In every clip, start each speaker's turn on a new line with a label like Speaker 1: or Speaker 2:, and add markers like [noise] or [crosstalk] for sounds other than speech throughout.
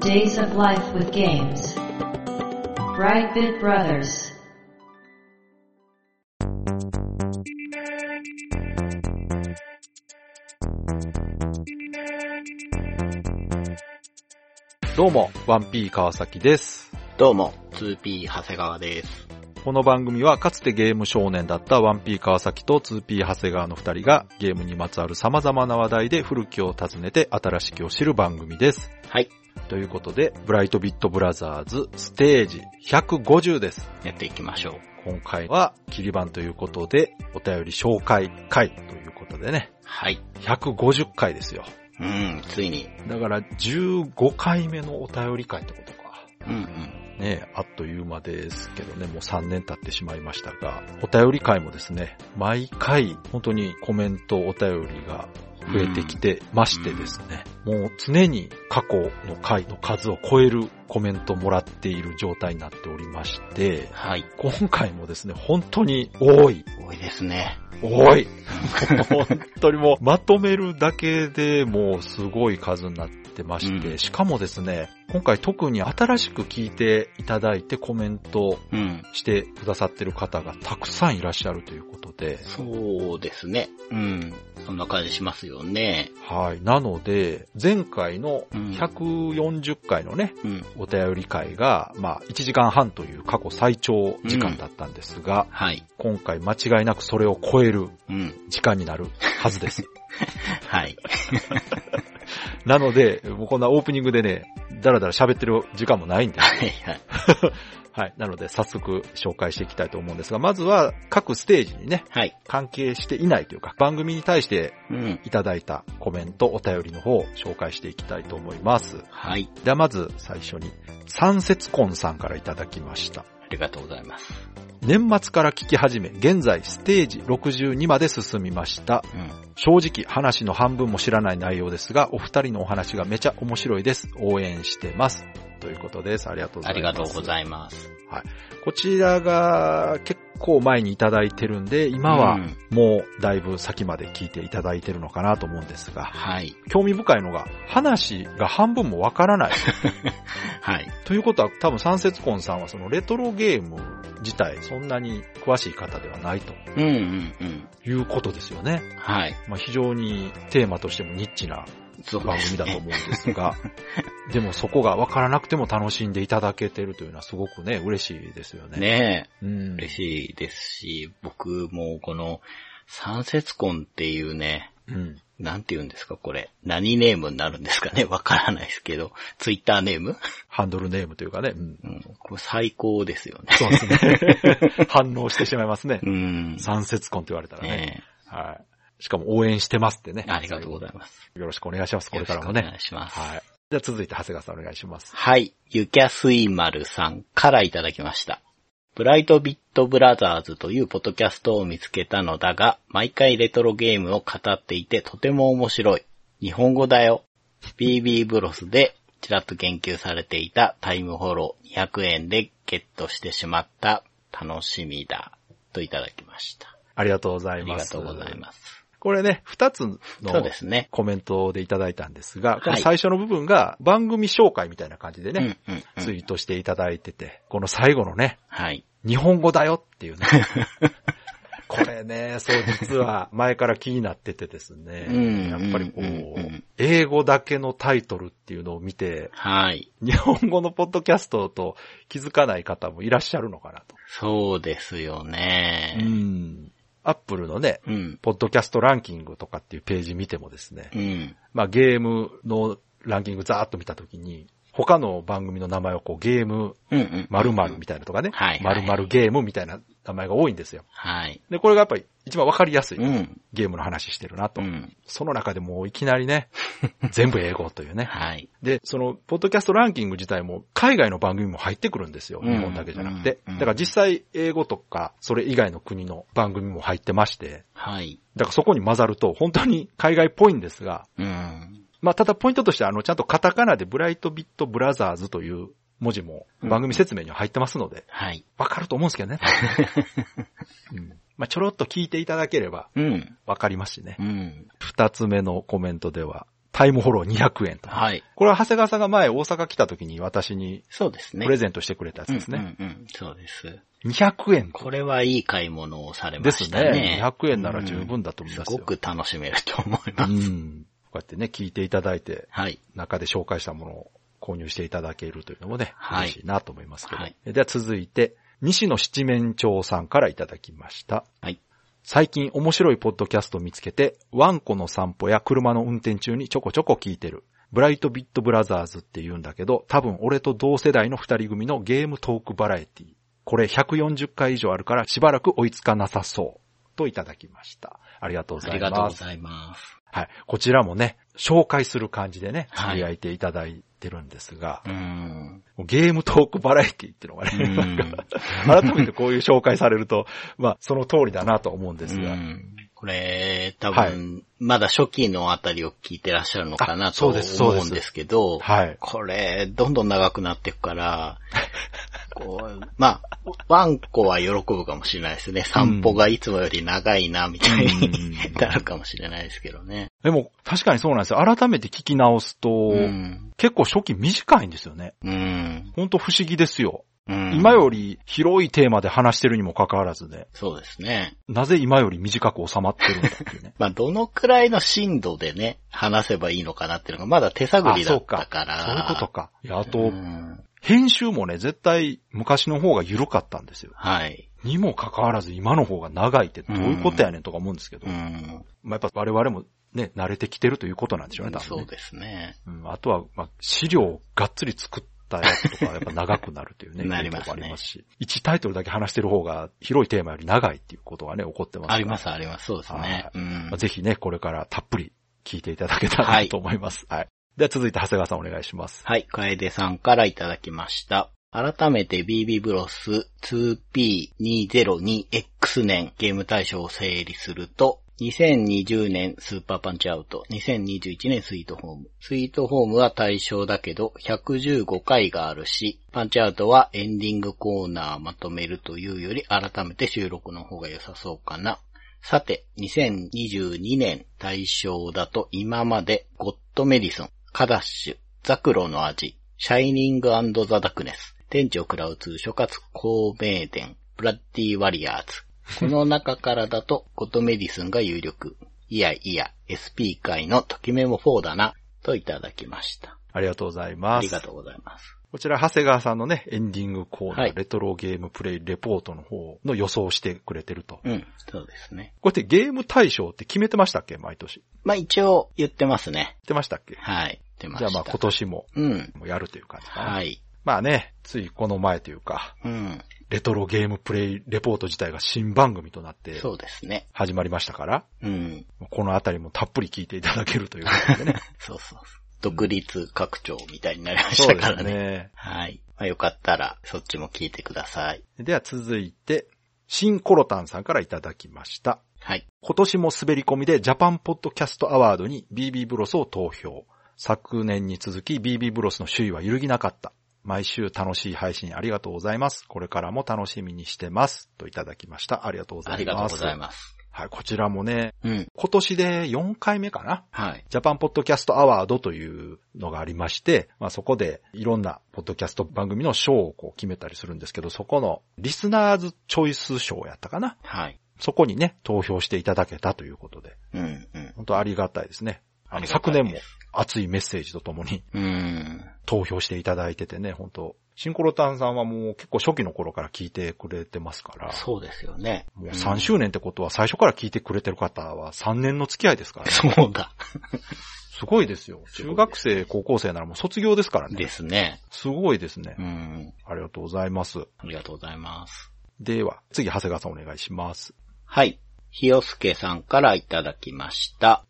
Speaker 1: Days of Life with Games. Brightbit Brothers.
Speaker 2: どうも、1P 川崎です。
Speaker 3: どうも、2P 長谷川です。
Speaker 2: この番組はかつてゲーム少年だった 1P 川崎と 2P 長谷川の二人がゲームにまつわる様々な話題で古きを訪ねて新しきを知る番組です。
Speaker 3: はい、
Speaker 2: ということで、ブライトビットブラザーズステージ150です。
Speaker 3: やっていきましょう。
Speaker 2: 今回は切り版ということで、お便り紹介会ということでね、
Speaker 3: はい。
Speaker 2: 150回ですよ。
Speaker 3: うん、ついに。
Speaker 2: だから15回目のお便り会ってことか。
Speaker 3: うんうん。
Speaker 2: ねえ、あっという間ですけどね、もう3年経ってしまいましたが、お便り会もですね、毎回本当にコメント、お便りが増えてきてましてですね、もう常に過去の回の数を超えるコメントもらっている状態になっておりまして、
Speaker 3: はい。
Speaker 2: 今回もですね、本当に多い、
Speaker 3: 多いですね。
Speaker 2: 多い本当にもうまとめるだけでもうすごい数になってまして、
Speaker 3: うん
Speaker 2: しかもですね、今回特に新しく聞いていただいてコメント
Speaker 3: うん。
Speaker 2: してくださってる方がたくさんいらっしゃるということで、
Speaker 3: そうですね。うん。そんな感じしますよね。
Speaker 2: はい。なので、前回の
Speaker 3: うん
Speaker 2: 140回のね、
Speaker 3: うん。
Speaker 2: お便り会が、まあ、1時間半という過去最長時間だったんですが、
Speaker 3: はい。
Speaker 2: 今回間違いなくそれを超える
Speaker 3: うん。
Speaker 2: 時間になるはず [laughs] です。
Speaker 3: はい。 [laughs]
Speaker 2: なので、もうこんなオープニングでね、だらだら喋ってる時間もないんで、
Speaker 3: はいはい。
Speaker 2: はい。なので、早速紹介していきたいと思うんですが、まずは各ステージにね、
Speaker 3: はい。
Speaker 2: 関係していないというか、番組に対して
Speaker 3: うん。
Speaker 2: いただいたコメント、お便りの方を紹介していきたいと思います。
Speaker 3: はい。
Speaker 2: では、まず最初に、三節婚さんからいただきました。
Speaker 3: ありがとうございます。
Speaker 2: 年末から聞き始め、現在ステージ62まで進みました。
Speaker 3: うん。
Speaker 2: 正直話の半分も知らない内容ですが、お二人のお話がめちゃ面白いです。応援してます。ということです。ありがとうござ
Speaker 3: あ
Speaker 2: います。
Speaker 3: りがとうございます。
Speaker 2: こちらが結構前にいただいてるんで、今
Speaker 3: う
Speaker 2: は
Speaker 3: ん
Speaker 2: もうだいぶ先まで聞いていただいてるのかなと思うんですが、
Speaker 3: はい。
Speaker 2: 興味深いのが、話が半分もわからない。 [laughs]
Speaker 3: はい。
Speaker 2: ということは多分三節婚さんはそのレトロゲーム自体そんなに詳しい方ではないと
Speaker 3: うんうんうん。
Speaker 2: いうことですよね。
Speaker 3: はい。
Speaker 2: まあ、非常にテーマとしてもニッチな
Speaker 3: そう
Speaker 2: 番
Speaker 3: です
Speaker 2: 組
Speaker 3: ね
Speaker 2: だと思うんですが、でもそこが分からなくても楽しんでいただけてるというのはすごくね、嬉しいですよね。。
Speaker 3: ね
Speaker 2: う
Speaker 3: え。
Speaker 2: ん。
Speaker 3: 嬉しいですし、僕もこの、三節婚っていうね、
Speaker 2: うん。
Speaker 3: なんて言うんですか、これ。何ネームになるんですかねわからないですけど。ツイッターネーム、
Speaker 2: ハンドルネームというかね、うん。
Speaker 3: うん、これ最高ですよね。
Speaker 2: そうです
Speaker 3: [laughs]
Speaker 2: ね。反応してしまいますね
Speaker 3: う。ん。
Speaker 2: 三節婚って言われたらね。
Speaker 3: ね
Speaker 2: はい。しかも応援してますってね
Speaker 3: え。ありがとうございます。
Speaker 2: よろしくお願いします、これからも
Speaker 3: よろしくお願
Speaker 2: ね。
Speaker 3: いします。
Speaker 2: はい。じゃあ続いて、長谷川さんお願いします。
Speaker 3: はい。ゆきゃすいまるさんからいただきました。ブライトビットブラザーズというポッドキャストを見つけたのだが、毎回レトロゲームを語っていてとても面白い。日本語だよ。BB ブロスでちらっと言及されていたタイムホロー200円でゲットしてしまった楽しみだ。といただきました。
Speaker 2: ありがとうござ
Speaker 3: あ
Speaker 2: い
Speaker 3: り
Speaker 2: ま
Speaker 3: が
Speaker 2: す。
Speaker 3: とうございます。
Speaker 2: これね、二つ
Speaker 3: そう
Speaker 2: の
Speaker 3: ですね。
Speaker 2: コメントでいただいたんですが、この
Speaker 3: はい
Speaker 2: 最初の部分が番組紹介みたいな感じで
Speaker 3: う
Speaker 2: ね、
Speaker 3: んうんう
Speaker 2: ツイ
Speaker 3: ん。
Speaker 2: ートしていただいてて、この最後のね、
Speaker 3: はい。
Speaker 2: 日本語だよって
Speaker 3: [laughs]
Speaker 2: いうね。これね、そう実は前から気になっててですね。
Speaker 3: うん
Speaker 2: やっぱりこう、
Speaker 3: うんうん
Speaker 2: 英語だけのタイトルっていうのを見て、
Speaker 3: はい。
Speaker 2: 日本語のポッドキャストと気づかない方もいらっしゃるのかなと。
Speaker 3: そうですよ
Speaker 2: う
Speaker 3: ね。
Speaker 2: ん。アップルのね、
Speaker 3: うん。
Speaker 2: ポッドキャストランキングとかっていうページ見てもですね、
Speaker 3: うん。
Speaker 2: まあゲームのランキングざーっと見たときに、他の番組の名前をこうゲーム
Speaker 3: うんうん。
Speaker 2: 〇〇みたいなとかね、
Speaker 3: はいはい
Speaker 2: 〇〇ゲームみたいな名前が多いんですよ。
Speaker 3: はい。
Speaker 2: で、これがやっぱり一番わかりやすい
Speaker 3: うん。
Speaker 2: ゲームの話してるなと。
Speaker 3: うん。
Speaker 2: その中でもういきなり
Speaker 3: [laughs]
Speaker 2: ね、全部英語というね。
Speaker 3: はい。
Speaker 2: で、その、ポッドキャストランキング自体も海外の番組も入ってくるんですよ。
Speaker 3: うん
Speaker 2: 日本だけじゃなくて。
Speaker 3: うん
Speaker 2: だから実際英語とか、それ以外の国の番組も入ってまして、
Speaker 3: はい。
Speaker 2: だからそこに混ざると本当に海外っぽいんですが、
Speaker 3: うん。
Speaker 2: まあただポイントとしてはあの、ちゃんとカタカナでブライトビットブラザーズという文字も番組説明には入ってますので、
Speaker 3: はい。
Speaker 2: わかると思うんですけど
Speaker 3: [laughs]
Speaker 2: ね。うんまあちょろっと聞いていただければ
Speaker 3: うん。
Speaker 2: わかりますしね
Speaker 3: う。ん。
Speaker 2: 二つ目のコメントでは、タイムフォロー200円と。
Speaker 3: はい。
Speaker 2: これは長谷川さんが前大阪来た時に私に
Speaker 3: そうですね。
Speaker 2: プレゼントしてくれたやつですね。
Speaker 3: うんうんうん。そうです。
Speaker 2: 200円
Speaker 3: これはいい買い物をされま
Speaker 2: で
Speaker 3: し
Speaker 2: す
Speaker 3: たね。
Speaker 2: ね。200円なら十分だと思い
Speaker 3: す
Speaker 2: ます
Speaker 3: ご
Speaker 2: よ。
Speaker 3: く楽しめると思います。
Speaker 2: うん。こうやってね、聞いていただいて、
Speaker 3: はい。
Speaker 2: 中で紹介したものを購入していただけるというのもね、
Speaker 3: はい
Speaker 2: 嬉しいなと思いますけど。
Speaker 3: はい
Speaker 2: では続いて、西野七面鳥さんからいただきました。
Speaker 3: はい。
Speaker 2: 最近面白いポッドキャストを見つけて、ワンコの散歩や車の運転中にちょこちょこ聞いてる。ブライトビットブラザーズって言うんだけど、多分俺と同世代の二人組のゲームトークバラエティ。これ140回以上あるからしばらく追いつかなさそう。といただきました。ありがとうご
Speaker 3: あ
Speaker 2: ざい
Speaker 3: りがとう
Speaker 2: ま
Speaker 3: ご
Speaker 2: す。
Speaker 3: ざいます。
Speaker 2: はい。こちらもね、紹介する感じでね、つ
Speaker 3: はい
Speaker 2: ぶやいていただいてるんですが、
Speaker 3: うーん。
Speaker 2: もうゲームトークバラエティっていうのが
Speaker 3: う
Speaker 2: ね、
Speaker 3: ー
Speaker 2: [laughs]
Speaker 3: ん
Speaker 2: 改めてこういう紹介されると、まあ、その通りだなと思うんです
Speaker 3: う
Speaker 2: が、
Speaker 3: んこれ、多
Speaker 2: はい
Speaker 3: 分、まだ初期のあたりを聞いてらっしゃるのかな
Speaker 2: あ
Speaker 3: と
Speaker 2: そ
Speaker 3: 思
Speaker 2: うですそうです
Speaker 3: うんですけど、
Speaker 2: はい。
Speaker 3: これ、どんどん長くなっていくから、こうまあ、ワンコは喜ぶかもしれないですね。散歩がいつもより長いな、みたいに
Speaker 2: うん
Speaker 3: なるかもしれないですけどね。
Speaker 2: [laughs] でも、確かにそうなんですよ。改めて聞き直すと、
Speaker 3: うん。
Speaker 2: 結構初期短いんですよね。
Speaker 3: うん。
Speaker 2: ほんと不思議ですよ。
Speaker 3: うん
Speaker 2: 今より広いテーマで話してるにもかかわらずね、
Speaker 3: そうですね。。
Speaker 2: なぜ今より短く収まってるんだっていうね
Speaker 3: [laughs] まあ、どのくらいの深度でね、話せばいいのかなっていうのが、まだ手探りだ
Speaker 2: そ
Speaker 3: っ
Speaker 2: うか
Speaker 3: た。から。
Speaker 2: そういうことか。いや、あと、
Speaker 3: うん
Speaker 2: 編集もね、絶対昔の方が緩かったんですよ。
Speaker 3: はい。
Speaker 2: にもかかわらず今の方が長いってどういうことやねんとか思うんですけど、
Speaker 3: うん。
Speaker 2: まあ、やっぱ我々もね、慣れてきてるということなんでしょうね、多
Speaker 3: そ
Speaker 2: 分
Speaker 3: う
Speaker 2: ね。
Speaker 3: ですね。
Speaker 2: うん、あとは、まあ、資料をがっつり作ったやつとかやっぱ長くなるというね、
Speaker 3: [laughs] なりま
Speaker 2: いう
Speaker 3: すね
Speaker 2: ところもありますし、1タイトルだけ話してる方が広いテーマより長いっていうことがね、起こってますから
Speaker 3: あります、あります。そうですね
Speaker 2: は。
Speaker 3: う
Speaker 2: ま
Speaker 3: ん
Speaker 2: あ。ぜひね、これからたっぷり聞いていただけた
Speaker 3: は
Speaker 2: ら
Speaker 3: い
Speaker 2: なと思います。はい。では続いて、長谷川さんお願いします。
Speaker 3: はい、楓さんからいただきました。改めて BB ブロス 2P202X 年ゲーム対象を整理すると、2020年スーパーパンチアウト、2021年スイートホーム。スイートホームは対象だけど、115回があるし、パンチアウトはエンディングコーナーまとめるというより、改めて収録の方が良さそうかな。さて、2022年対象だと今までゴッドメディソン、カダッシュ、ザクロの味、シャイニングザ・ダクネス、天地を食らう通所かつ孔明伝、ブラッディ・ワリアーズ。この中からだとゴッドメディソンが有力。いやいや、SP 界のときメモ4だな、といただきました。
Speaker 2: ありがとうございます。
Speaker 3: ありがとうございます。
Speaker 2: こちら、長谷川さんのね、エンディングコーナー、
Speaker 3: はい
Speaker 2: レトロゲームプレイレポートの方の予想をしてくれてると。
Speaker 3: うん、そうですね。
Speaker 2: こうやってゲーム対象って決めてましたっけ毎年。言
Speaker 3: まあ一応言ってますね。
Speaker 2: ってましたっけ
Speaker 3: はい、言ってまし
Speaker 2: じゃ
Speaker 3: た。
Speaker 2: あまあ今年も
Speaker 3: うん。
Speaker 2: やるという感じかな。
Speaker 3: はい。
Speaker 2: まあね、ついこの前というか、
Speaker 3: うん。
Speaker 2: レトロゲームプレイレポート自体が新番組となって
Speaker 3: そうですね。
Speaker 2: 始まりましたから、
Speaker 3: うん。
Speaker 2: このあたりもたっぷり聞いていただけるということでね。
Speaker 3: そうそうそう。独立拡張みたいになりま [laughs] したからね。
Speaker 2: ね。
Speaker 3: はい。まあ、よかったら、そっちも聞いてください。
Speaker 2: では続いて、シンコロタンさんからいただきました。
Speaker 3: はい。
Speaker 2: 今年も滑り込みでジャパンポッドキャストアワードに BB ブロスを投票。昨年に続き BB ブロスの首位は揺るぎなかった。毎週楽しい配信ありがとうございます。これからも楽しみにしてます。といただきました。ありがとうござい
Speaker 3: あ
Speaker 2: ます。
Speaker 3: りがとうございます。
Speaker 2: はい、こちらもね、
Speaker 3: うん。
Speaker 2: 今年で4回目かな。
Speaker 3: はい。
Speaker 2: ジャパンポッドキャストアワードというのがありまして、まあそこでいろんなポッドキャスト番組の賞をこう決めたりするんですけど、そこのリスナーズチョイス賞やったかな。
Speaker 3: はい。
Speaker 2: そこにね、投票していただけたということで。
Speaker 3: うん、うん。
Speaker 2: 本当ありがたいですね。あ
Speaker 3: あ
Speaker 2: の、
Speaker 3: りがた
Speaker 2: 昨
Speaker 3: いです
Speaker 2: 年も熱いメッセージとともに
Speaker 3: うん。
Speaker 2: 投票していただいててね、本当シンコロタンさんはもう結構初期の頃から聞いてくれてますから、
Speaker 3: そうですよね。
Speaker 2: もう3周年ってことは最初から聞いてくれてる方は3年の付き合いですからね。
Speaker 3: うん。そうだ。
Speaker 2: すごいですよ。
Speaker 3: すご
Speaker 2: 中
Speaker 3: いで
Speaker 2: 学生、高校生ならもう卒業ですから
Speaker 3: で
Speaker 2: ね。
Speaker 3: すね。
Speaker 2: すごいですね
Speaker 3: う。ん。
Speaker 2: ありがとうございます。
Speaker 3: ありがとうございます。
Speaker 2: では、次、長谷川さんお願いします。
Speaker 3: はい。ひよすけさんからいただきました。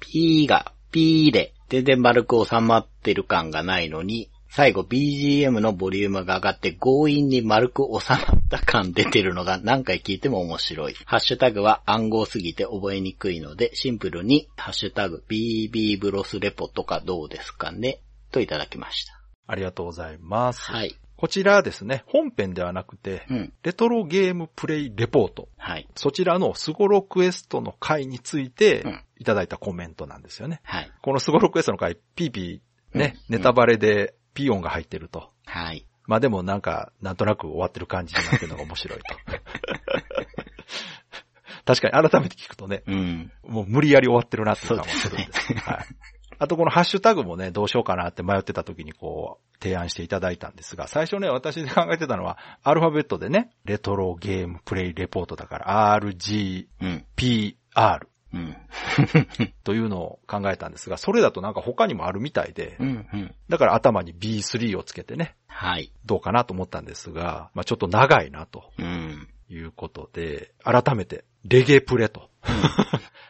Speaker 3: P が、P で、全然丸く収まってる感がないのに、最後 BGM のボリュームが上がって強引に丸く収まった感出てるのが何回聞いても面白い。ハッシュタグは暗号すぎて覚えにくいので、シンプルに、ハッシュタグ BB ブロスレポとかどうですかね、といただきました。
Speaker 2: ありがとうございます。
Speaker 3: はい。
Speaker 2: こちらですね、本編ではなくて
Speaker 3: う、ん。
Speaker 2: レトロゲームプレイレポート。
Speaker 3: はい。
Speaker 2: そちらのスゴロクエストの回について
Speaker 3: うん、
Speaker 2: いただいたコメントなんですよね。
Speaker 3: はい。
Speaker 2: このスゴロクエストの回、ピーピーね、
Speaker 3: うん
Speaker 2: ネタバレでピー音が入ってると。
Speaker 3: はい。
Speaker 2: まあでもなんか、なんとなく終わってる感じになってるのが面
Speaker 3: [laughs]
Speaker 2: 白いと。確かに改めて聞くとね、
Speaker 3: うん。
Speaker 2: もう無理やり終わってるなっていう感は
Speaker 3: そ
Speaker 2: す
Speaker 3: う
Speaker 2: る
Speaker 3: で
Speaker 2: ん
Speaker 3: すね
Speaker 2: ですけど。はい。あとこのハッシュタグもね、どうしようかなって迷ってた時にこう、提案していただいたんですが、最初ね、私で考えてたのは、アルファベットでね、レトロゲームプレイレポートだから、RGPR
Speaker 3: うん。うん。
Speaker 2: というのを考えたんですが、それだとなんか他にもあるみたいで
Speaker 3: う、ん。うん。
Speaker 2: だから頭に B3 をつけてね、
Speaker 3: はい。
Speaker 2: どうかなと思ったんですが、まあちょっと長いなと
Speaker 3: うん。
Speaker 2: いうことで、改めて、レゲプレと。 [laughs]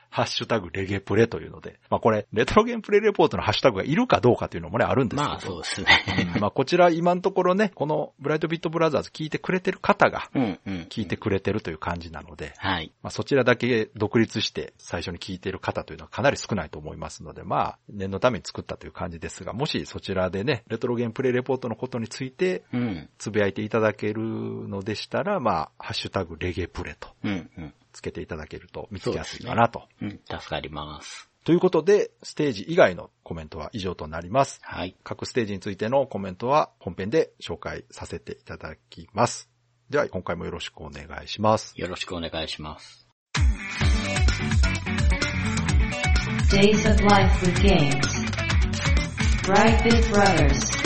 Speaker 2: ハッシュタグレゲプレというので、まあこれ、レトロゲームプレイレポートのハッシュタグがいるかどうかというのもね、あるんですけど。
Speaker 3: まあ、そうですね。
Speaker 2: [laughs] うんまあこちら今のところね、このブライトビットブラザーズ聞いてくれてる方が
Speaker 3: うん。うん。
Speaker 2: 聞いてくれてるという感じなので、
Speaker 3: はい。
Speaker 2: まあそちらだけ独立して最初に聞いてる方というのはかなり少ないと思いますので、まあ念のために作ったという感じですが、もしそちらでね、レトロゲームプレイレポートのことについて
Speaker 3: うん。
Speaker 2: つぶやいていただけるのでしたら、まあ、ハッシュタグレゲプレと
Speaker 3: うん。うん。
Speaker 2: つけていただけると見つけやすいかなと。
Speaker 3: うん。助かります。
Speaker 2: ということで、ステージ以外のコメントは以上となります。
Speaker 3: はい。
Speaker 2: 各ステージについてのコメントは本編で紹介させていただきます。では、今回もよろしくお願いします。
Speaker 3: よろしくお願いします。
Speaker 1: Days of Life with Games. Brightbit Brothers.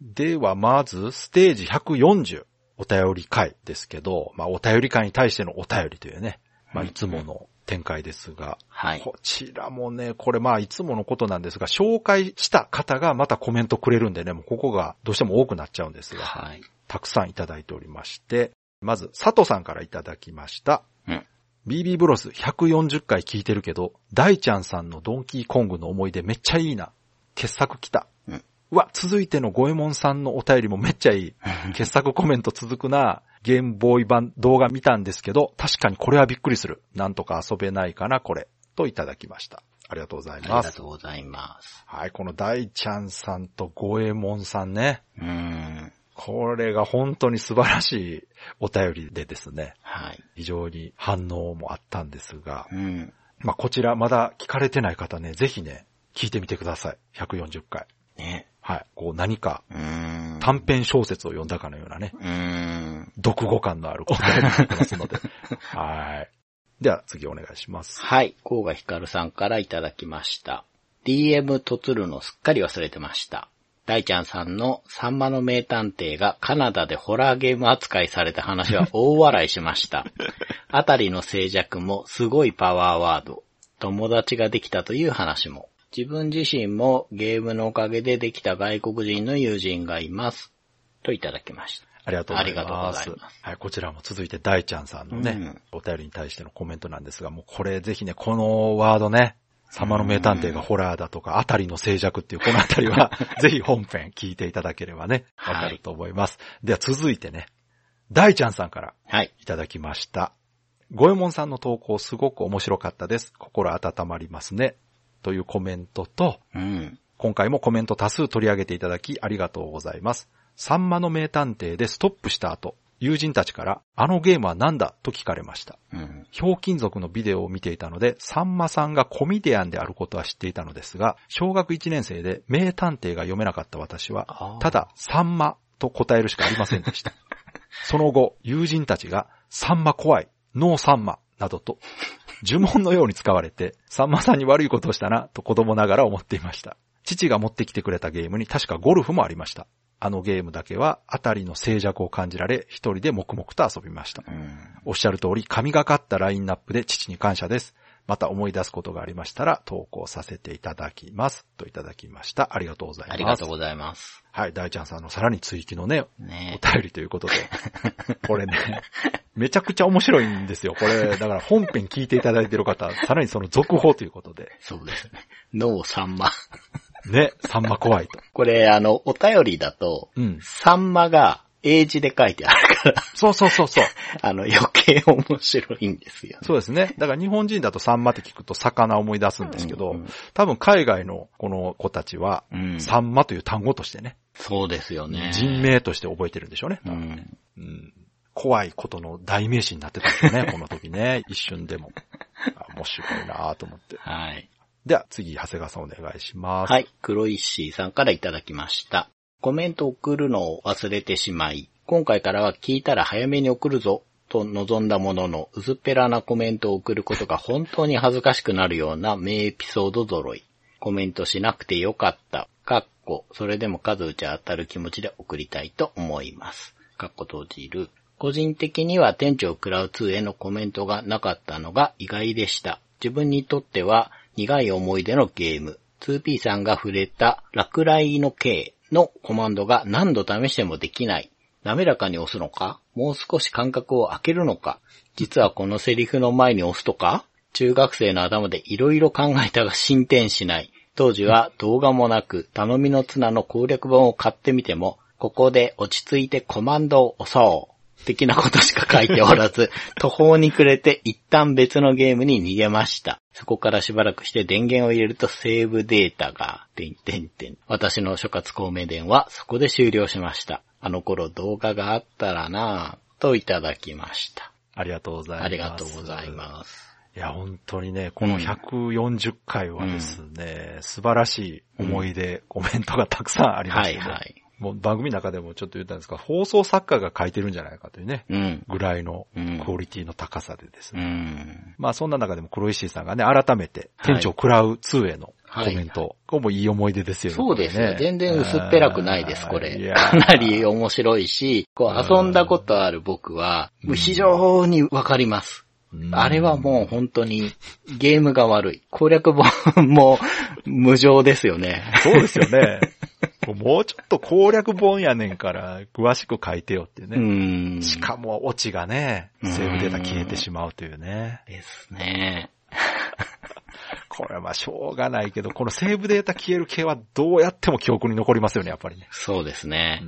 Speaker 2: では、まず、ステージ140、お便り会ですけど、まあ、お便り会に対してのお便りというね、まあ、いつもの展開ですが、
Speaker 3: はい。
Speaker 2: こちらもね、これまあいつものことなんですが、紹介した方がまたコメントくれるんでね、もうここがどうしても多くなっちゃうんですが、
Speaker 3: はい。
Speaker 2: たくさんいただいておりまして、まず佐藤さんからいただきました。
Speaker 3: うん。
Speaker 2: BB ブロス140回聞いてるけど、大ちゃんさんのドンキーコングの思い出めっちゃいいな。傑作来た。
Speaker 3: うん
Speaker 2: わ、続いてのゴエモンさんのお便りもめっちゃいい。傑作コメント続くな。ゲームボーイ版動画見たんですけど、確かにこれはびっくりする。なんとか遊べないかな、これ。といただきました。ありがとうございま
Speaker 3: ありが
Speaker 2: す
Speaker 3: と。うございます。
Speaker 2: はい、この大ちゃんさんとゴエモンさんね。
Speaker 3: うん。
Speaker 2: これが本当に素晴らしいお便りでですね、
Speaker 3: はい。
Speaker 2: 非常に反応もあったんですが、
Speaker 3: うん。
Speaker 2: まあ、こちらまだ聞かれてない方ね、ぜひね、聞いてみてください。140回。
Speaker 3: ね。
Speaker 2: はい。こう何か
Speaker 3: うん。
Speaker 2: 短編小説を読んだかのようなね、
Speaker 3: うん。
Speaker 2: 読語感のあるお便りになってますの
Speaker 3: [laughs]
Speaker 2: で。はい。では次お願いします。
Speaker 3: はい。甲賀ひかるさんからいただきました。DM とつるのすっかり忘れてました。大ちゃんさんのサンマの名探偵がカナダでホラーゲーム扱いされた話は大笑いしま
Speaker 2: [laughs]
Speaker 3: した。あたりの静寂もすごいパワーワード。友達ができたという話も。自分自身もゲームのおかげでできた外国人の友人がいます。といただきました。
Speaker 2: ありがとうござい
Speaker 3: ありがとうご
Speaker 2: ま
Speaker 3: ざい
Speaker 2: す。
Speaker 3: ます
Speaker 2: はい、こちらも続いて大ちゃんさんのね、お便りに対してのコメントなんですが、もうこれぜひね、このワードね、様の名探偵がホラーだとか、あたりの静寂っていうこのあたりは、ぜひ本編聞いていただければね、わかると思います。では続いてね、大ちゃんさんから
Speaker 3: はい。
Speaker 2: いただきました。ゴエモンさんの投稿すごく面白かったです。心温まりますね。というコメントと、
Speaker 3: うん。
Speaker 2: 今回もコメント多数取り上げていただきありがとうございます。サンマの名探偵でストップした後、友人たちからあのゲームは何だと聞かれました。
Speaker 3: うん。
Speaker 2: ひょうきん族のビデオを見ていたので、さんまさんがコミディアンであることは知っていたのですが、小学1年生で名探偵が読めなかった私
Speaker 3: あ
Speaker 2: は
Speaker 3: ー、
Speaker 2: ただ、さんまと答えるしかありませんでした。その後、友人たちが、さんま怖い、ノーさんま、などと、呪文のように使われて、さんまさんに悪いことをしたな、と子供ながら思っていました。父が持ってきてくれたゲームに確かゴルフもありました。あのゲームだけは、あたりの静寂を感じられ、一人で黙々と遊びました。
Speaker 3: うん。
Speaker 2: おっしゃる通り、神がかったラインナップで父に感謝です。また思い出すことがありましたら、投稿させていただきます。といただきました。ありがとうございます。
Speaker 3: ありがとうございます。
Speaker 2: はい、大ちゃんさんのさらに追記のね、お
Speaker 3: ね
Speaker 2: 便りということで。これね、めちゃくちゃ面白いんですよ。これ、だから本編聞いていただいてる方、さらにその続報ということで。
Speaker 3: そうですね。ノーサンマ。
Speaker 2: ね、さんま怖いと。
Speaker 3: これ、あの、お便りだと、
Speaker 2: うん。
Speaker 3: サンマが英字で書いてあるから、
Speaker 2: そうそうそうそう。
Speaker 3: [laughs] あの、余計面白いんですよね。
Speaker 2: そうですね。だから日本人だとサンマって聞くと魚を思い出すんですけど、
Speaker 3: うんうん
Speaker 2: 多分海外のこの子たちは、
Speaker 3: うん
Speaker 2: サンマという単語としてね、
Speaker 3: そうですよね。
Speaker 2: 人。名として覚えてるんでしょうね。
Speaker 3: うん。
Speaker 2: うん怖いことの代名詞になってたんですよ
Speaker 3: [laughs]
Speaker 2: ね、この時ね。一瞬でも。あ面白いなぁと思って。
Speaker 3: はい。
Speaker 2: では、次、長谷川さんお願いします。
Speaker 3: はい。黒石さんからいただきました。コメント送るのを忘れてしまい、今回からは聞いたら早めに送るぞ、と望んだものの、薄っぺらなコメントを送ることが本当に恥ずかしくなるような名エピソード揃い。コメントしなくてよかった。かっこ、それでも数打ち当たる気持ちで送りたいと思います。かっこ閉じる。個人的には店長クラウ2へのコメントがなかったのが意外でした。自分にとっては苦い思い出のゲーム。2P さんが触れた落雷の刑のコマンドが何度試してもできない。滑らかに押すのかもう少し間隔を空けるのか実はこのセリフの前に押すとか中学生の頭でいろいろ考えたが進展しない。当時は動画もなく頼みの綱の攻略本を買ってみても、ここで落ち着いてコマンドを押そう。的なことしか書いておらず、途方に暮れて一旦別のゲームに逃げました。そこからしばらくして電源を入れるとセーブデータが、てんてんてん。私の諸葛孔明伝はそこで終了しました。あの頃動画があったらなぁ、といただきました。
Speaker 2: ありがとうございます。
Speaker 3: ありがとうございます。
Speaker 2: いや、本当にね、この140回はですね、素晴らしい思い出、コメントがたくさんありま
Speaker 3: は
Speaker 2: し
Speaker 3: い
Speaker 2: たね。
Speaker 3: はい。
Speaker 2: もう番組の中でもちょっと言ったんですが、放送作家が書いてるんじゃないかというね、
Speaker 3: うん。
Speaker 2: ぐらいの
Speaker 3: うん
Speaker 2: クオリティの高さでです
Speaker 3: う
Speaker 2: ね。
Speaker 3: ん。
Speaker 2: まあそんな中でも黒石井さんがね、改めて、
Speaker 3: はい
Speaker 2: 店長クラウ2へのコメント、これもいい思い出ですよね。
Speaker 3: そうです
Speaker 2: これ
Speaker 3: ね
Speaker 2: ね。
Speaker 3: 全然薄っぺらくないです、
Speaker 2: あー
Speaker 3: こ
Speaker 2: い
Speaker 3: れ。
Speaker 2: や
Speaker 3: かなり面白いし、こ
Speaker 2: うん
Speaker 3: う遊んだことある僕は、もう非常にわかりま
Speaker 2: う
Speaker 3: す。
Speaker 2: ん
Speaker 3: あれはもう本当にゲームが悪い。攻略本も無情ですよね。
Speaker 2: そうですよね。 [laughs] もうちょっと攻略本やねんから、詳しく書いてよっていうね。
Speaker 3: うん。
Speaker 2: しかも、オチがね、
Speaker 3: うん
Speaker 2: セーブデータ消えてしまうというね。
Speaker 3: ですね。
Speaker 2: これはまあしょうがないけど、このセーブデータ消える系はどうやっても記憶に残りますよね、やっぱりね。
Speaker 3: そうです
Speaker 2: う
Speaker 3: ね。
Speaker 2: ん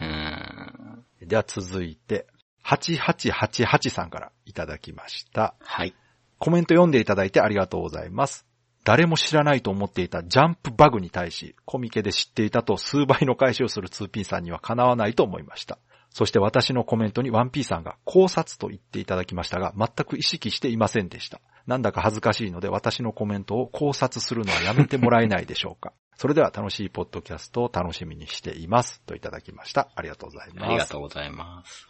Speaker 3: うん。
Speaker 2: では続いて、8888さんからいただきました。
Speaker 3: はい。
Speaker 2: コメント読んでいただいてありがとうございます。誰も知らないと思っていたジャンプバグに対し、コミケで知っていたと数倍の返しをする 2P さんにはかなわないと思いました。そして私のコメントに 1P さんが考察と言っていただきましたが、全く意識していませんでした。なんだか恥ずかしいので私のコメントを考察するのはやめてもらえないでしょうか。 [laughs] それでは楽しいポッドキャストを楽しみにしています。といただきました。ありがとうございます。
Speaker 3: ありがとうございます。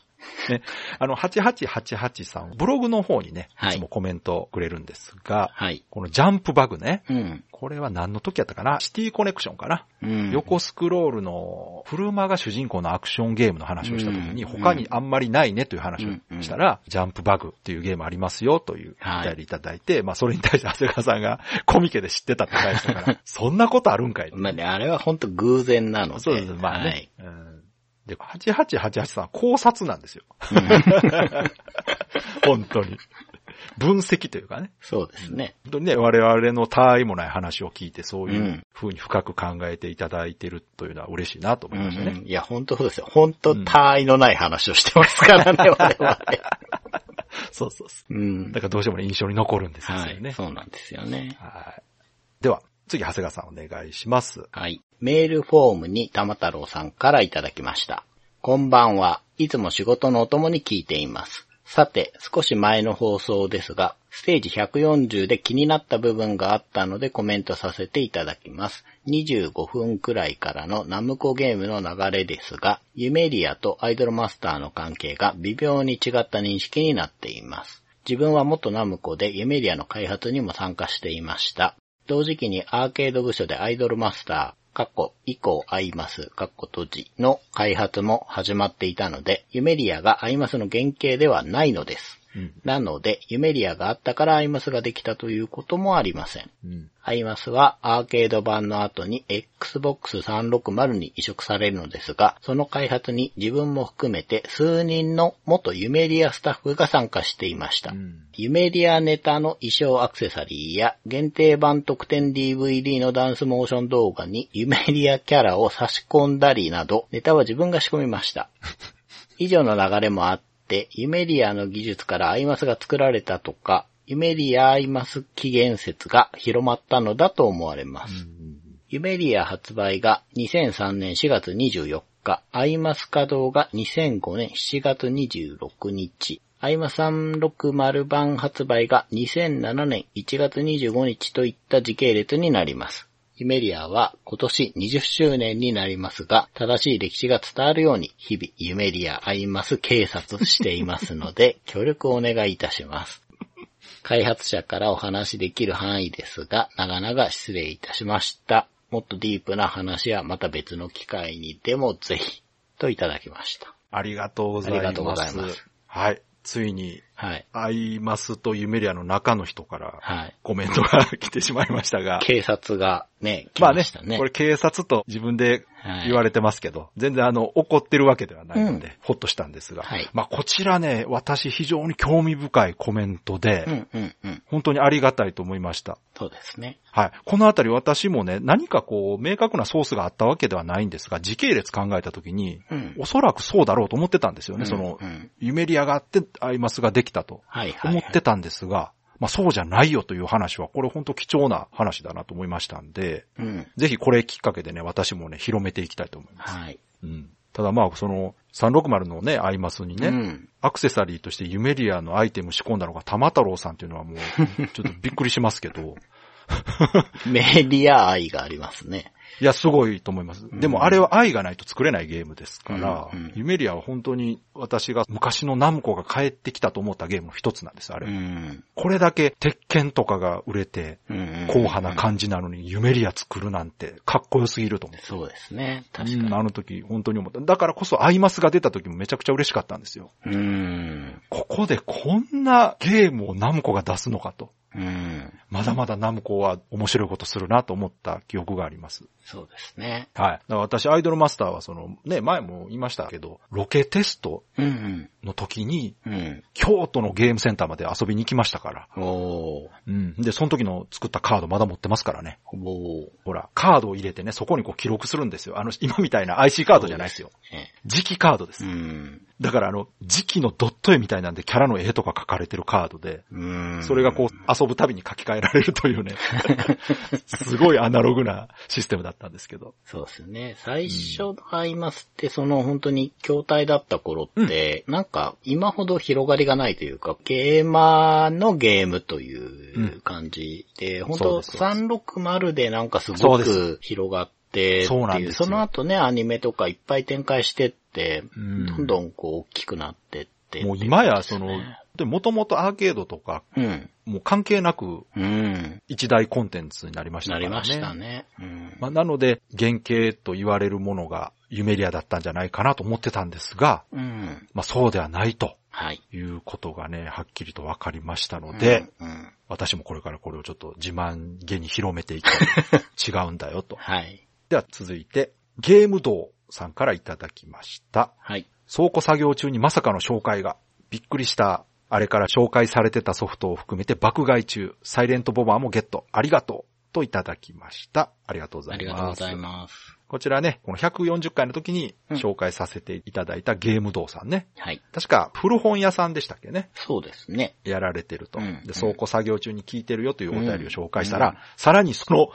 Speaker 2: あの、8888さん、ブログの方にね、
Speaker 3: はいい
Speaker 2: つもコメントくれるんですが、
Speaker 3: はい。
Speaker 2: このジャンプバグね、
Speaker 3: うん。
Speaker 2: これは何の時やったかなシティコネクションかな、
Speaker 3: うん。
Speaker 2: 横スクロールの、フルマが主人公のアクションゲームの話をした時に、
Speaker 3: うん
Speaker 2: 他にあんまりないねという話をしたら、ジャンプバグっていうゲームありますよという
Speaker 3: はい
Speaker 2: お便りいただいて、まあそれに対して長谷川さんが [laughs] コミケで知ってたって返した
Speaker 3: [laughs]
Speaker 2: から、そんなことあるんかいって
Speaker 3: まあね、あれは本当偶然なので。
Speaker 2: そうです、まあ
Speaker 3: は
Speaker 2: ね
Speaker 3: い。。
Speaker 2: うんで、8888さんは考察なんですよ。 [laughs] 本当に。 [laughs] 分析というかね。
Speaker 3: そうですね。
Speaker 2: 本当にね、我々の他愛もない話を聞いて、そういううん風に深く考えていただいてるというのは嬉しいなと思いましたね。
Speaker 3: うんうんいや、本当そうですよ。本当、他愛のない話をしてますからね、我々。
Speaker 2: そうそうそうう。[laughs]
Speaker 3: ん
Speaker 2: だ。からどうしてもね印象に残るんですよ
Speaker 3: は
Speaker 2: ね。
Speaker 3: い。そうなんですよね。
Speaker 2: はいでは、次、長谷川さんお願いします。
Speaker 3: はい。メールフォームに玉太郎さんからいただきました。こんばんは。いつも仕事のお供に聞いています。さて、少し前の放送ですが、ステージ140で気になった部分があったのでコメントさせていただきます。25分くらいからのナムコゲームの流れですが、ユメリアとアイドルマスターの関係が微妙に違った認識になっています。自分は元ナムコでユメリアの開発にも参加していました。同時期にアーケード部署でアイドルマスター、過去以降アイマス、過去閉じの開発も始まっていたので、ユメリアがアイマスの原型ではないのです。
Speaker 2: うん。
Speaker 3: なので、ユメリアがあったからアイマスができたということもありません。
Speaker 2: うん。
Speaker 3: アイマスはアーケード版の後に Xbox 360に移植されるのですが、その開発に自分も含めて数人の元ユメリアスタッフが参加していました。
Speaker 2: うん
Speaker 3: ユメリアネタの衣装アクセサリーや限定版特典 DVD のダンスモーション動画にユメリアキャラを差し込んだりなど、ネタは自分が仕込みました。以上の流れもあって、ユメリアの技術からアイマスが作られたとか、ユメリアアイマス起源説が広まったのだと思われます。ユメリア発売が2003年4月24果、アイマス稼働が2005年7月26日、アイマ360版発売が2007年1月25日といった時系列になります。イメリアは今年20周年になりますが、正しい歴史が伝わるように日々ユメリアアイマス警察していますので、協力をお願いいたします。開発者からお話しできる範囲ですが、長々失礼いたしました。もっとディープな話はまた別の機会にでもぜひ、といただきました。
Speaker 2: ありがとうござい
Speaker 3: あり
Speaker 2: ま
Speaker 3: が
Speaker 2: す。
Speaker 3: とうございます
Speaker 2: はい。ついに、
Speaker 3: はい。
Speaker 2: アイマスとユメリアの中の人から
Speaker 3: はい。
Speaker 2: コメントが [laughs] 来てしまいましたが。
Speaker 3: 警察がね、来
Speaker 2: まあ
Speaker 3: ま
Speaker 2: ね
Speaker 3: したね。
Speaker 2: これ警察と自分で
Speaker 3: はい
Speaker 2: 言われてますけど、全然あの、怒ってるわけではないので、
Speaker 3: うん
Speaker 2: ほっとしたんですが、
Speaker 3: はい
Speaker 2: まあこちらね、私非常に興味深いコメントで、
Speaker 3: うんうんうん。
Speaker 2: 本当にありがたいと思いました。
Speaker 3: そうですね。
Speaker 2: はい。このあたり私もね、何かこう、明確なソースがあったわけではないんですが、時系列考えたときに、
Speaker 3: うん。
Speaker 2: おそらくそうだろうと思ってたんですよね。その
Speaker 3: う、ん、
Speaker 2: ユメリアがあって、アイマスができたと
Speaker 3: はいはい、
Speaker 2: 思ってたんですが、まあそうじゃないよという話は、これ本当貴重な話だなと思いましたんで、
Speaker 3: うん。
Speaker 2: ぜひこれきっかけでね、私もね、広めていきたいと思います。
Speaker 3: はい。
Speaker 2: うん。ただまあ、その、360のね、アイマスにね、
Speaker 3: うん。
Speaker 2: アクセサリーとしてユメリアのアイテム仕込んだのが玉太郎さんっていうのは
Speaker 3: [laughs]
Speaker 2: もう、ちょっとびっくりしますけど、
Speaker 3: メディア愛がありますね。
Speaker 2: いや、すごいと思います。
Speaker 3: ん
Speaker 2: でもあれは愛がないと作れないゲームですから、
Speaker 3: うんうん
Speaker 2: ユメリアは本当に私が昔のナムコが帰ってきたと思ったゲームの一つなんです、あ
Speaker 3: う
Speaker 2: れ。
Speaker 3: ん。
Speaker 2: これだけ鉄拳とかが売れて、
Speaker 3: うんうんうん
Speaker 2: 硬派な感じなのにユメリア作るなんてかっこよすぎると思う。
Speaker 3: そうですね。確か
Speaker 2: うん
Speaker 3: に。
Speaker 2: あの時本当に思った。だからこそアイマスが出た時もめちゃくちゃ嬉しかったんですよ。
Speaker 3: うん。
Speaker 2: ここでこんなゲームをナムコが出すのかと。
Speaker 3: うん。
Speaker 2: まだまだナムコは面白いことするなと思った記憶があります。
Speaker 3: そうですね。
Speaker 2: はい。だから私、アイドルマスターはその、ね、前も言いましたけど、ロケテスト
Speaker 3: うん
Speaker 2: の時に、
Speaker 3: うん。うん。
Speaker 2: 京都のゲームセンターまで遊びに行きましたから。
Speaker 3: おー。
Speaker 2: うん。で、その時の作ったカードまだ持ってますからね。
Speaker 3: おー。
Speaker 2: ほら、カードを入れてね、そこにこう記録するんですよ。あの、今みたいな IC カードじゃないですよ。
Speaker 3: ね
Speaker 2: 磁気カードで
Speaker 3: う
Speaker 2: す。
Speaker 3: ん。
Speaker 2: だからあの、磁気のドット絵みたいなんでキャラの絵とか書かれてるカードで、
Speaker 3: うん。
Speaker 2: それがこう遊ぶたびに書き換えられるという
Speaker 3: [laughs]
Speaker 2: ね、すごいアナログなシステムだったんですけど。
Speaker 3: そうですね。最初のアイマスって、その本当に筐体だった頃って、なんか今ほど広がりがないというか、ゲーマーのゲームという感じで、本
Speaker 2: そう
Speaker 3: 当
Speaker 2: ですそう
Speaker 3: 360でなんかす
Speaker 2: そ
Speaker 3: ご
Speaker 2: うで
Speaker 3: く広がってっていう、
Speaker 2: そう
Speaker 3: そ
Speaker 2: なんですよ
Speaker 3: の後ね、アニメとかいっぱい展開してって、
Speaker 2: うん
Speaker 3: どんどんこう大きくなってって。
Speaker 2: もう今やその、もともとアーケードとか、
Speaker 3: うん。
Speaker 2: もう関係なく
Speaker 3: うん。
Speaker 2: 一大コンテンツになりましたか
Speaker 3: な
Speaker 2: らね。
Speaker 3: りました。ね。うん。
Speaker 2: まあ、なので、原型と言われるものがユメリアだったんじゃないかなと思ってたんですが、
Speaker 3: うん。
Speaker 2: まあそうではないと
Speaker 3: はい。
Speaker 2: いうことがね、はっきりと分かりましたので、
Speaker 3: うん、うん。
Speaker 2: 私もこれからこれをちょっと自慢げに広めていきたい。違うんだよ
Speaker 3: [laughs]
Speaker 2: と。
Speaker 3: はい。
Speaker 2: では続いて、ゲーム道さんからいただきました。
Speaker 3: はい。
Speaker 2: 倉庫作業中にまさかの紹介が。びっくりした。あれから紹介されてたソフトを含めて爆買い中。サイレントボバーもゲット。ありがとう。といただきました。ありがとうござ
Speaker 3: あ
Speaker 2: い
Speaker 3: り
Speaker 2: ます。
Speaker 3: がとうございます。
Speaker 2: こちらね、この140回の時に
Speaker 3: うん
Speaker 2: 紹介させていただいたゲーム道さんね。
Speaker 3: はい。
Speaker 2: 確か古本屋さんでしたっけね。
Speaker 3: そうですね。
Speaker 2: やられてると。
Speaker 3: うん
Speaker 2: で、倉庫作業中に聞いてるよというお便りを紹介したら、
Speaker 3: うん
Speaker 2: さらにそ
Speaker 3: [laughs]
Speaker 2: の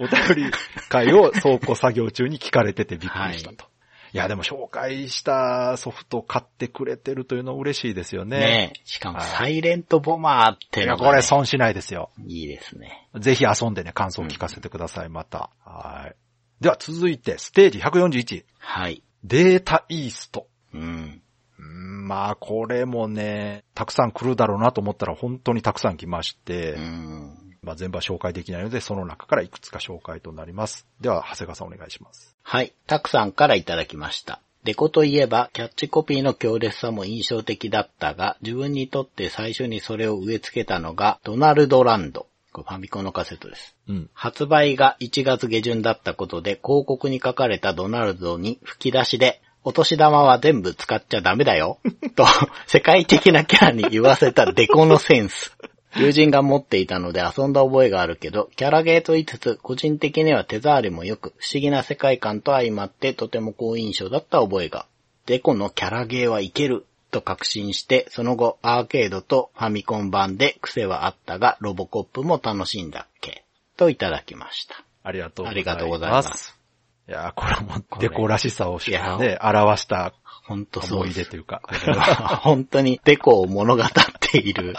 Speaker 2: お便り会を倉庫作業中に聞かれててびっくりしたと。い、や、でも紹介したソフト買ってくれてるというの嬉しいですよね。
Speaker 3: ねえ。しかも、
Speaker 2: はい
Speaker 3: サイレントボマーって
Speaker 2: い
Speaker 3: の
Speaker 2: や、
Speaker 3: がね
Speaker 2: これ損しないですよ。
Speaker 3: いいですね。
Speaker 2: ぜひ遊んでね、感想を聞かせてください、また。はい。では続いて、ステージ141、
Speaker 3: はい。
Speaker 2: データイースト。
Speaker 3: うん。
Speaker 2: うーんまあ、これもね、たくさん来るだろうなと思ったら本当にたくさん来まして、
Speaker 3: うん。
Speaker 2: まあ、全部は紹介できないので、その中からいくつか紹介となります。では、長谷川さんお願いします。
Speaker 3: はい。たくさんからいただきました。デコといえば、キャッチコピーの強烈さも印象的だったが、自分にとって最初にそれを植え付けたのが、ドナルドランド。これファミコンのカセットです。
Speaker 2: うん。
Speaker 3: 発売が1月下旬だったことで、広告に書かれたドナルドに吹き出しで、お年玉は全部使っちゃダメだよ。と、世界的なキャラに言わせたデコのセンス。友人が持っていたので遊んだ覚えがあるけど、キャラゲーと言いつつ、個人的には手触りも良く、不思議な世界観と相まってとても好印象だった覚えが。デコのキャラゲーはいけると確信して、その後アーケードとファミコン版で癖はあったが、ロボコップも楽しんだっけ。といただきました。
Speaker 2: ありがとうございます。
Speaker 3: ありがとうございます。
Speaker 2: いやー、これも
Speaker 3: こ
Speaker 2: デ
Speaker 3: れ
Speaker 2: コらしさをしか
Speaker 3: い
Speaker 2: ね、表した
Speaker 3: ほんとそう
Speaker 2: 思い
Speaker 3: です
Speaker 2: 出。というか、
Speaker 3: これは [laughs] 本当にデコを物語って
Speaker 2: [laughs]
Speaker 3: いる。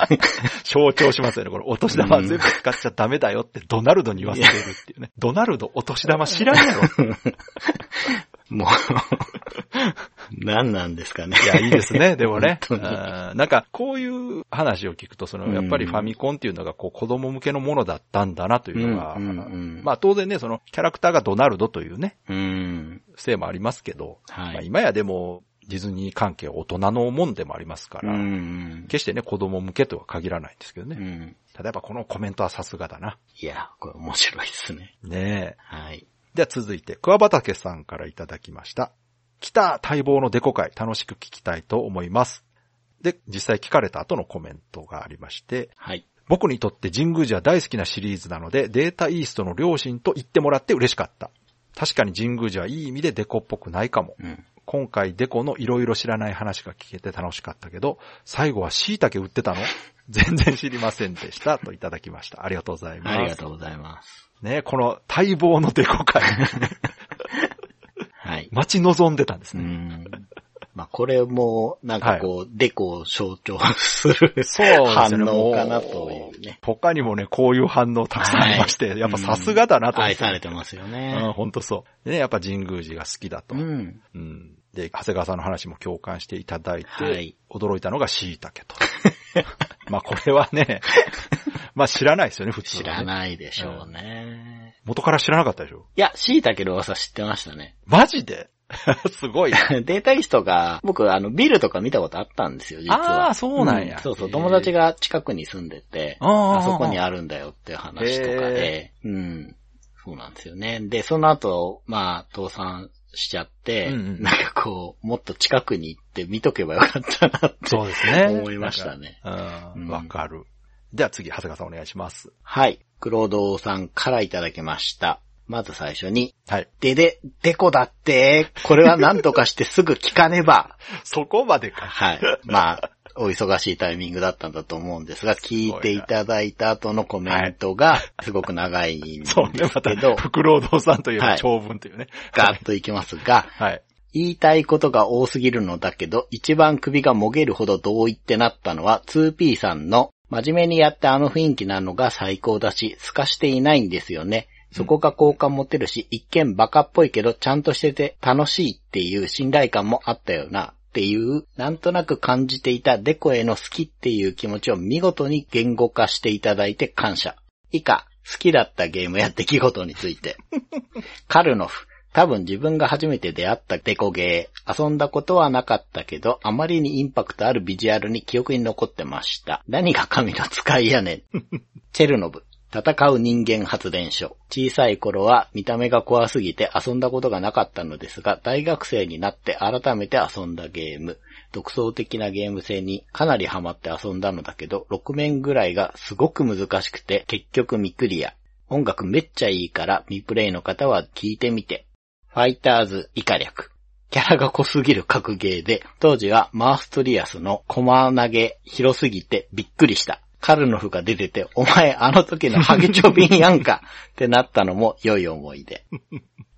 Speaker 2: 象徴しますよね。これ、お年玉は全部使っちゃダメだよってドナルドに言わせてるっていうね。ドナルドお年玉知らんやろ。
Speaker 3: もう、何なんですかね。
Speaker 2: いや、いいです [laughs] ね、でもね。う
Speaker 3: 本
Speaker 2: ん
Speaker 3: 当に
Speaker 2: なんか、こういう話を聞くと、その、やっぱりファミコンっていうのが、こう、子供向けのものだったんだなというのが、
Speaker 3: うんうんうん
Speaker 2: まあ、当然ね、その、キャラクターがドナルドというね、
Speaker 3: うん。
Speaker 2: せいもありますけど、
Speaker 3: はい
Speaker 2: まあ、今やでも、ディズニー関係は大人のもんでもありますか
Speaker 3: う
Speaker 2: ら、
Speaker 3: ん。
Speaker 2: 決してね、子供向けとは限らないんですけど
Speaker 3: う
Speaker 2: ね。
Speaker 3: ん。
Speaker 2: ただやっぱこのコメントはさすがだな。
Speaker 3: いや、これ面白いですね。
Speaker 2: ねえ。
Speaker 3: はい。
Speaker 2: では続いて、桑畑さんからいただきました。来た待望のデコ会、楽しく聞きたいと思います。で、実際聞かれた後のコメントがありまして、
Speaker 3: はい。
Speaker 2: 僕にとって神宮寺は大好きなシリーズなので、データイーストの両親と言ってもらって嬉しかった。確かに神宮寺はいい意味でデコっぽくないかも。
Speaker 3: うん。
Speaker 2: 今回デコのいろいろ知らない話が聞けて楽しかったけど、最後は椎茸売ってたの [laughs] 全然知りませんでした。といただきました。ありがとうございます。
Speaker 3: ありがとうございます。
Speaker 2: ね、この待望のデコ
Speaker 3: [laughs]
Speaker 2: 会。
Speaker 3: はい。
Speaker 2: 待ち望んでたんです
Speaker 3: う
Speaker 2: ね。
Speaker 3: ん。まあ、これも、なんかこう、デコを象徴する
Speaker 2: そうですね。
Speaker 3: 反応かなというね。
Speaker 2: 他にもね、こういう反応たくさんありまして、
Speaker 3: はい
Speaker 2: やっぱさすがだなと思っ
Speaker 3: 愛
Speaker 2: て。
Speaker 3: されてますよ
Speaker 2: うん、
Speaker 3: ね。
Speaker 2: 本当そう。ね、やっぱ神宮寺が好きだと。
Speaker 3: う
Speaker 2: うん。
Speaker 3: ん。
Speaker 2: で、長谷川さんの話も共感していただいて、
Speaker 3: はい
Speaker 2: 驚いたのが椎茸
Speaker 3: [laughs]
Speaker 2: と。まあこれはね、まあ知らないですよね、普通、
Speaker 3: 知ら
Speaker 2: い。
Speaker 3: ないでしょうね。
Speaker 2: 元から知らなかったでしょ。
Speaker 3: いや、椎茸の噂知ってましたね。 [laughs]
Speaker 2: マジで [laughs] すごいな。
Speaker 3: データリストが、僕、あの、ビルとか見たことあったんですよ、実は。
Speaker 2: あーそうなんや
Speaker 3: そうそ
Speaker 2: へ
Speaker 3: う、
Speaker 2: ー
Speaker 3: 友達が近くに住んでて、
Speaker 2: あーあーあ
Speaker 3: あ
Speaker 2: ー
Speaker 3: そこにあるんだよっていう話とかで、うん。そうなんですよね。で、その後、まあ、倒産しちゃって、
Speaker 2: うんうん
Speaker 3: なんかこう、もっと近くに行って見とけばよかったなって。
Speaker 2: そうですね。
Speaker 3: 思いましたね
Speaker 2: なんか。う。
Speaker 3: うんん
Speaker 2: わかる。では次、長谷川さんお願いします。
Speaker 3: はい。黒堂さんからいただきました。まず最初に、
Speaker 2: はい。
Speaker 3: でで、でこだって、これは何とかしてすぐ聞かねば。
Speaker 2: [laughs] そこまでか。
Speaker 3: はい。まあ、お忙しいタイミングだったんだと思うんですが、聞いていただいた後のコメントが、すごく長いんです
Speaker 2: [laughs] そうね、また
Speaker 3: けど、、
Speaker 2: 福労堂さんといえ
Speaker 3: は
Speaker 2: ば
Speaker 3: い
Speaker 2: 長文というね。
Speaker 3: ガーッといきますが、
Speaker 2: はい。
Speaker 3: 言いたいことが多すぎるのだけど、一番首がもげるほど同意ってなったのは、2P さんの、真面目にやってあの雰囲気なのが最高だし、透かしていないんですよね。そこが好感持てるし、一見バカっぽいけど、ちゃんとしてて楽しいっていう信頼感もあったよな、っていう、なんとなく感じていたデコへの好きっていう気持ちを見事に言語化していただいて感謝。以下、好きだったゲームや出来事について。カルノフ。多分自分が初めて出会ったデコゲー。遊んだことはなかったけど、あまりにインパクトあるビジュアルに記憶に残ってました。何が神の使いやねん。チェルノブ。戦う人間発電所。小さい頃は見た目が怖すぎて遊んだことがなかったのですが、大学生になって改めて遊んだゲーム。独創的なゲーム性にかなりハマって遊んだのだけど、6面ぐらいがすごく難しくて、結局未クリア。音楽めっちゃいいから、未プレイの方は聞いてみて。ファイターズ以下略。キャラが濃すぎる格ゲーで、当時はマーストリアスの駒投げ広すぎてびっくりした。カルノフが出てて、お前あの時のハゲチョビンやんかってなったのも良い思い出。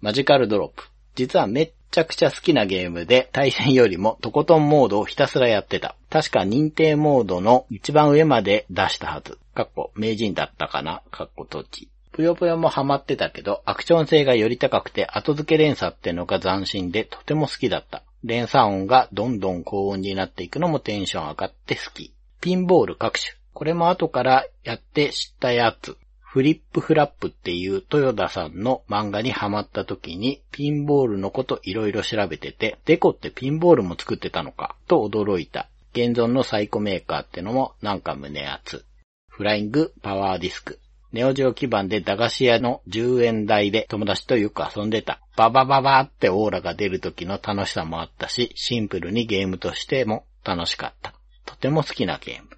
Speaker 3: マジカルドロップ。実はめっちゃくちゃ好きなゲームで、対戦よりもとことんモードをひたすらやってた。確か認定モードの一番上まで出したはず。かっこ、名人だったかなかっこ閉じ。ぷよぷよもハマってたけど、アクション性がより高くて後付け連鎖ってのが斬新でとても好きだった。連鎖音がどんどん高音になっていくのもテンション上がって好き。ピンボール各種。これも後からやって知ったやつ。フリップフラップっていう豊田さんの漫画にハマった時にピンボールのこといろいろ調べてて、デコってピンボールも作ってたのか、と驚いた。現存のサイコメーカーってのもなんか胸熱。フライングパワーディスク。ネオジオ基盤で駄菓子屋の10円台で友達とよく遊んでた。ババババーってオーラが出る時の楽しさもあったし、シンプルにゲームとしても楽しかった。とても好きなゲーム。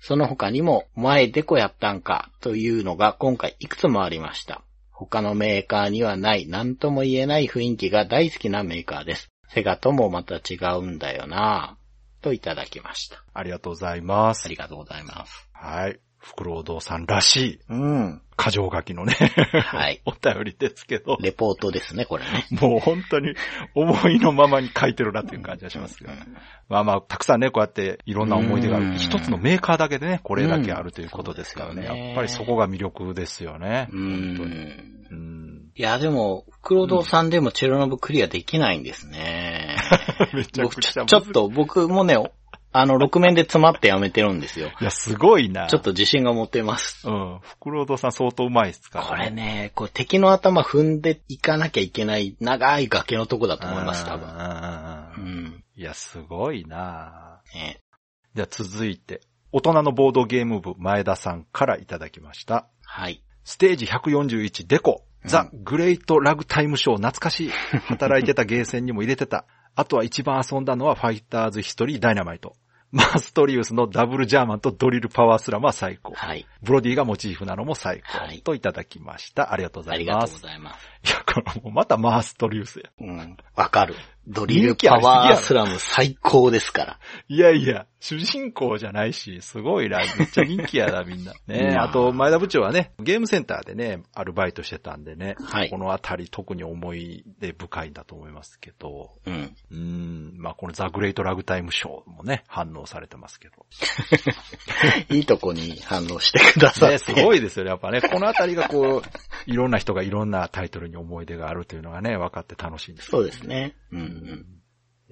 Speaker 3: その他にも、前デコやったんかというのが今回いくつもありました。他のメーカーにはない何とも言えない雰囲気が大好きなメーカーです。セガともまた違うんだよなぁといただきました。
Speaker 2: ありがとうございま
Speaker 3: あ
Speaker 2: す
Speaker 3: り。がとうございます。
Speaker 2: はい。福労堂さんらしい
Speaker 3: うん。
Speaker 2: 過剰書きのね、 [laughs]
Speaker 3: はい。
Speaker 2: お便りですけど、
Speaker 3: レポートですね、これね。
Speaker 2: もう本当に思いのままに書いてるなっていう感じがしますけど。まあまあ、たくさんね、こうやっていろんな思い出があ
Speaker 3: うん
Speaker 2: る。一つのメーカーだけでね、これだけあるということですからね。
Speaker 3: うんそうですよね
Speaker 2: やっぱりそこが魅力ですよね。
Speaker 3: う
Speaker 2: 本当に。
Speaker 3: ん。 [laughs]
Speaker 2: うん。
Speaker 3: いや、でも、黒堂さんでもチェロノブクリアできないんで
Speaker 2: [laughs]
Speaker 3: すね。
Speaker 2: めちゃ
Speaker 3: 僕
Speaker 2: く
Speaker 3: ち
Speaker 2: ちゃ
Speaker 3: ょ、ちょっ
Speaker 2: 難しい。
Speaker 3: と僕もね、あの、6面で詰まってやめてるんです
Speaker 2: [laughs]
Speaker 3: よ。
Speaker 2: いや、すごいな。
Speaker 3: ちょっと自信が持てます。
Speaker 2: うん。袋堂さん相当うまいですから。
Speaker 3: これ。ね、こう敵の頭踏んでいかなきゃいけない長い崖のとこだと思います、多分。う
Speaker 2: 分。
Speaker 3: ん。
Speaker 2: いや、すごいな。
Speaker 3: ね
Speaker 2: じゃあ続いて、大人のボードゲーム部前田さんからいただきました。
Speaker 3: はい。
Speaker 2: ステージ141デコ、
Speaker 3: うん
Speaker 2: ザ・グレイト・ラグタイムショー懐か
Speaker 3: [laughs]
Speaker 2: しい。働いてたゲーセンにも入れてた。あとは一番遊んだのはファイターズ・ヒストリー・ダイナマイト。マーストリウスのダブルジャーマンとドリル・パワースラムは最高。
Speaker 3: はい。
Speaker 2: ブロディがモチーフなのも最高。
Speaker 3: はい
Speaker 2: といただきました。ありがとうご
Speaker 3: あ
Speaker 2: ざい
Speaker 3: りが
Speaker 2: ま
Speaker 3: とう
Speaker 2: す。
Speaker 3: ございます。
Speaker 2: いや、これもうまたマーストリウスや。
Speaker 3: うん。わかる。ドリル
Speaker 2: 人気あ
Speaker 3: パ
Speaker 2: りすぎやろ
Speaker 3: ワースラム最高ですから。
Speaker 2: いやいや、主人公じゃないし、すごいな。めっちゃ人気やな、みんな。
Speaker 3: [laughs]
Speaker 2: ね
Speaker 3: うん
Speaker 2: あと、前田部長はね、ゲームセンターでね、アルバイトしてたんでね。
Speaker 3: はい
Speaker 2: このあたり特に思い出深いんだと思いますけど。
Speaker 3: うん。
Speaker 2: うーん、まあこのザ・グレート・ラグタイムショーもね、反応されてますけど。
Speaker 3: いいとこに反応してくださ
Speaker 2: ね、
Speaker 3: っ
Speaker 2: す
Speaker 3: て。
Speaker 2: ごいですよね。やっぱね、このあたりがこう、いろんな人がいろんなタイトルに思い出があるというのがね、分かって楽しいんです。
Speaker 3: そうですね。うん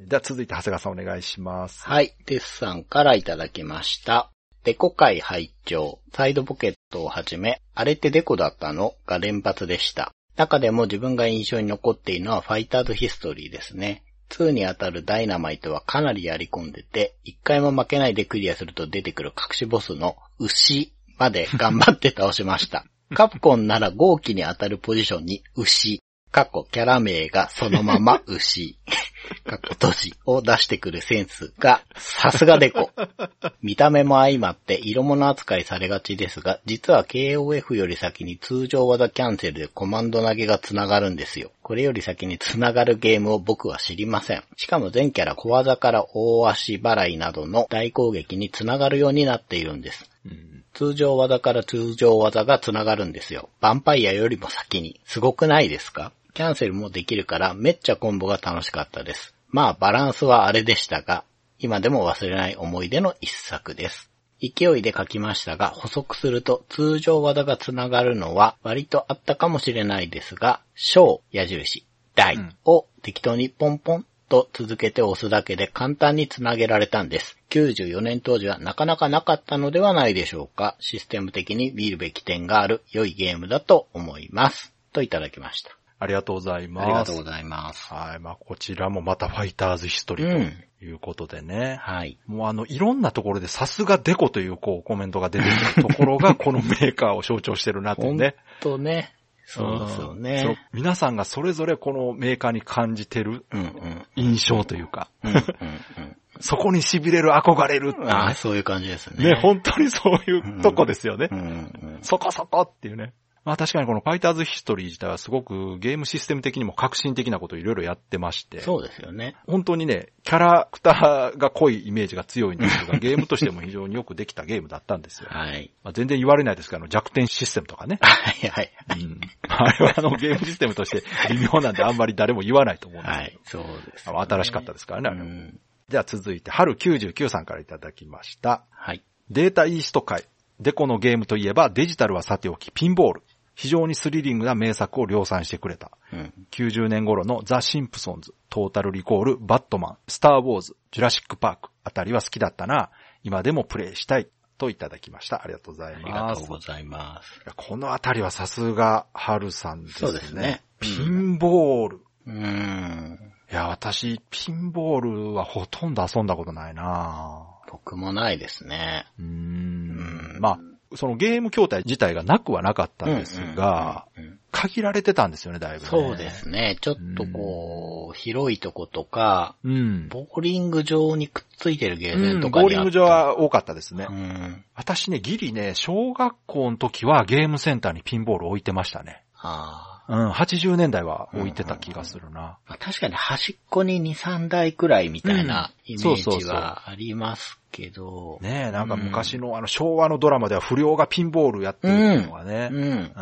Speaker 3: うん。
Speaker 2: では続いて、長谷川さんお願いします。
Speaker 3: はい。テスさんからいただきました。デコ界拝聴サイドポケットをはじめ、あれってデコだったのが連発でした。中でも自分が印象に残っているのはファイターズヒストリーですね。2に当たるダイナマイトはかなりやり込んでて、1回も負けないでクリアすると出てくる隠しボスの牛まで頑張って倒し
Speaker 2: [laughs]
Speaker 3: ました。カプコンなら号機に当たるポジションに牛、過去キャラ名がそのまま牛。過去都市を出してくるセンスが、さすがデコ。見た目も相まって色物扱いされがちですが、実は KOF より先に通常技キャンセルでコマンド投げが繋がるんですよ。これより先に繋がるゲームを僕は知りません。しかも全キャラ小技から大足払いなどの大攻撃に繋がるようになっているんです。
Speaker 2: うん
Speaker 3: 通常技から通常技が繋がるんですよ。ヴァンパイアよりも先に。すごくないですかキャンセルもできるからめっちゃコンボが楽しかったです。まあバランスはあれでしたが、今でも忘れない思い出の一作です。勢いで書きましたが、補足すると通常技が繋がるのは割とあったかもしれないですが、小矢印、大
Speaker 2: うん
Speaker 3: を適当にポンポンと続けて押すだけで簡単につなげられたんです。94年当時はなかなかなかったのではないでしょうか。システム的に見るべき点がある良いゲームだと思います。といただきました。
Speaker 2: ありがとうございます。
Speaker 3: ありがとうございます。
Speaker 2: はい、まあこちらもまたファイターズヒストリ
Speaker 3: う
Speaker 2: ー
Speaker 3: ん。
Speaker 2: ということでね。
Speaker 3: はい。
Speaker 2: もうあの、いろんなところでさすがデコというこうコメントが出てくるところがこのメーカーを象徴してるなと
Speaker 3: ほん
Speaker 2: ね。
Speaker 3: とね。そうですよ
Speaker 2: うんそう
Speaker 3: ね。
Speaker 2: 皆さんがそれぞれこのメーカーに感じてる
Speaker 3: うんうん。
Speaker 2: 印象というか、
Speaker 3: うんうんうん。
Speaker 2: そこに痺れる憧れる [laughs] っていう
Speaker 3: ああ、そういう感じですね。
Speaker 2: ね。ね、本当にそういうとこですよね
Speaker 3: う。んうん。
Speaker 2: そこそこっていうね。まあ確かにこのファイターズヒストリー自体はすごくゲームシステム的にも革新的なことをいろいろやってまして。
Speaker 3: そうですよね。
Speaker 2: 本当にね、キャラクターが濃いイメージが強いんです
Speaker 3: [laughs]
Speaker 2: が、ゲームとしても非常によくできたゲームだったんですよ。
Speaker 3: はい。 [laughs]
Speaker 2: まあ、全然言われないですけど、あの弱点システムとかね。
Speaker 3: はいはい。
Speaker 2: うん、あれはあのゲームシステムとして微妙なんであんまり誰も言わないと思うんですけど、
Speaker 3: はい。そうです
Speaker 2: あ
Speaker 3: ね。
Speaker 2: の新しかったですからね。
Speaker 3: う
Speaker 2: あれは
Speaker 3: ん。
Speaker 2: じゃあ続いて、春99さんからいただきました。
Speaker 3: はい。
Speaker 2: データイースト界。デコのゲームといえばデジタルはさておきピンボール。非常にスリリングな名作を量産してくれた。
Speaker 3: うん。
Speaker 2: 90年頃のザ・シンプソンズ、トータル・リコール、バットマン、スター・ウォーズ、ジュラシック・パークあたりは好きだったな。今でもプレイしたい。といただきました。ありがとうござい
Speaker 3: ありが
Speaker 2: ま
Speaker 3: と
Speaker 2: す。
Speaker 3: うございます。
Speaker 2: いやこのあたりはさすが、ハルさんですね。
Speaker 3: そうですね
Speaker 2: ピンボール。
Speaker 3: うーん。
Speaker 2: いや、私、ピンボールはほとんど遊んだことないな
Speaker 3: 僕もないですね。
Speaker 2: うー
Speaker 3: うん
Speaker 2: ん。まあ、そのゲーム筐体自体がなくはなかったんですが、
Speaker 3: うんうんうん
Speaker 2: 限られてたんですよね、だいぶ、ね。
Speaker 3: そうで。すね。ちょっとこう、広いとことか、
Speaker 2: うん。
Speaker 3: ボーリング場にくっついてるゲーセン
Speaker 2: う
Speaker 3: と
Speaker 2: ん
Speaker 3: か
Speaker 2: ボー
Speaker 3: に
Speaker 2: リ
Speaker 3: あ
Speaker 2: ン
Speaker 3: っ
Speaker 2: グ場は多かったですね
Speaker 3: た。うん。
Speaker 2: 私ね、ギリね、小学校の時はゲームセンターにピンボール置いてましたね。
Speaker 3: あ
Speaker 2: うん、80年代は置いてた気がするな。
Speaker 3: まあ確かに端っこに2、3台くらいみたいな
Speaker 2: うん
Speaker 3: イメ
Speaker 2: そうそうそう
Speaker 3: ージはありますけど。
Speaker 2: ねえ、なんか昔の、あの、昭和のドラマでは不良がピンボールやってるのがね、
Speaker 3: う
Speaker 2: うん
Speaker 3: ん。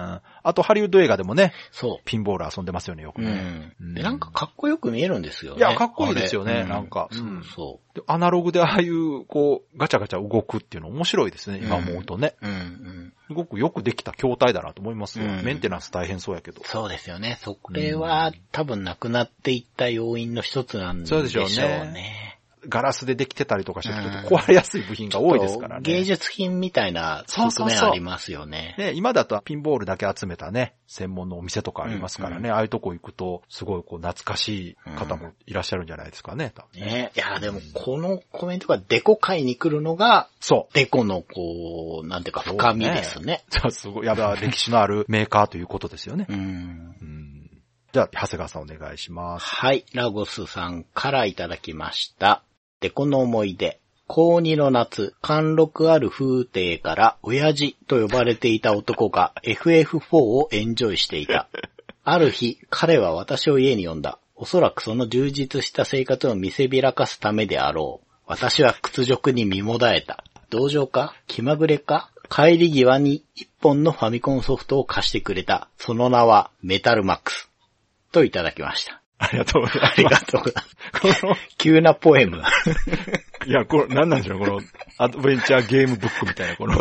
Speaker 2: あと、ハリウッド映画でもね、
Speaker 3: そ
Speaker 2: ピンボール遊んでますよね、よ
Speaker 3: う。
Speaker 2: く
Speaker 3: う
Speaker 2: ね。
Speaker 3: ん。
Speaker 2: うん
Speaker 3: でなんかかっこよく見えるんですよね。
Speaker 2: いやかっこいいですよね
Speaker 3: あれう
Speaker 2: なんか
Speaker 3: そううんそ
Speaker 2: でアナログでああいう、こう、ガチャガチャ動くっていうの面白いですね、今思うとね。
Speaker 3: う。うんうん。
Speaker 2: すごくよくできた筐体だなと思いますよ。
Speaker 3: うん
Speaker 2: メンテナンス大変そうやけど。
Speaker 3: そうですよね。それは多分なくなっていった要因の一つなんでしょうね。
Speaker 2: そうでしょうねガラスでできてたりとかして、ちょっと壊れやすい部品が多いですからね。
Speaker 3: 芸術品みたいな側面ありますよね。
Speaker 2: ね、今だとピンボールだけ集めたね、専門のお店とかありますからね、
Speaker 3: うん
Speaker 2: ああいうとこ行くと、すごいこう懐かしい方もいらっしゃるんじゃないですかね、多分ね
Speaker 3: ね。いや、でも、このコメントがデコ買いに来るのが、
Speaker 2: そ
Speaker 3: デコの、こう、なんていうか、深みですね。
Speaker 2: う。じゃあ [laughs] すごい、やばい、歴史のあるメーカーということですよね。
Speaker 3: うん。
Speaker 2: うんじゃあ、長谷川さんお願いします。
Speaker 3: はい、ラゴスさんからいただきました。デコの思い出。高2の夏、貫禄ある風景から、親父と呼ばれていた男が FF4 をエンジョイしてい
Speaker 2: [laughs]
Speaker 3: た。ある日、彼は私を家に呼んだ。おそらくその充実した生活を見せびらかすためであろう。私は屈辱に身もだえた。同情か気まぐれか帰り際に一本のファミコンソフトを貸してくれた。その名はメタルマックス。といただきました。
Speaker 2: ありがとうござい
Speaker 3: [laughs] ありがとうございます。
Speaker 2: ます。こ
Speaker 3: 急なポエム。
Speaker 2: の、いや、これ、なんなんでしょう、この、アドベンチャーゲームブック [laughs] みたいな、この、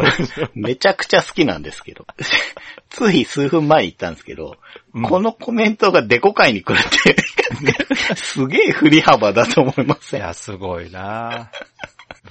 Speaker 3: めちゃくちゃ好きなんですけど。 [laughs] つい数分前に言ったんですけど、
Speaker 2: うん
Speaker 3: このコメントがデコ界に来るって、 [laughs] すげえ振り幅だと思いま
Speaker 2: い
Speaker 3: せん。
Speaker 2: や、すごいな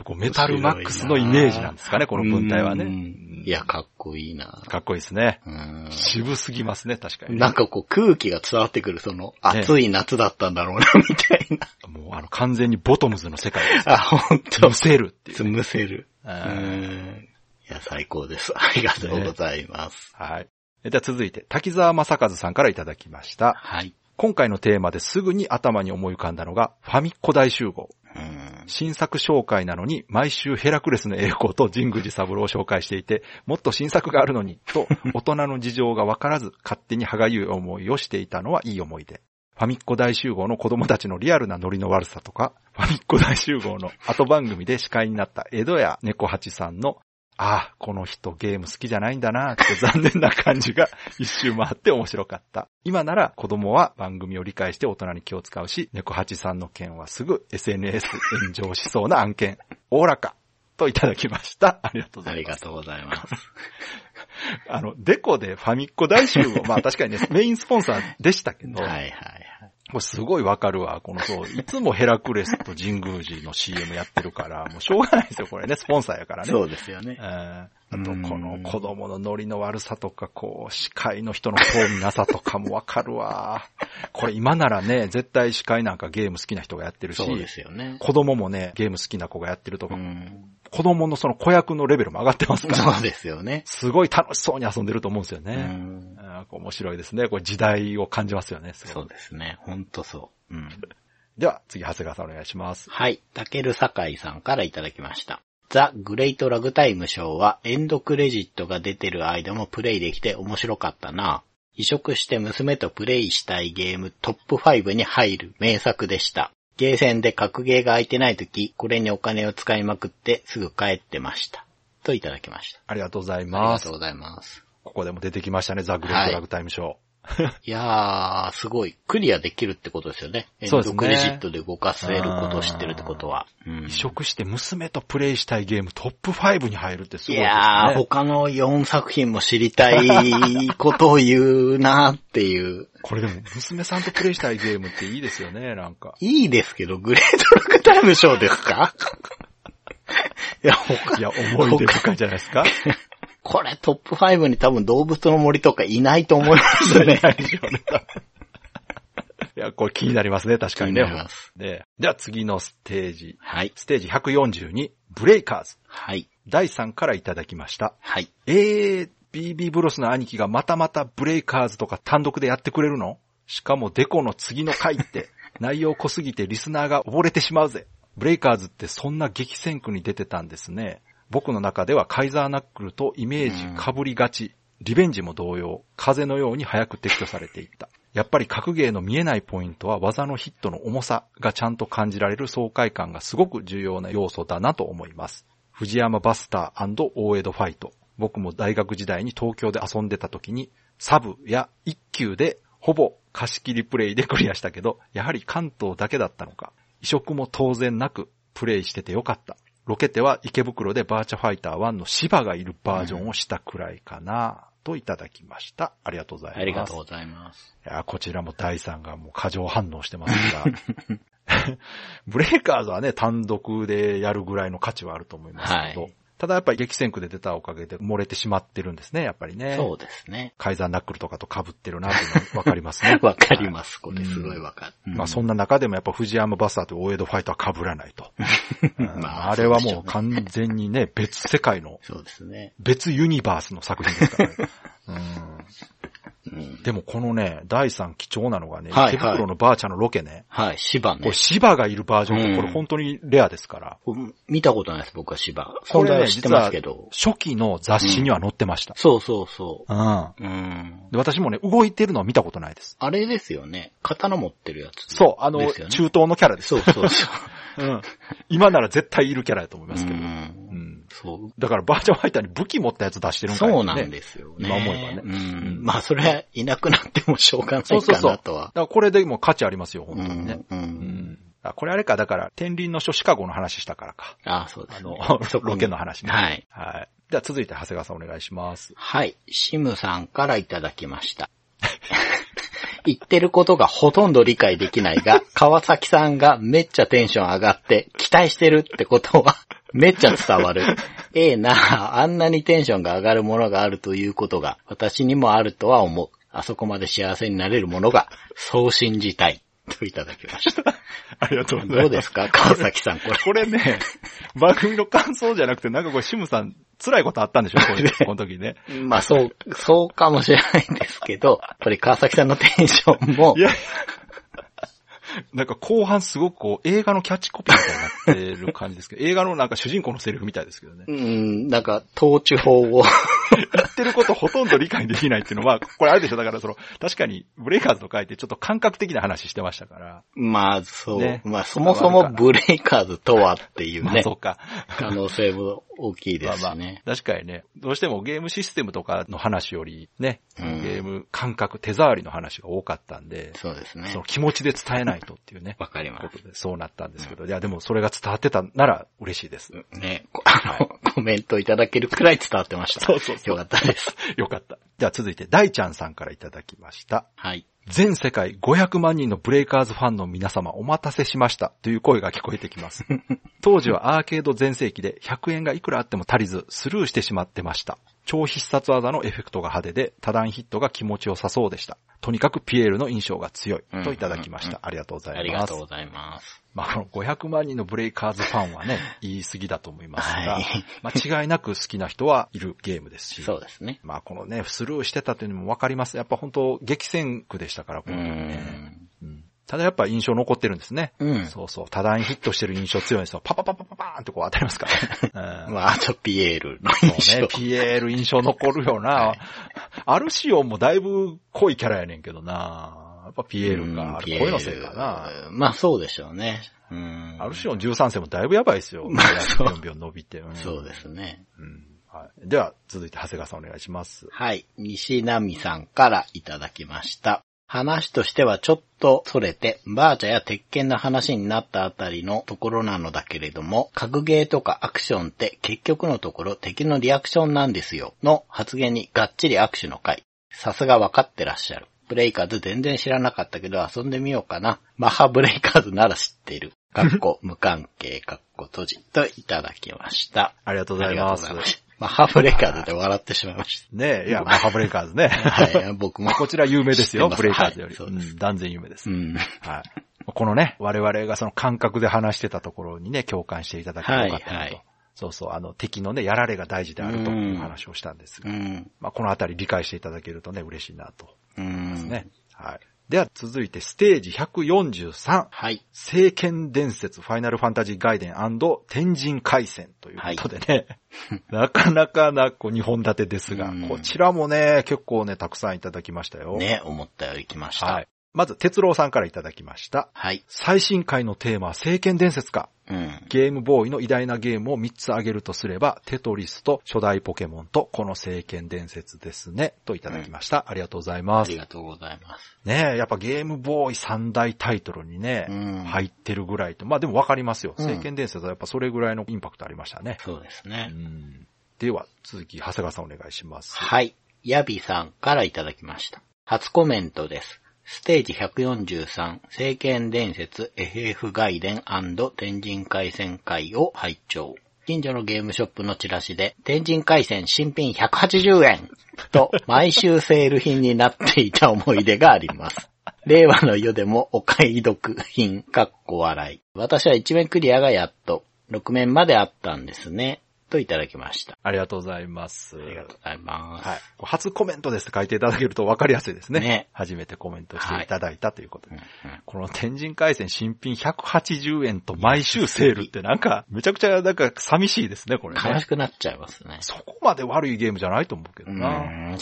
Speaker 2: こうメタルマックスのイメージなんですかね、この文体は
Speaker 3: う
Speaker 2: ね。
Speaker 3: ん。いや、かっこいいな。
Speaker 2: かっこいいですね。
Speaker 3: うん
Speaker 2: 渋すぎますね、確かに。
Speaker 3: なんかこう空気が伝わってくる、その、暑い夏だったんだろうな、 [laughs] みたいな。
Speaker 2: もうあの完全にボトムズの世界です。
Speaker 3: あ、ほんと
Speaker 2: む。せるっていう。
Speaker 3: つむせる。
Speaker 2: う
Speaker 3: うんん。いや、最高です。ありがとうございます。
Speaker 2: はい。じゃあ続いて、滝沢正和さんからいただきました。
Speaker 3: はい。
Speaker 2: 今回のテーマですぐに頭に思い浮かんだのが、ファミコ大集合。
Speaker 3: うん。
Speaker 2: 新作紹介なのに、毎週ヘラクレスの栄光と神宮寺三郎を紹介していて、もっと新作があるのに、と、 [laughs] 大人の事情がわからず、勝手に歯がゆい思いをしていたのはいい思い出。ファミッコ大集合の子供たちのリアルなノリの悪さとか、ファミッコ大集合の後番組で司会になった江戸屋猫八さんの、ああ、この人ゲーム好きじゃないんだなって残念な感じが [laughs] 一周回って面白かった。今なら子供は番組を理解して大人に気を使うし、猫八さんの件はすぐ SNS 炎上しそうな案件、おおらか、といただきました。ありがとうござ
Speaker 3: あ
Speaker 2: い
Speaker 3: り
Speaker 2: ます
Speaker 3: が。とうございます。
Speaker 2: あの、デコでファミッコ大集
Speaker 3: [laughs]
Speaker 2: 合、まあ確かにね、メインスポンサーでしたけど、
Speaker 3: はいはい
Speaker 2: もうすごいわかるわ、このそう。いつもヘラクレスと神宮寺の CM やってるから、もうしょうがないですよ、これね、スポンサーやか
Speaker 3: は
Speaker 2: ら
Speaker 3: い。
Speaker 2: ね。
Speaker 3: そうですよね
Speaker 2: うん。。あと、この子供のノリの悪さとか、こう、司会の人の興味なさとかもわかるわ。これ今ならね、絶対司会なんかゲーム好きな人がやってるし
Speaker 3: そう、ですよね。
Speaker 2: 子供もね、ゲーム好きな子がやってると
Speaker 3: う
Speaker 2: か、
Speaker 3: ん。
Speaker 2: 子供のその子役のレベルも上がってますから、
Speaker 3: そうですよね。
Speaker 2: すごい楽しそうに遊んでると思うんですよ
Speaker 3: う
Speaker 2: ね。
Speaker 3: ん。
Speaker 2: あー面白いですね。これ時代を感じますよね。すごい
Speaker 3: そうですね。ほんとそう。うん。
Speaker 2: では、次、長谷川さんお願いします。
Speaker 3: [laughs] はい。たけるさかいさんからいただきました。ザ・グレイト・ラグタイムショーはエンドクレジットが出てる間もプレイできて面白かったな。移植して娘とプレイしたいゲームトップ5に入る名作でした。ゲーセンで格ゲーが空いてない時、これにお金を使いまくってすぐ帰ってました。といただきました。
Speaker 2: ありがとうござい
Speaker 3: あり
Speaker 2: ま
Speaker 3: が
Speaker 2: す
Speaker 3: とう。ございます。
Speaker 2: ここでも出てきましたね、ザ・グレートラグタイムショー。
Speaker 3: いやー、すごい。クリアできるってことですよね。エン
Speaker 2: そうです
Speaker 3: ド
Speaker 2: ね
Speaker 3: クレジットで動かせることを知ってるってことは。うん
Speaker 2: 移植して娘とプレイしたいゲームトップ5に入るってす
Speaker 3: い
Speaker 2: ごいですね。
Speaker 3: やー、他の4作品も知りたいことを言うなーっていう。
Speaker 2: これでも娘さんとプレイしたいゲームっていいですよね、なんか。
Speaker 3: いいですけど、グレートロックタイムショーですかいや、他
Speaker 2: [laughs] いや、思い出深いじゃないですか。
Speaker 3: これトップ5に多分動物の森とかいないと思いますね。
Speaker 2: [laughs] いや、これ気になりますね、確かにね
Speaker 3: 気になります。
Speaker 2: で、では次のステージ。
Speaker 3: はい。
Speaker 2: ステージ142、ブレイカーズ。
Speaker 3: はい。
Speaker 2: 第3からいただきました。
Speaker 3: はい。
Speaker 2: えー、BB ブロスの兄貴がまたまたブレイカーズとか単独でやってくれるのしかもデコの次の回って、内容濃すぎてリスナーが溺れてしまうぜ。ブレイカーズってそんな激戦区に出てたんですね。僕の中ではカイザーナックルとイメージ被りがち。リベンジも同様、風のように早く撤去されていった。やっぱり格ゲーの見えないポイントは技のヒットの重さがちゃんと感じられる爽快感がすごく重要な要素だなと思います。藤山バスター大江戸ファイト。僕も大学時代に東京で遊んでた時に、サブや一級でほぼ貸し切りプレイでクリアしたけど、やはり関東だけだったのか。移植も当然なくプレイしててよかった。ロケテは池袋でバーチャファイター1の芝がいるバージョンをしたくらいかな、といただきました。ありがとうございます。
Speaker 3: ありがとうございます。
Speaker 2: いや、こちらも第3がもう過剰反応してます
Speaker 3: [laughs]
Speaker 2: が。ブレイカーズはね、単独でやるぐらいの価値はあると思いますけど。
Speaker 3: はい
Speaker 2: ただやっぱり激戦区で出たおかげで漏れてしまってるんですね、やっぱりね。
Speaker 3: そうですね。
Speaker 2: カイザーナックルとかと被ってるなっていうのはわかりますね
Speaker 3: [laughs] 。わかります。これすごいわかる。
Speaker 2: まあそ
Speaker 3: ん
Speaker 2: んな中でもやっぱ藤山バスターと大江戸ファイターは被らない
Speaker 3: [laughs]
Speaker 2: と。うん
Speaker 3: まあ
Speaker 2: あれはもう完全にね、 [laughs] 別世界の、
Speaker 3: そうですね。
Speaker 2: 別ユニバースの作品です
Speaker 3: [laughs]
Speaker 2: からね。うん
Speaker 3: うん。
Speaker 2: でもこのね、第3貴重なのがね、
Speaker 3: はいはい
Speaker 2: 池袋のバーチャのロケね。
Speaker 3: はい、芝
Speaker 2: こ
Speaker 3: ね
Speaker 2: れ。芝がいるバージョン
Speaker 3: う
Speaker 2: で、
Speaker 3: ん
Speaker 2: これ本当にレアですから。
Speaker 3: うん見たことないです、僕は芝。
Speaker 2: こ
Speaker 3: 存
Speaker 2: れ
Speaker 3: 在
Speaker 2: ね
Speaker 3: は知ってますけど。
Speaker 2: 初期の雑誌には載ってました。
Speaker 3: そうそうそ
Speaker 2: うん。
Speaker 3: う。うん。
Speaker 2: で、私もね、動いてるのは見たことないです。
Speaker 3: あれですよね。刀持ってるやつ。
Speaker 2: そう、あの、
Speaker 3: です
Speaker 2: 中
Speaker 3: よね
Speaker 2: 東のキャラです。
Speaker 3: そうそうそう。
Speaker 2: うん。今なら絶対いるキャラだと思いますけど。
Speaker 3: う
Speaker 2: [laughs] うんん。
Speaker 3: そう。
Speaker 2: だからバーチャファイターに武器持ったやつ出してるんかい
Speaker 3: そうなんですよね。
Speaker 2: 今思えばね
Speaker 3: う
Speaker 2: うん
Speaker 3: ん。
Speaker 2: まあ
Speaker 3: まあ、それはいなくなってもしょうがない
Speaker 2: そうそう
Speaker 3: か
Speaker 2: そう。
Speaker 3: な
Speaker 2: だ
Speaker 3: とは
Speaker 2: か。らこれでもう価値ありますよ、本
Speaker 3: う
Speaker 2: 当
Speaker 3: ん
Speaker 2: にね。
Speaker 3: う。
Speaker 2: うんん。あ、これあれか、だから、天輪の書シカゴの話したからか。
Speaker 3: ああ、そうで
Speaker 2: あ
Speaker 3: す
Speaker 2: の
Speaker 3: ね。、
Speaker 2: [laughs] ロケの話ね。
Speaker 3: はい。
Speaker 2: はい。では続いて、長谷川さんお願いします。
Speaker 3: はい。シムさんからいただきました。 [laughs] 言ってることがほとんど理解できないが、川崎さんがめっちゃテンション上がって、期待してるってことは、 [laughs] めっちゃ伝わる。ええなあ、あんなにテンションが上がるものがあるということが、私にもあるとは思う。あそこまで幸せになれるものが、そう信じたい。といただきました。
Speaker 2: ありがとうございます。
Speaker 3: どうですか川崎さん、これ。
Speaker 2: これ [laughs] ね、番組の感想じゃなくて、なんかこれ、シムさん、辛いことあったんでしょこういうこの時 [laughs] ね。
Speaker 3: まあそう、そうかもしれないんですけど、やっぱり川崎さんのテンションも
Speaker 2: い、や、なんか後半すごくこう、映画のキャッチコピーみたいになってる感じですけど、映 [laughs] 画のなんか主人公のセリフみたいですけどね。
Speaker 3: うん、なんか、統治法を。
Speaker 2: 言ってることほとんど理解できないっていうのは、 [laughs] これあれでしょだからその、確かに、ブレイカーズと書いてちょっと感覚的な話してましたから。
Speaker 3: [laughs] まあ、そう。
Speaker 2: ね
Speaker 3: まあ、そもそもブレイカーズとはってい
Speaker 2: [laughs]
Speaker 3: う
Speaker 2: まあ
Speaker 3: ね、
Speaker 2: そうか。
Speaker 3: 可能性も大きいで
Speaker 2: まあ
Speaker 3: すし
Speaker 2: まあ
Speaker 3: ね。、
Speaker 2: 確かにね、どうしてもゲームシステムとかの話よりね、
Speaker 3: うん
Speaker 2: ゲーム感覚、手触りの話が多かったんで、
Speaker 3: そうですね
Speaker 2: そ。の気持ちで伝えないとって
Speaker 3: [laughs]
Speaker 2: いうね、
Speaker 3: わかり
Speaker 2: こ
Speaker 3: ま
Speaker 2: とでそうなったんですけど、いやでもそれが伝わってたなら嬉しいです。
Speaker 3: す。ね、こあの、コメントいただけるくらい伝わってました。
Speaker 2: そうそうそう
Speaker 3: よかったです。
Speaker 2: よかった。じゃあ続いて、大ちゃんさんからいただきました。
Speaker 3: はい。
Speaker 2: 全世界500万人のブレイカーズファンの皆様お待たせしましたという声が聞こえてき
Speaker 3: [laughs]
Speaker 2: ます。当時はアーケード全盛期で100円がいくらあっても足りずスルーしてしまってました。超必殺技のエフェクトが派手で多段ヒットが気持ちよさそうでした。とにかくピエールの印象が強いといただきまし
Speaker 3: うんうんうん
Speaker 2: た。ありがとうございます。
Speaker 3: ありがとうございます。
Speaker 2: まあ、この500万人のブレイカーズファンはね、言い過ぎだと思い [laughs] ますが、
Speaker 3: はい
Speaker 2: 間違いなく好きな人はいるゲームですし、
Speaker 3: そうですね。
Speaker 2: まあこのね、スルーしてたっていうのもわかります。やっぱ本当激戦区でしたから、こ
Speaker 3: う
Speaker 2: の時ね。
Speaker 3: ん。
Speaker 2: うんただやっぱ印象残ってるんですね。
Speaker 3: うん。
Speaker 2: そうそう。多段ヒットしてる印象強いんですよ。パパパパパパーンってこう当たりますから、ね。うん
Speaker 3: まあ、あと、ピエールの
Speaker 2: そ
Speaker 3: 印
Speaker 2: うね
Speaker 3: 象。、
Speaker 2: ピエール印象残るよな。アルシオンもだいぶ濃いキャラやねんけどな。やっぱピエール
Speaker 3: うん
Speaker 2: か。
Speaker 3: ピエール
Speaker 2: こういうのせいかな。
Speaker 3: まあ、そうでしょうね。うん。
Speaker 2: アルシオン13世もだいぶやばいですよ。
Speaker 3: そう
Speaker 2: 4秒伸びて。ん
Speaker 3: そうですね。
Speaker 2: うんはいでは、続いて長谷川さんお願いします。
Speaker 3: はい。西波さんからいただきました。話としてはちょっと逸れて、バーチャや鉄拳の話になったあたりのところなのだけれども、格ゲーとかアクションって結局のところ敵のリアクションなんですよ。の発言にがっちり握手の回。さすが分かってらっしゃる。ブレイカーズ全然知らなかったけど遊んでみようかな。マハブレイカーズなら知っている。かっこ無関係、かっこ閉じ。といただきました。
Speaker 2: ありがとうご
Speaker 3: [laughs] あ
Speaker 2: ざい
Speaker 3: りがと
Speaker 2: ま
Speaker 3: うご
Speaker 2: す
Speaker 3: ざい。ます。マハブレイカーズで笑ってしまいました。
Speaker 2: ねえ、いや、まあ、ハブレイカーズね。
Speaker 3: はい、僕も。
Speaker 2: こちら有名ですよ、
Speaker 3: 知ってます
Speaker 2: ブレイカーズより。
Speaker 3: はいそう
Speaker 2: う
Speaker 3: で
Speaker 2: ん、断然有名です。
Speaker 3: うん。
Speaker 2: はい。このね、我々がその感覚で話してたところにね、共感していただければよかったなと。
Speaker 3: はいはい
Speaker 2: そうそう、あの、敵のね、やられが大事であると
Speaker 3: う
Speaker 2: い
Speaker 3: ん
Speaker 2: う話をしたんです
Speaker 3: う
Speaker 2: が、
Speaker 3: ん。
Speaker 2: まあ、このあたり理解していただけるとね、嬉しいなと
Speaker 3: う
Speaker 2: 思います
Speaker 3: ん。
Speaker 2: ね。はい。では続いてステージ143。
Speaker 3: はい。
Speaker 2: 聖剣伝説ファイナルファンタジーガイデン天神海戦ということでね、 [laughs] なかなかなこう2本立てですが
Speaker 3: うん、
Speaker 2: こちらもね、結構ね、たくさんいただきましたよ。
Speaker 3: ね、思ったより来ました。
Speaker 2: は
Speaker 3: はいい。。
Speaker 2: まず、哲郎さんからいただきました。最新回のテーマ、聖剣伝説か。
Speaker 3: うん。
Speaker 2: ゲームボーイの偉大なゲームを3つ挙げるとすれば、テトリスと初代ポケモンとこの聖剣伝説ですね、といただきました。ありがとうござい
Speaker 3: あ
Speaker 2: ます
Speaker 3: り。がとうございます。
Speaker 2: ねえ、やっぱゲームボーイ3大タイトルにね、
Speaker 3: うん
Speaker 2: 入ってるぐらいと。まあでもわかりますよ。
Speaker 3: うん
Speaker 2: 聖剣伝説はやっぱそれぐらいのインパクトありましたね。
Speaker 3: そうです
Speaker 2: う
Speaker 3: ね。
Speaker 2: ん、では、続き、長谷川さんお願いします。
Speaker 3: はい。ヤビさんからいただきました。初コメントです。ステージ143、聖剣伝説 FF 外伝天神海戦会を拝聴。近所のゲームショップのチラシで、天神海戦新品180円と毎週セール品になっていた思い出があります。令和の世でもお買い得品、かっこ笑い。私は一面クリアがやっと、6面まであったんですね、といただきました。
Speaker 2: ありがとうございます。
Speaker 3: ありがとうございます。
Speaker 2: はい。初コメントですって書いていただけるとわかりやすいですね。
Speaker 3: ね
Speaker 2: 初めてコメントしていただいたということで。
Speaker 3: うんうん
Speaker 2: この天神海戦新品180円と毎週セールってなんか、めちゃくちゃなんか寂しいですね、これ
Speaker 3: 悲
Speaker 2: ね
Speaker 3: し。くなっちゃいますね。
Speaker 2: そこまで悪いゲームじゃないと思うけ
Speaker 3: う
Speaker 2: どな。
Speaker 3: ん、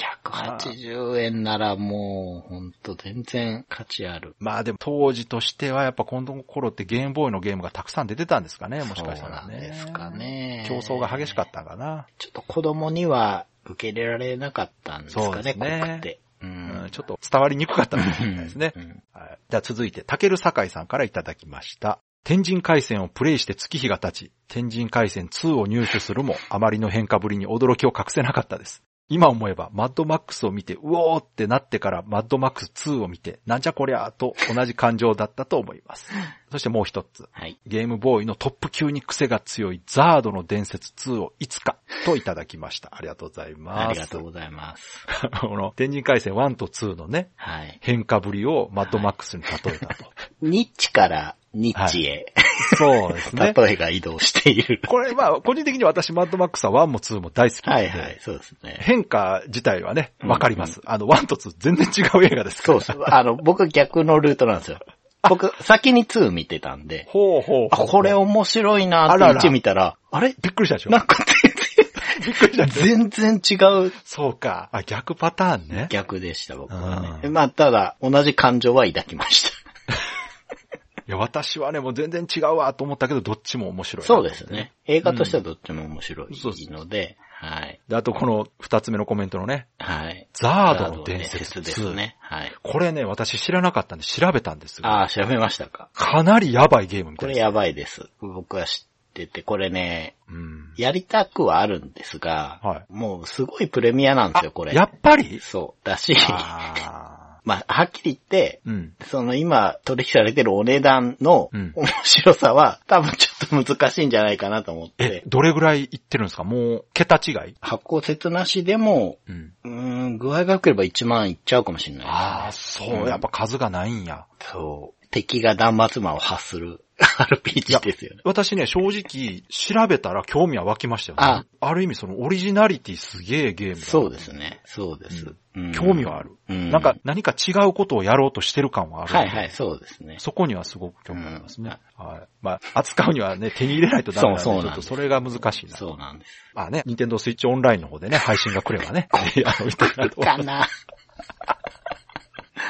Speaker 3: 180円ならもう、ほんと全然価値ある。
Speaker 2: まあでも当時としてはやっぱこの頃ってゲームボーイのゲームがたくさん出てたんですかね、もしかしたら
Speaker 3: そうなん
Speaker 2: ね。
Speaker 3: ですかね。
Speaker 2: 競争が激しか
Speaker 3: っ
Speaker 2: ったんかな。
Speaker 3: た。ちょっと子供には受け入れられなかったんです
Speaker 2: そ
Speaker 3: か
Speaker 2: うで
Speaker 3: ね、
Speaker 2: すね
Speaker 3: 濃くて。う
Speaker 2: うん
Speaker 3: ん。
Speaker 2: ちょっと伝わりにくかったみたいですね
Speaker 3: う。ん
Speaker 2: はいじゃあ続いて、たけるさかいさんからいただきました。天神海戦をプレイして月日が経ち、天神海戦2を入手するも、あまりの変化ぶりに驚きを隠せなかったです。今思えば、マッドマックスを見て、うおーってなってから、マッドマックス2を見て、なんじゃこりゃーと同じ感情だったと思い
Speaker 3: [laughs]
Speaker 2: ます。そしてもう一つ。
Speaker 3: はい。
Speaker 2: ゲームボーイのトップ級に癖が強いザードの伝説2をいつかといただきました。ありがとうございます。
Speaker 3: ありがとうございます。
Speaker 2: [laughs] この天神回戦1と2のね、
Speaker 3: はい。
Speaker 2: 変化ぶりをマッドマックスに例えたと。
Speaker 3: ニッチからニッチへ、
Speaker 2: そうですね。
Speaker 3: 例えが移動している。
Speaker 2: これまあ、個人的に私マッドマックスは1も2も大好きな
Speaker 3: は
Speaker 2: ん
Speaker 3: い
Speaker 2: で、
Speaker 3: はい、そうですね。
Speaker 2: 変化自体はね、わかります。あの、1と2全然違う映画ですか
Speaker 3: そ
Speaker 2: ら。
Speaker 3: うそう。あの、僕逆のルートなんですよ。僕、先に2見てたんで、
Speaker 2: ほうほう
Speaker 3: あ、これ面白いな
Speaker 2: あら
Speaker 3: って
Speaker 2: ら
Speaker 3: 1見たら、あれ
Speaker 2: びっくりしたでしょ
Speaker 3: なんか
Speaker 2: びっくりした
Speaker 3: 全
Speaker 2: でしょ
Speaker 3: 然、全然違う
Speaker 2: そうか。あ、逆パターンね。
Speaker 3: 逆でした、僕は
Speaker 2: う
Speaker 3: ね。まあ、ただ、同じ感情は抱きました。
Speaker 2: [laughs] いや、私はね、もう全然違うわと思ったけど、どっちも面白いな
Speaker 3: そうですね。映画としてはどっちも面白いので、はい。
Speaker 2: で、あとこの二つ目のコメントのね、
Speaker 3: はい。
Speaker 2: ザー
Speaker 3: カ
Speaker 2: ドの伝説2
Speaker 3: です。ね。はい。
Speaker 2: これね、私知らなかったんで調べたんですが、
Speaker 3: ああ、調べましたか。
Speaker 2: かなりやばいゲームみたい
Speaker 3: これ
Speaker 2: です。
Speaker 3: やばいです。僕は知ってて、これね、
Speaker 2: うん。
Speaker 3: やりたくはあるんですが、
Speaker 2: はい
Speaker 3: もうすごいプレミアなんですよ、これ。
Speaker 2: やっぱ
Speaker 3: [laughs]
Speaker 2: り
Speaker 3: そう。だし、
Speaker 2: あ
Speaker 3: [laughs] まあ、はっきり言って、
Speaker 2: ーうん。
Speaker 3: その今取引されてるお値段の
Speaker 2: うん
Speaker 3: 面白さは多分ちょっと難しいんじゃないかなと思っ
Speaker 2: え
Speaker 3: て、、
Speaker 2: どれぐらいいってるんですかもう、桁違い
Speaker 3: 発行説なしでも、
Speaker 2: うん。
Speaker 3: うーん、具合が良ければ1万いっちゃうかもしれないですね。
Speaker 2: ああ、そう、やっぱ数がないんや。
Speaker 3: そう。敵が断末魔を発する [laughs] RPG ですよね。
Speaker 2: 私ね、正直、調べたら興味は湧きましたよね。
Speaker 3: あ
Speaker 2: ある意味そのオリジナリティすげえゲームだな
Speaker 3: そうですね。そうです。うん
Speaker 2: 興味はある。
Speaker 3: うん
Speaker 2: なんか何か違うことをやろうとしてる感はある。
Speaker 3: はいはい、そうですね。
Speaker 2: そこにはすごく興味ありますね。はい。まあ、扱うにはね、手に入れないとダメなんで、
Speaker 3: そうそう
Speaker 2: ちょ
Speaker 3: な
Speaker 2: っ
Speaker 3: ん
Speaker 2: と
Speaker 3: です
Speaker 2: それが難しいな。
Speaker 3: そうなんです。
Speaker 2: まあね、ニンテンドースイッチオンラインの方でね、配信が来れば
Speaker 3: [laughs]
Speaker 2: ね、ぜひ [laughs] あの、見ていただけれ
Speaker 3: かな。
Speaker 2: ば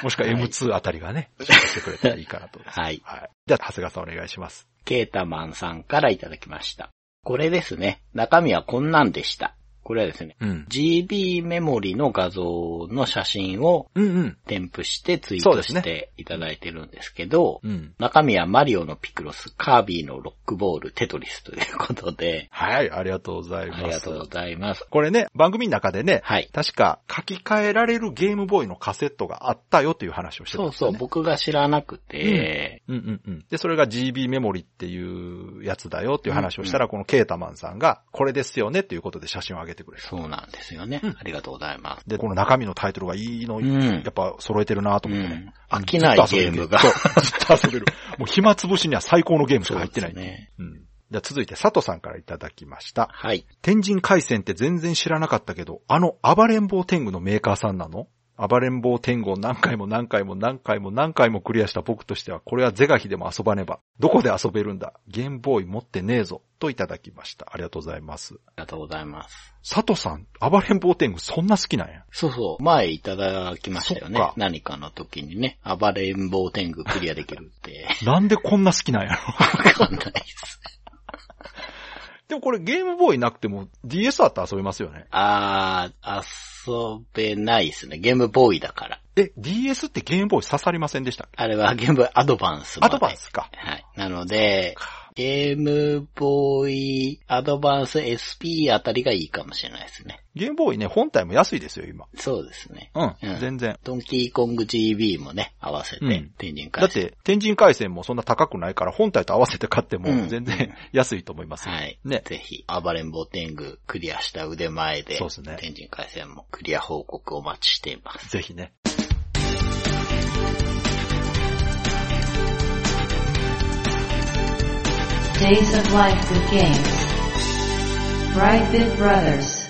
Speaker 2: もしくは M2 あたりが
Speaker 3: [laughs]
Speaker 2: ね、紹介してくれたらいいかなと。
Speaker 3: はい。
Speaker 2: はい。じゃあ、長谷川さんお願いします。
Speaker 3: ケータマンさんからいただきました。これですね。中身はこんなんでした。これはですね、
Speaker 2: うん。
Speaker 3: GB メモリの画像の写真を
Speaker 2: うんうん。
Speaker 3: 添付してツイー
Speaker 2: そうで
Speaker 3: ト
Speaker 2: すね
Speaker 3: していただいてるんですけど、
Speaker 2: うん。
Speaker 3: 中身はマリオのピクロス、カービィのロックボール、テトリスということで、
Speaker 2: はい、ありがとうございます。
Speaker 3: ありがとうございます。
Speaker 2: これね、番組の中でね、
Speaker 3: はい
Speaker 2: 確か書き換えられるゲームボーイのカセットがあったよという話をしてたん
Speaker 3: そう
Speaker 2: ですよ
Speaker 3: そう、
Speaker 2: ね。
Speaker 3: 僕が知らなくて、
Speaker 2: うんうんうん。で、それが GB メモリっていうやつだよっていう話をしたら、このケータマンさんが、これですよねっていうことで写真を上げてくれた。
Speaker 3: そうなんですよね。ありがとうございます。
Speaker 2: で、この中身のタイトルがいいの、
Speaker 3: うん
Speaker 2: やっぱ揃えてるなと
Speaker 3: う
Speaker 2: 思ってね。
Speaker 3: ん。飽きないゲームが。
Speaker 2: そうずっと遊べる。もう暇つぶしには最高のゲームしか入ってない。
Speaker 3: そうですね
Speaker 2: うん。じゃあ続いて佐藤さんからいただきました。
Speaker 3: はい。
Speaker 2: 天神海戦って全然知らなかったけど、あの暴れん坊天狗のメーカーさんなの暴れん坊天狗を何回も何回も何回も何回もクリアした僕としては、これはゼガヒでも遊ばねば。どこで遊べるんだゲームボーイ持ってねえぞ。といただきました。ありがとうございます。
Speaker 3: がとうございます。
Speaker 2: 佐藤さん、暴れん坊天狗そんな好きなんや。
Speaker 3: そうそう、前いただきましたよね
Speaker 2: そっか。
Speaker 3: 何かの時にね、暴れん坊天狗クリアでき
Speaker 2: [laughs]
Speaker 3: るって、
Speaker 2: なんでこんな好きなんやろ。
Speaker 3: わかんないです。
Speaker 2: でもこれゲームボーイなくても DS あったら遊べますよね。
Speaker 3: あー、遊べないですね。ゲームボーイだから。
Speaker 2: え、DS ってゲームボーイ刺さりませんでしたっけ
Speaker 3: あれはゲームボーイアドバンスま
Speaker 2: ア
Speaker 3: で。
Speaker 2: ドバンスか。
Speaker 3: はい。なので、ゲームボーイアドバンス SP あたりがいいかもしれないですね。
Speaker 2: ゲームボーイね、本体も安いですよ、今。
Speaker 3: そうですね。
Speaker 2: うん、
Speaker 3: うん
Speaker 2: 全然。
Speaker 3: ドンキーコング GB もね、合わせ
Speaker 2: う
Speaker 3: て
Speaker 2: ん、
Speaker 3: 天神
Speaker 2: だ
Speaker 3: 会
Speaker 2: っ、て、天神回線もそんな高くないから、本体と合わせて買って
Speaker 3: う
Speaker 2: も
Speaker 3: ん
Speaker 2: 全然 [laughs] 安いと思いますよ。
Speaker 3: はい。
Speaker 2: ね。
Speaker 3: ぜひ、暴れん坊天狗クリアした腕前で、
Speaker 2: そうですね
Speaker 3: 天神回戦もクリア報告お待ちしています。
Speaker 2: ぜひね。
Speaker 1: Days of Life with Games. Brightbit Brothers.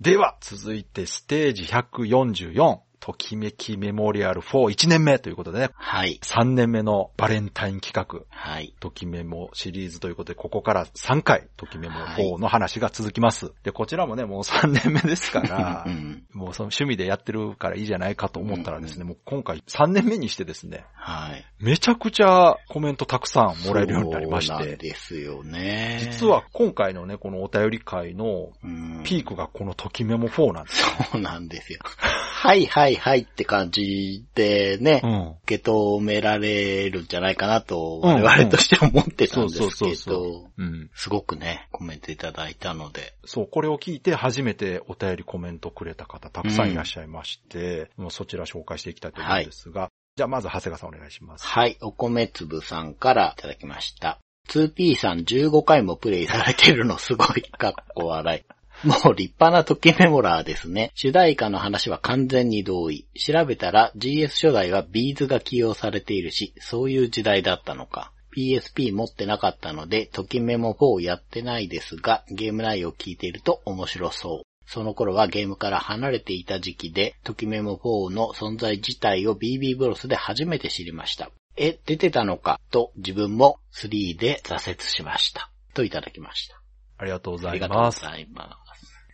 Speaker 2: では、続いてステージ144、ときめきメモリアル4、1年目ということでね、
Speaker 3: はい。
Speaker 2: 3年目のバレンタイン企画、
Speaker 3: はい。
Speaker 2: ときメモシリーズということで、ここから3回、ときメモ4の話が続きます。で、こちらもね、もう3年目ですから
Speaker 3: う、ん。
Speaker 2: もうその趣味でやってるからいいじゃないかと思ったらですね、もう今回3年目にしてですね、
Speaker 3: はい。
Speaker 2: めちゃくちゃコメントたくさんもらえるようになりまし
Speaker 3: そうなん
Speaker 2: て、
Speaker 3: ですよね。
Speaker 2: 実、は今回のね、このお便り会の
Speaker 3: うん、
Speaker 2: ピークがこのときメモ4なんです。
Speaker 3: [laughs] そうなんですよ。はいはいはいって感じでね、
Speaker 2: うん。
Speaker 3: 受け止められるんじゃないかなと、
Speaker 2: うんう
Speaker 3: 我
Speaker 2: ん
Speaker 3: 々としては思ってた
Speaker 2: そ
Speaker 3: ん
Speaker 2: う
Speaker 3: で
Speaker 2: そう
Speaker 3: す
Speaker 2: そ
Speaker 3: け
Speaker 2: うそ
Speaker 3: ど、
Speaker 2: う。うん。
Speaker 3: すごくね、コメントいただいたので、
Speaker 2: そう、これを聞いて初めてお便りコメントくれた方たくさんいらっしゃいまして、もうそちら紹介していきたいと思うんですが、じゃあまず長谷川さんお願いします。
Speaker 3: はい、お米粒さんからいただきました。2P さん15回もプレイされてるのすごい、かっこ笑い。 [laughs] もう立派な時メモラーですね。主題歌の話は完全に同意。調べたら GS 初代はビーズが起用されているし、そういう時代だったのか。PSP 持ってなかったので、時メモ4をやってないですが、ゲーム内容を聞いていると面白そう。その頃はゲームから離れていた時期で、ときメモ4の存在自体を BB ブロスで初めて知りました。え、出てたのか、と自分も3で挫折しました。といただきました。
Speaker 2: ありがとうご
Speaker 3: あ
Speaker 2: ざ
Speaker 3: り
Speaker 2: い
Speaker 3: がとうご
Speaker 2: ます。
Speaker 3: ざいます。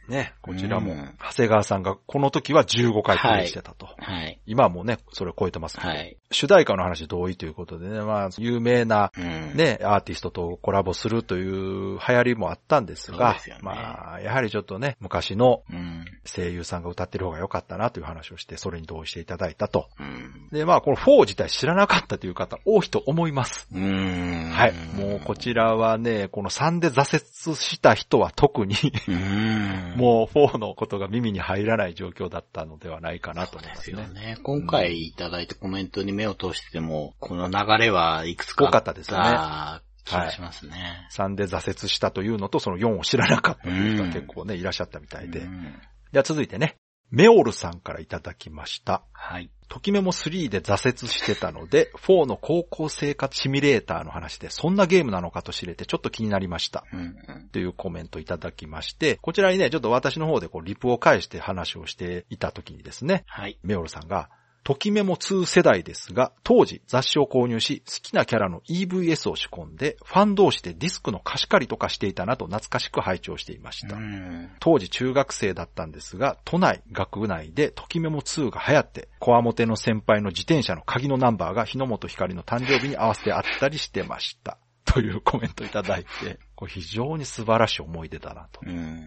Speaker 2: ね、こちらも
Speaker 3: うん
Speaker 2: 長谷川さんがこの時は15回プレイしてたと。
Speaker 3: はい。
Speaker 2: 今はもうね、それを超えてますけど、
Speaker 3: はい。
Speaker 2: 主題歌の話同意ということでね、まあ、有名な
Speaker 3: うん。
Speaker 2: ね、アーティストとコラボするという流行りもあったんです
Speaker 3: そう
Speaker 2: が、
Speaker 3: ですよね
Speaker 2: まあ、やはりちょっとね、昔の
Speaker 3: うん。
Speaker 2: 声優さんが歌ってる方が良かったなという話をして、それに同意していただいたと。
Speaker 3: うん。
Speaker 2: で、まあ、この4自体知らなかったという方、多いと思います。
Speaker 3: うん。
Speaker 2: はい。もう、こちらはね、この3で挫折した人は特に、
Speaker 3: うん。
Speaker 2: [laughs] もう4のことが耳に入らない状況だったのではないかなと思
Speaker 3: そう
Speaker 2: い
Speaker 3: で
Speaker 2: ますす
Speaker 3: よ
Speaker 2: ね。
Speaker 3: ね。今回いただいたコメントに目を通してても、この流れはいくつか
Speaker 2: 多かったですね
Speaker 3: あった気がしますね。
Speaker 2: 3で挫折したというのと、その4を知らなかったという人は結構ね、いらっしゃったみたいで。
Speaker 3: うん
Speaker 2: では続いてね、メオルさんからいただきました。
Speaker 3: はい。
Speaker 2: ときメモ3で挫折してたので、4の高校生活シミュレーターの話で、そんなゲームなのかと知れてちょっと気になりました。
Speaker 3: うんうん。
Speaker 2: というコメントいただきまして、こちらにね、ちょっと私の方でこう、リプを返して話をしていた時にですね、
Speaker 3: はい。
Speaker 2: メオルさんが、ときメモ2世代ですが、当時雑誌を購入し、好きなキャラの EVS を仕込んで、ファン同士でディスクの貸し借りとかしていたなと懐かしく拝聴していました。
Speaker 3: うん。
Speaker 2: 当時中学生だったんですが、都内、学内で、ときメモ2が流行って、コアモテの先輩の自転車の鍵のナンバーが日の本光の誕生日に合わせてあったりしてました。というコメントいただいて、これ非常に素晴らしい思い出だなと。
Speaker 3: うん。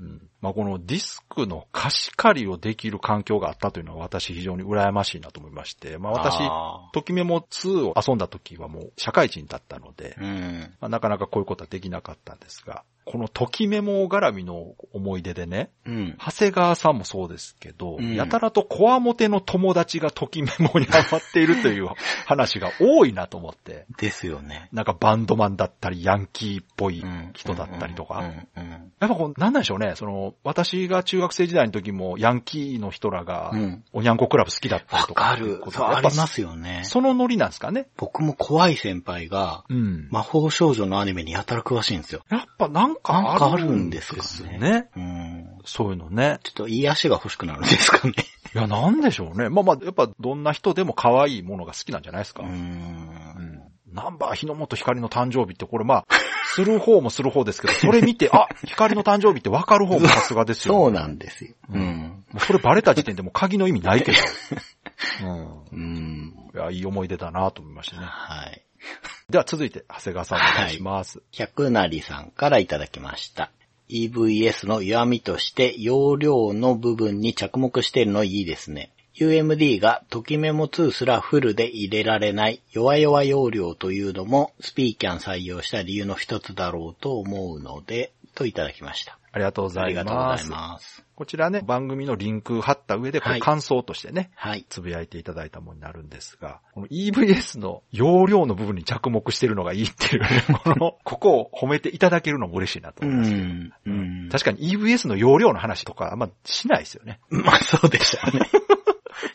Speaker 2: うんまあ、このディスクの貸し借りをできる環境があったというのは私非常に羨ましいなと思いまして、まあ私、
Speaker 3: あ
Speaker 2: ときメモ2を遊んだ時はもう社会人だったので
Speaker 3: ー、うん。
Speaker 2: まあ、なかなかこういうことはできなかったんですが、このときメモ絡みの思い出でね、
Speaker 3: うん。
Speaker 2: 長谷川さんもそうですけど、
Speaker 3: うん
Speaker 2: やたらとコアモテの友達がときメモにハマっているという話が多いなと思
Speaker 3: [laughs]
Speaker 2: って、
Speaker 3: ですよね。
Speaker 2: なんかバンドマンだったり、ヤンキーっぽい
Speaker 3: うん
Speaker 2: 人だったりとか、
Speaker 3: うんうん。
Speaker 2: やっぱこう、なんなんでしょうね。その、私が中学生時代の時も、ヤンキーの人らが
Speaker 3: う、ん。
Speaker 2: おにゃんこクラブ好きだった
Speaker 3: わ
Speaker 2: りとか。
Speaker 3: か
Speaker 2: いう
Speaker 3: る
Speaker 2: こ。と
Speaker 3: そう、
Speaker 2: でや
Speaker 3: あ
Speaker 2: っぱ
Speaker 3: りますよね。
Speaker 2: そのノリなんですかね。
Speaker 3: 僕も怖い先輩が、
Speaker 2: うん。
Speaker 3: 魔法少女のアニメにやたら詳しいんですよ。
Speaker 2: やっぱなん
Speaker 3: なんか
Speaker 2: か
Speaker 3: あ
Speaker 2: あ
Speaker 3: る
Speaker 2: る
Speaker 3: ん
Speaker 2: ん
Speaker 3: で
Speaker 2: ですす
Speaker 3: かね
Speaker 2: ね。
Speaker 3: うん。
Speaker 2: そういうのね。
Speaker 3: ちょっと癒しが欲しくなるんですかね。
Speaker 2: いや、なんでしょうね。まあまあ、やっぱどんな人でも可愛いものが好きなんじゃないです
Speaker 3: う
Speaker 2: か。
Speaker 3: ー。
Speaker 2: うんんナンバー日の本光の誕生日ってこれまあ、 [laughs] する方もする方ですけど、それ見て、あ、光の誕生日ってわかる方もさすがですよ。
Speaker 3: [laughs] そう
Speaker 2: も
Speaker 3: なんですよ。うん。
Speaker 2: うそれバレた時点でもう鍵の意味ないけど。う
Speaker 3: [laughs] うん。
Speaker 2: ん。いや、いい思い出だなと思いましたね。
Speaker 3: はい。
Speaker 2: では続いて、長谷川さんお願いします。
Speaker 3: 百成さんからいただきました。EVS の弱みとして容量の部分に着目しているのいいですね。UMD がときメモ2すらフルで入れられない弱々容量というのもスピーキャン採用した理由の一つだろうと思うので、といただきました。
Speaker 2: ありがとうご
Speaker 3: あ
Speaker 2: ざ
Speaker 3: り
Speaker 2: い
Speaker 3: がとうご
Speaker 2: ま
Speaker 3: ざい
Speaker 2: す。
Speaker 3: ます。
Speaker 2: こちらね、番組のリンク貼った上で、こ
Speaker 3: は
Speaker 2: れ
Speaker 3: い
Speaker 2: 感想としてね、
Speaker 3: はい。
Speaker 2: つぶやいていただいたものになるんですが、この EVS の容量の部分に着目してるのがいいっていう、この、ここを褒めていただけるのも嬉しいなと
Speaker 3: う
Speaker 2: 思います。
Speaker 3: ん。うん。
Speaker 2: 確かに EVS の容量の話とかあんましないですよね。
Speaker 3: まあそうでした [laughs] ね。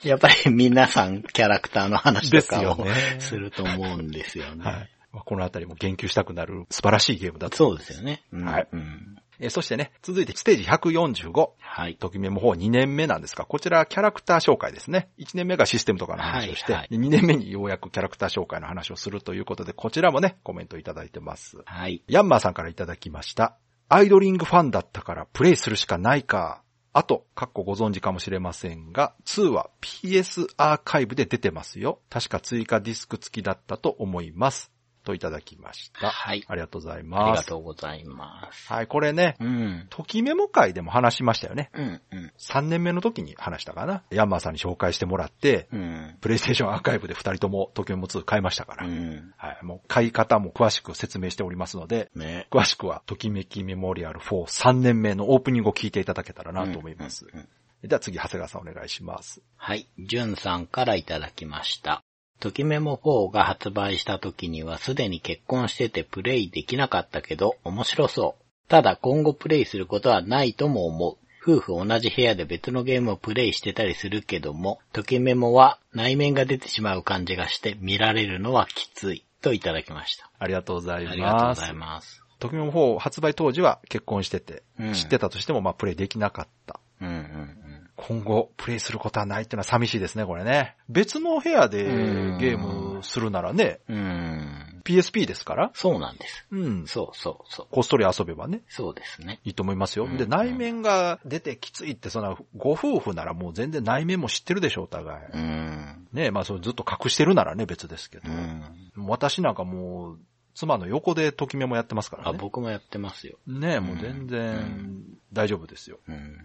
Speaker 3: やっぱり皆さんキャラクターの話とかを
Speaker 2: ですよね
Speaker 3: すると思うんですよね。
Speaker 2: はい。まあこのあたりも言及したくなる素晴らしいゲームだと。
Speaker 3: そうですよね。うん
Speaker 2: はい
Speaker 3: うん
Speaker 2: えーそしてね、続いてステージ145。
Speaker 3: はい。
Speaker 2: ときめも方2年目なんですが、こちらキャラクター紹介ですね。1年目がシステムとかの話をして、
Speaker 3: はいはい
Speaker 2: 2年目にようやくキャラクター紹介の話をするということで、こちらもね、コメントいただいてます。
Speaker 3: はい。
Speaker 2: ヤンマーさんからいただきました。アイドリングファンだったからプレイするしかないか。あと、かっこご存知かもしれませんが、2は PS アーカイブで出てますよ。確か追加ディスク付きだったと思います。といただきました。
Speaker 3: はい
Speaker 2: ありがとうござい
Speaker 3: あり
Speaker 2: ま
Speaker 3: が
Speaker 2: す。
Speaker 3: とうございます。
Speaker 2: はい、これね、
Speaker 3: うん。
Speaker 2: ときメモ会でも話しましたよね。
Speaker 3: うん、うん、
Speaker 2: 3年目の時に話したかな。ヤンマーさんに紹介してもらって、
Speaker 3: うん。
Speaker 2: プレイステーションアーカイブで2人とも時メモ2買いましたか
Speaker 3: う
Speaker 2: ら。
Speaker 3: ん。
Speaker 2: はい、もう買い方も詳しく説明しておりますので、
Speaker 3: ね。
Speaker 2: 詳しくは、ときめきメモリアル4、3年目のオープニングを聞いていただけたらなと思います。
Speaker 3: うんうんうん
Speaker 2: では次、長谷川さんお願いします。
Speaker 3: はい。じゅんさんからいただきました。ときメモ4が発売した時にはすでに結婚しててプレイできなかったけど面白そう。ただ今後プレイすることはないとも思う。夫婦同じ部屋で別のゲームをプレイしてたりするけども、ときメモは内面が出てしまう感じがして見られるのはきつい。といただきました。
Speaker 2: ありがとうござい
Speaker 3: ありがとう
Speaker 2: ま
Speaker 3: ご
Speaker 2: す
Speaker 3: ざい。ます。
Speaker 2: ときめも4発売当時は結婚してて、
Speaker 3: うん
Speaker 2: 知ってたとしても、まあ、プレイできなかった。
Speaker 3: うんうんうん。
Speaker 2: 今後、プレイすることはないっていうのは寂しいですね、これね。別の部屋で
Speaker 3: うん
Speaker 2: ゲームするならね、
Speaker 3: うーん。
Speaker 2: PSP ですから、
Speaker 3: そうなんです。
Speaker 2: うん。
Speaker 3: そうそうそう。
Speaker 2: こっそり遊べばね、
Speaker 3: そうですね。
Speaker 2: いいと思いますよ。
Speaker 3: うん
Speaker 2: で、内面が出てきついって、そんな、ご夫婦ならもう全然内面も知ってるでしょ、お互い。
Speaker 3: うーん。
Speaker 2: ねまあそれずっと隠してるならね、別ですけ
Speaker 3: う
Speaker 2: ど。
Speaker 3: ん。
Speaker 2: 私なんかもう、妻の横でときめもやってますから
Speaker 3: あ、
Speaker 2: ね。
Speaker 3: 僕もやってますよ。
Speaker 2: ねもう全
Speaker 3: う
Speaker 2: 然、大丈夫ですよ。
Speaker 3: うん。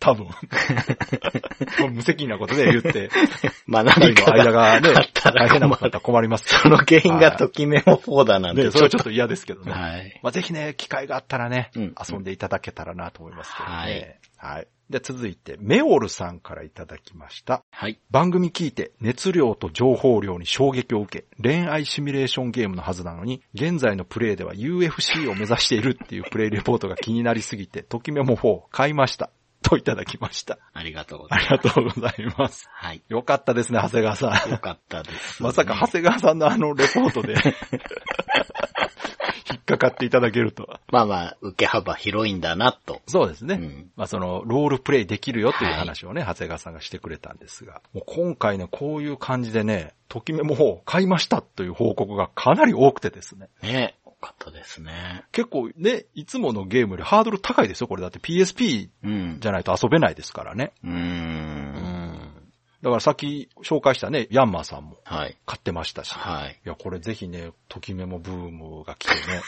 Speaker 2: 多
Speaker 3: [laughs]
Speaker 2: 分。もう無責任なことで言って、
Speaker 3: まあ
Speaker 2: 二
Speaker 3: 何
Speaker 2: 人
Speaker 3: か
Speaker 2: の [laughs] 間が
Speaker 3: [laughs]
Speaker 2: ね
Speaker 3: あった、ら
Speaker 2: 大変なことだ
Speaker 3: 困
Speaker 2: った
Speaker 3: る
Speaker 2: ら。困ります。
Speaker 3: その原因が
Speaker 2: は
Speaker 3: ときめも4だないん
Speaker 2: ね
Speaker 3: て、
Speaker 2: それはちょっと嫌ですけどね。
Speaker 3: はい。
Speaker 2: まあ、ぜひね、機会があったらね、
Speaker 3: うん
Speaker 2: 遊んでいただけたらなと思いますけどね。はい。で、続いて、メオルさんからいただきました。
Speaker 3: はい。
Speaker 2: 番組聞いて熱量と情報量に衝撃を受け、恋愛シミュレーションゲームのはずなのに、現在のプレイでは UFC を目指しているっていうプレイレポートが気になりすぎて、ときメモ4買いました。といただきました。
Speaker 3: ありがとうござ
Speaker 2: あ
Speaker 3: い
Speaker 2: り
Speaker 3: ます。
Speaker 2: がとうございます。
Speaker 3: はい。
Speaker 2: よかったですね、長谷川さん。
Speaker 3: よかったです、
Speaker 2: まさか長。谷川さんのあのレポートで、 [laughs] 引っかかっていただけるとは。
Speaker 3: まあまあ、受け幅広いんだなと。
Speaker 2: そうですね。
Speaker 3: うん
Speaker 2: まあその、ロールプレイできるよという話をね、長谷川さんがしてくれたんですが、もう今回ね、こういう感じでね、ときめもを買いましたという報告がかなり多くてですね。
Speaker 3: ね。よかったですね。
Speaker 2: 結構ね、いつものゲームよりハードル高いですよ、これだって PSP
Speaker 3: うん。
Speaker 2: じゃないと遊べないですからね。
Speaker 3: うーん。
Speaker 2: だからさっき紹介したね、ヤンマーさんも
Speaker 3: はい。
Speaker 2: 買ってましたし。
Speaker 3: はい。
Speaker 2: いや、これぜひね、ときめもブームが来て
Speaker 3: [laughs]
Speaker 2: ね、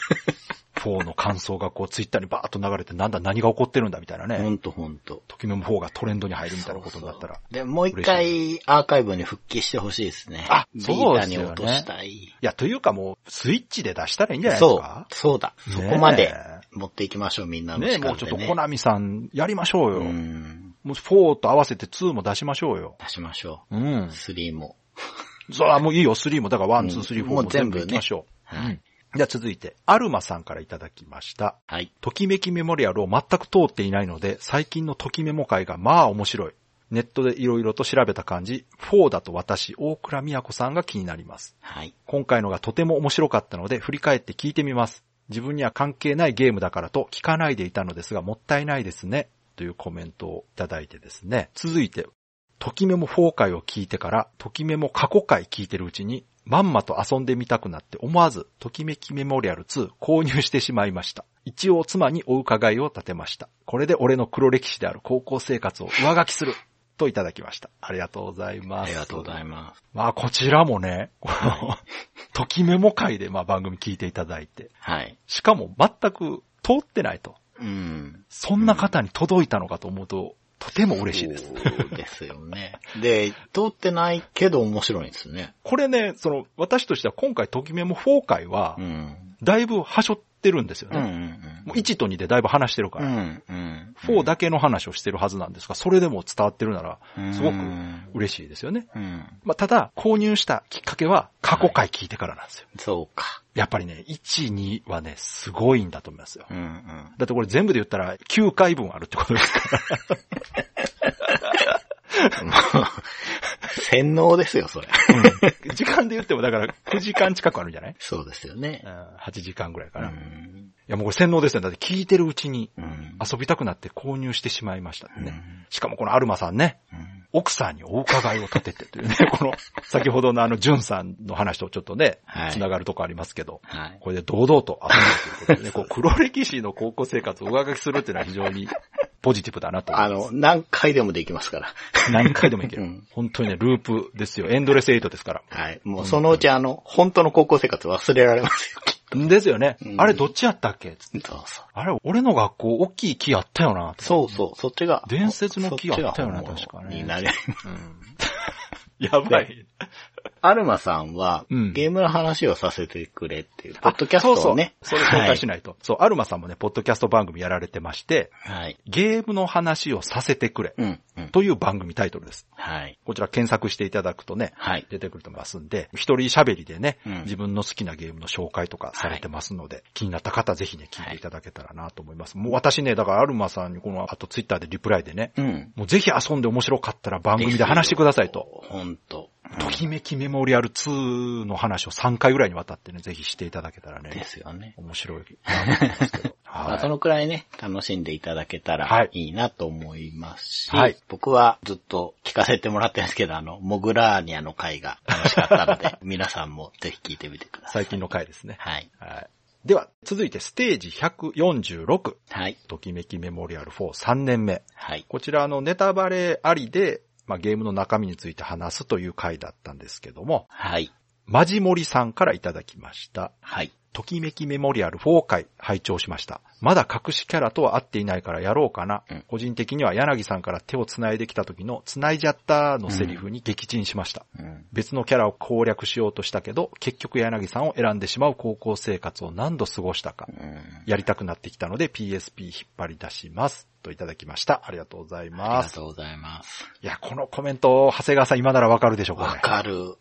Speaker 2: 4の感想がこうツイッターにバーッと流れて、なんだ何が起こってるんだみたいなね。
Speaker 3: ほんとほんと。
Speaker 2: ときめも4がトレンドに入るみたいなことになったら。
Speaker 3: そうそうで、もう一回アーカイブに復帰してほしいですね。
Speaker 2: あ
Speaker 3: ビ
Speaker 2: そ
Speaker 3: ー
Speaker 2: う
Speaker 3: タ
Speaker 2: です
Speaker 3: に
Speaker 2: よね
Speaker 3: 落としたい。
Speaker 2: いや、というかもう、スイッチで出したらいいんじゃないです
Speaker 3: そう
Speaker 2: か。
Speaker 3: そうだ。
Speaker 2: ねえ
Speaker 3: そこまで持っていきましょう、みんなの
Speaker 2: ね
Speaker 3: 力
Speaker 2: え、
Speaker 3: で、ね。
Speaker 2: もうちょっとコナミさんやりましょうよ。
Speaker 3: うん。
Speaker 2: もう4と合わせて2も出しましょうよ。
Speaker 3: 出しましょ
Speaker 2: うん
Speaker 3: う。。3も。
Speaker 2: そらもういいよ、3も。だから
Speaker 3: う
Speaker 2: 1、
Speaker 3: ん
Speaker 2: 2、3、4
Speaker 3: も
Speaker 2: も
Speaker 3: う全
Speaker 2: 全部
Speaker 3: 部ね
Speaker 2: 行きましょう。
Speaker 3: は
Speaker 2: う
Speaker 3: い
Speaker 2: んじゃあ続いて、アルマさんからいただきました。
Speaker 3: はい。
Speaker 2: ときめきメモリアルを全く通っていないので、最近のときメモ会がまあ面白い。ネットでいろいろと調べた感じ、4だと私、大倉美也子さんが気になります。
Speaker 3: はい。
Speaker 2: 今回のがとても面白かったので振り返って聞いてみます。自分には関係ないゲームだからと聞かないでいたのですが、もったいないですね。というコメントをいただいてですね。続いて、ときメモ4回を聞いてから、ときメモ過去回聞いてるうちに、まんまと遊んでみたくなって思わず、ときめきメモリアル2購入してしまいました。一応妻にお伺いを立てました。これで俺の黒歴史である高校生活を上書きする。といただきました。ありがとうございます。
Speaker 3: ありがとうございます。
Speaker 2: まあ、こちらもね、 [laughs] この、ときメモ会で、まあ、番組聞いていただいて、
Speaker 3: はい。
Speaker 2: しかも全く通ってないと。
Speaker 3: うん。
Speaker 2: そんな方に届いたのかと思うと、とても嬉しいです。
Speaker 3: そうですよね。で、通ってないけど面白いんですね。
Speaker 2: これね、その、私としては今回ときメモ4回は
Speaker 3: う、ん。
Speaker 2: だいぶ端折ってるんですよ
Speaker 3: うんう
Speaker 2: ね。
Speaker 3: ん
Speaker 2: もう1と2でだいぶ話してるか
Speaker 3: うん。う
Speaker 2: ら、
Speaker 3: んうん。
Speaker 2: 4だけの話をしてるはずなんですが、それでも伝わってるなら
Speaker 3: うん
Speaker 2: すごく
Speaker 3: うん。
Speaker 2: 嬉しいですよね。まあ、ただ、購入したきっかけは過去回聞いてからなんですよ。
Speaker 3: そうか。
Speaker 2: やっぱりね、1、2はね、すごいんだと思いますよ。
Speaker 3: うんうん。 [laughs]
Speaker 2: だってこれ全部で言ったら9回分あるってことですから。
Speaker 3: 洗脳ですよ、それ。
Speaker 2: [laughs] 時間で言ってもだから9時間近くあるんじゃない
Speaker 3: そうですよ
Speaker 2: う
Speaker 3: ね。
Speaker 2: ん ?8 時間ぐらいか
Speaker 3: う
Speaker 2: な。い
Speaker 3: ん。
Speaker 2: やもうこれ洗脳ですよ。だって聞いてるうちに
Speaker 3: うん。
Speaker 2: 遊びたくなって購入してしまいました
Speaker 3: うん
Speaker 2: ね。しかもこのアルマさんね、
Speaker 3: うん
Speaker 2: 奥さんにお伺いを立てて
Speaker 3: [laughs]
Speaker 2: というね、この先ほどのあのジュンさんの話とちょっとね、
Speaker 3: はい
Speaker 2: つながるとこありますけど、
Speaker 3: はい。
Speaker 2: これで堂々と遊ぶ
Speaker 3: [laughs]
Speaker 2: ということでね、こう黒歴史の高校生活を上書きするっていうのは非常にポジティブだなと思い
Speaker 3: あ
Speaker 2: ます。
Speaker 3: の、何回でもできますから。
Speaker 2: 何回でもいける。
Speaker 3: うん
Speaker 2: 本当にね、ループですよ。エンドレスエイトですから。
Speaker 3: はい。もうそのうちあの、本当の高校生活忘れられますよ、きっ
Speaker 2: ですよね。
Speaker 3: うん
Speaker 2: あれどっちやったっけつって
Speaker 3: と。そうそう。
Speaker 2: あれ、俺の学校大きい木あったよな。
Speaker 3: そうそう、そっちが。
Speaker 2: 伝説の木
Speaker 3: そちが
Speaker 2: あったよな
Speaker 3: 本物
Speaker 2: 確かね
Speaker 3: になり、
Speaker 2: [laughs] やばい。
Speaker 3: アルマさんは、
Speaker 2: うん
Speaker 3: ゲームの話をさせてくれっていう、ポ
Speaker 2: あ
Speaker 3: ッドキャストをね。
Speaker 2: そうそうそれ紹介し
Speaker 3: ない。
Speaker 2: ないと。そう、アルマさんもね、ポッドキャスト番組やられてまして、
Speaker 3: はい。
Speaker 2: ゲームの話をさせてくれ。
Speaker 3: うん、うん。
Speaker 2: という番組タイトルです。
Speaker 3: はい。
Speaker 2: こちら検索していただくとね、
Speaker 3: はい。
Speaker 2: 出てくると思いますんで、一人喋りでね、
Speaker 3: うん
Speaker 2: 自分の好きなゲームの紹介とかされてますので、気になった方ぜひね、聞いていただけたらなと思います。もう私ね、だからアルマさんにこの後ツイッターでリプライでね、
Speaker 3: うん。
Speaker 2: もうぜひ遊んで面白かったら番組で話してくださいと。
Speaker 3: 本当
Speaker 2: ときめきメモリアル2の話を3回ぐらいにわたってね、ぜひしていただけたら
Speaker 3: で
Speaker 2: ね、
Speaker 3: すよね。
Speaker 2: 面白いなと思います
Speaker 3: [laughs]
Speaker 2: けど。
Speaker 3: まあそ
Speaker 2: は
Speaker 3: のくらいね、楽しんでいただけた
Speaker 2: は
Speaker 3: ら
Speaker 2: い
Speaker 3: いいなと思いますし、
Speaker 2: はい
Speaker 3: 僕はずっと聞かせてもらってるんですけど、あの、モグラーニャの回が楽しかったの
Speaker 2: [laughs]
Speaker 3: で、皆さんもぜひ聞いてみて
Speaker 2: い。
Speaker 3: ください。
Speaker 2: 最近の回ですね。
Speaker 3: はい。
Speaker 2: はい。では、続いてステージ146、
Speaker 3: はい。
Speaker 2: ときめきメモリアル4、3年目。
Speaker 3: はい。
Speaker 2: こちらあのネタバレありで、まあ、ゲームの中身について話すという回だったんですけども、
Speaker 3: はい。
Speaker 2: マジモリさんからいただきました。
Speaker 3: はい。
Speaker 2: ときめきメモリアル4回拝聴しました。まだ隠しキャラとは合っていないからやろうかな。
Speaker 3: うん
Speaker 2: 個人的には柳さんから手を繋いできた時の繋いじゃったのセリフに撃沈しました。
Speaker 3: うん。
Speaker 2: 別のキャラを攻略しようとしたけど、結局柳さんを選んでしまう高校生活を何度過ごしたか。
Speaker 3: うん
Speaker 2: やりたくなってきたので PSP 引っ張り出します。といただきました。ありがとうござい
Speaker 3: あり
Speaker 2: ま
Speaker 3: が
Speaker 2: す。
Speaker 3: とうございます。
Speaker 2: いや、このコメント、長谷川さん今ならわかるでしょうこれ
Speaker 3: わかる。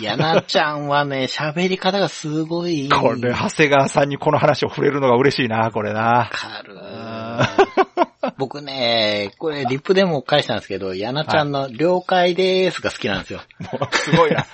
Speaker 3: やなちゃんはね、喋り方がすごいいい。
Speaker 2: これ、
Speaker 3: わ
Speaker 2: 長谷川さんにこの話を触れるのが嬉しいな、これな。
Speaker 3: かる。僕ね、これリップでも返したんですけど、やなちゃんの了解ですが好きなんですよ。
Speaker 2: もうすごいな。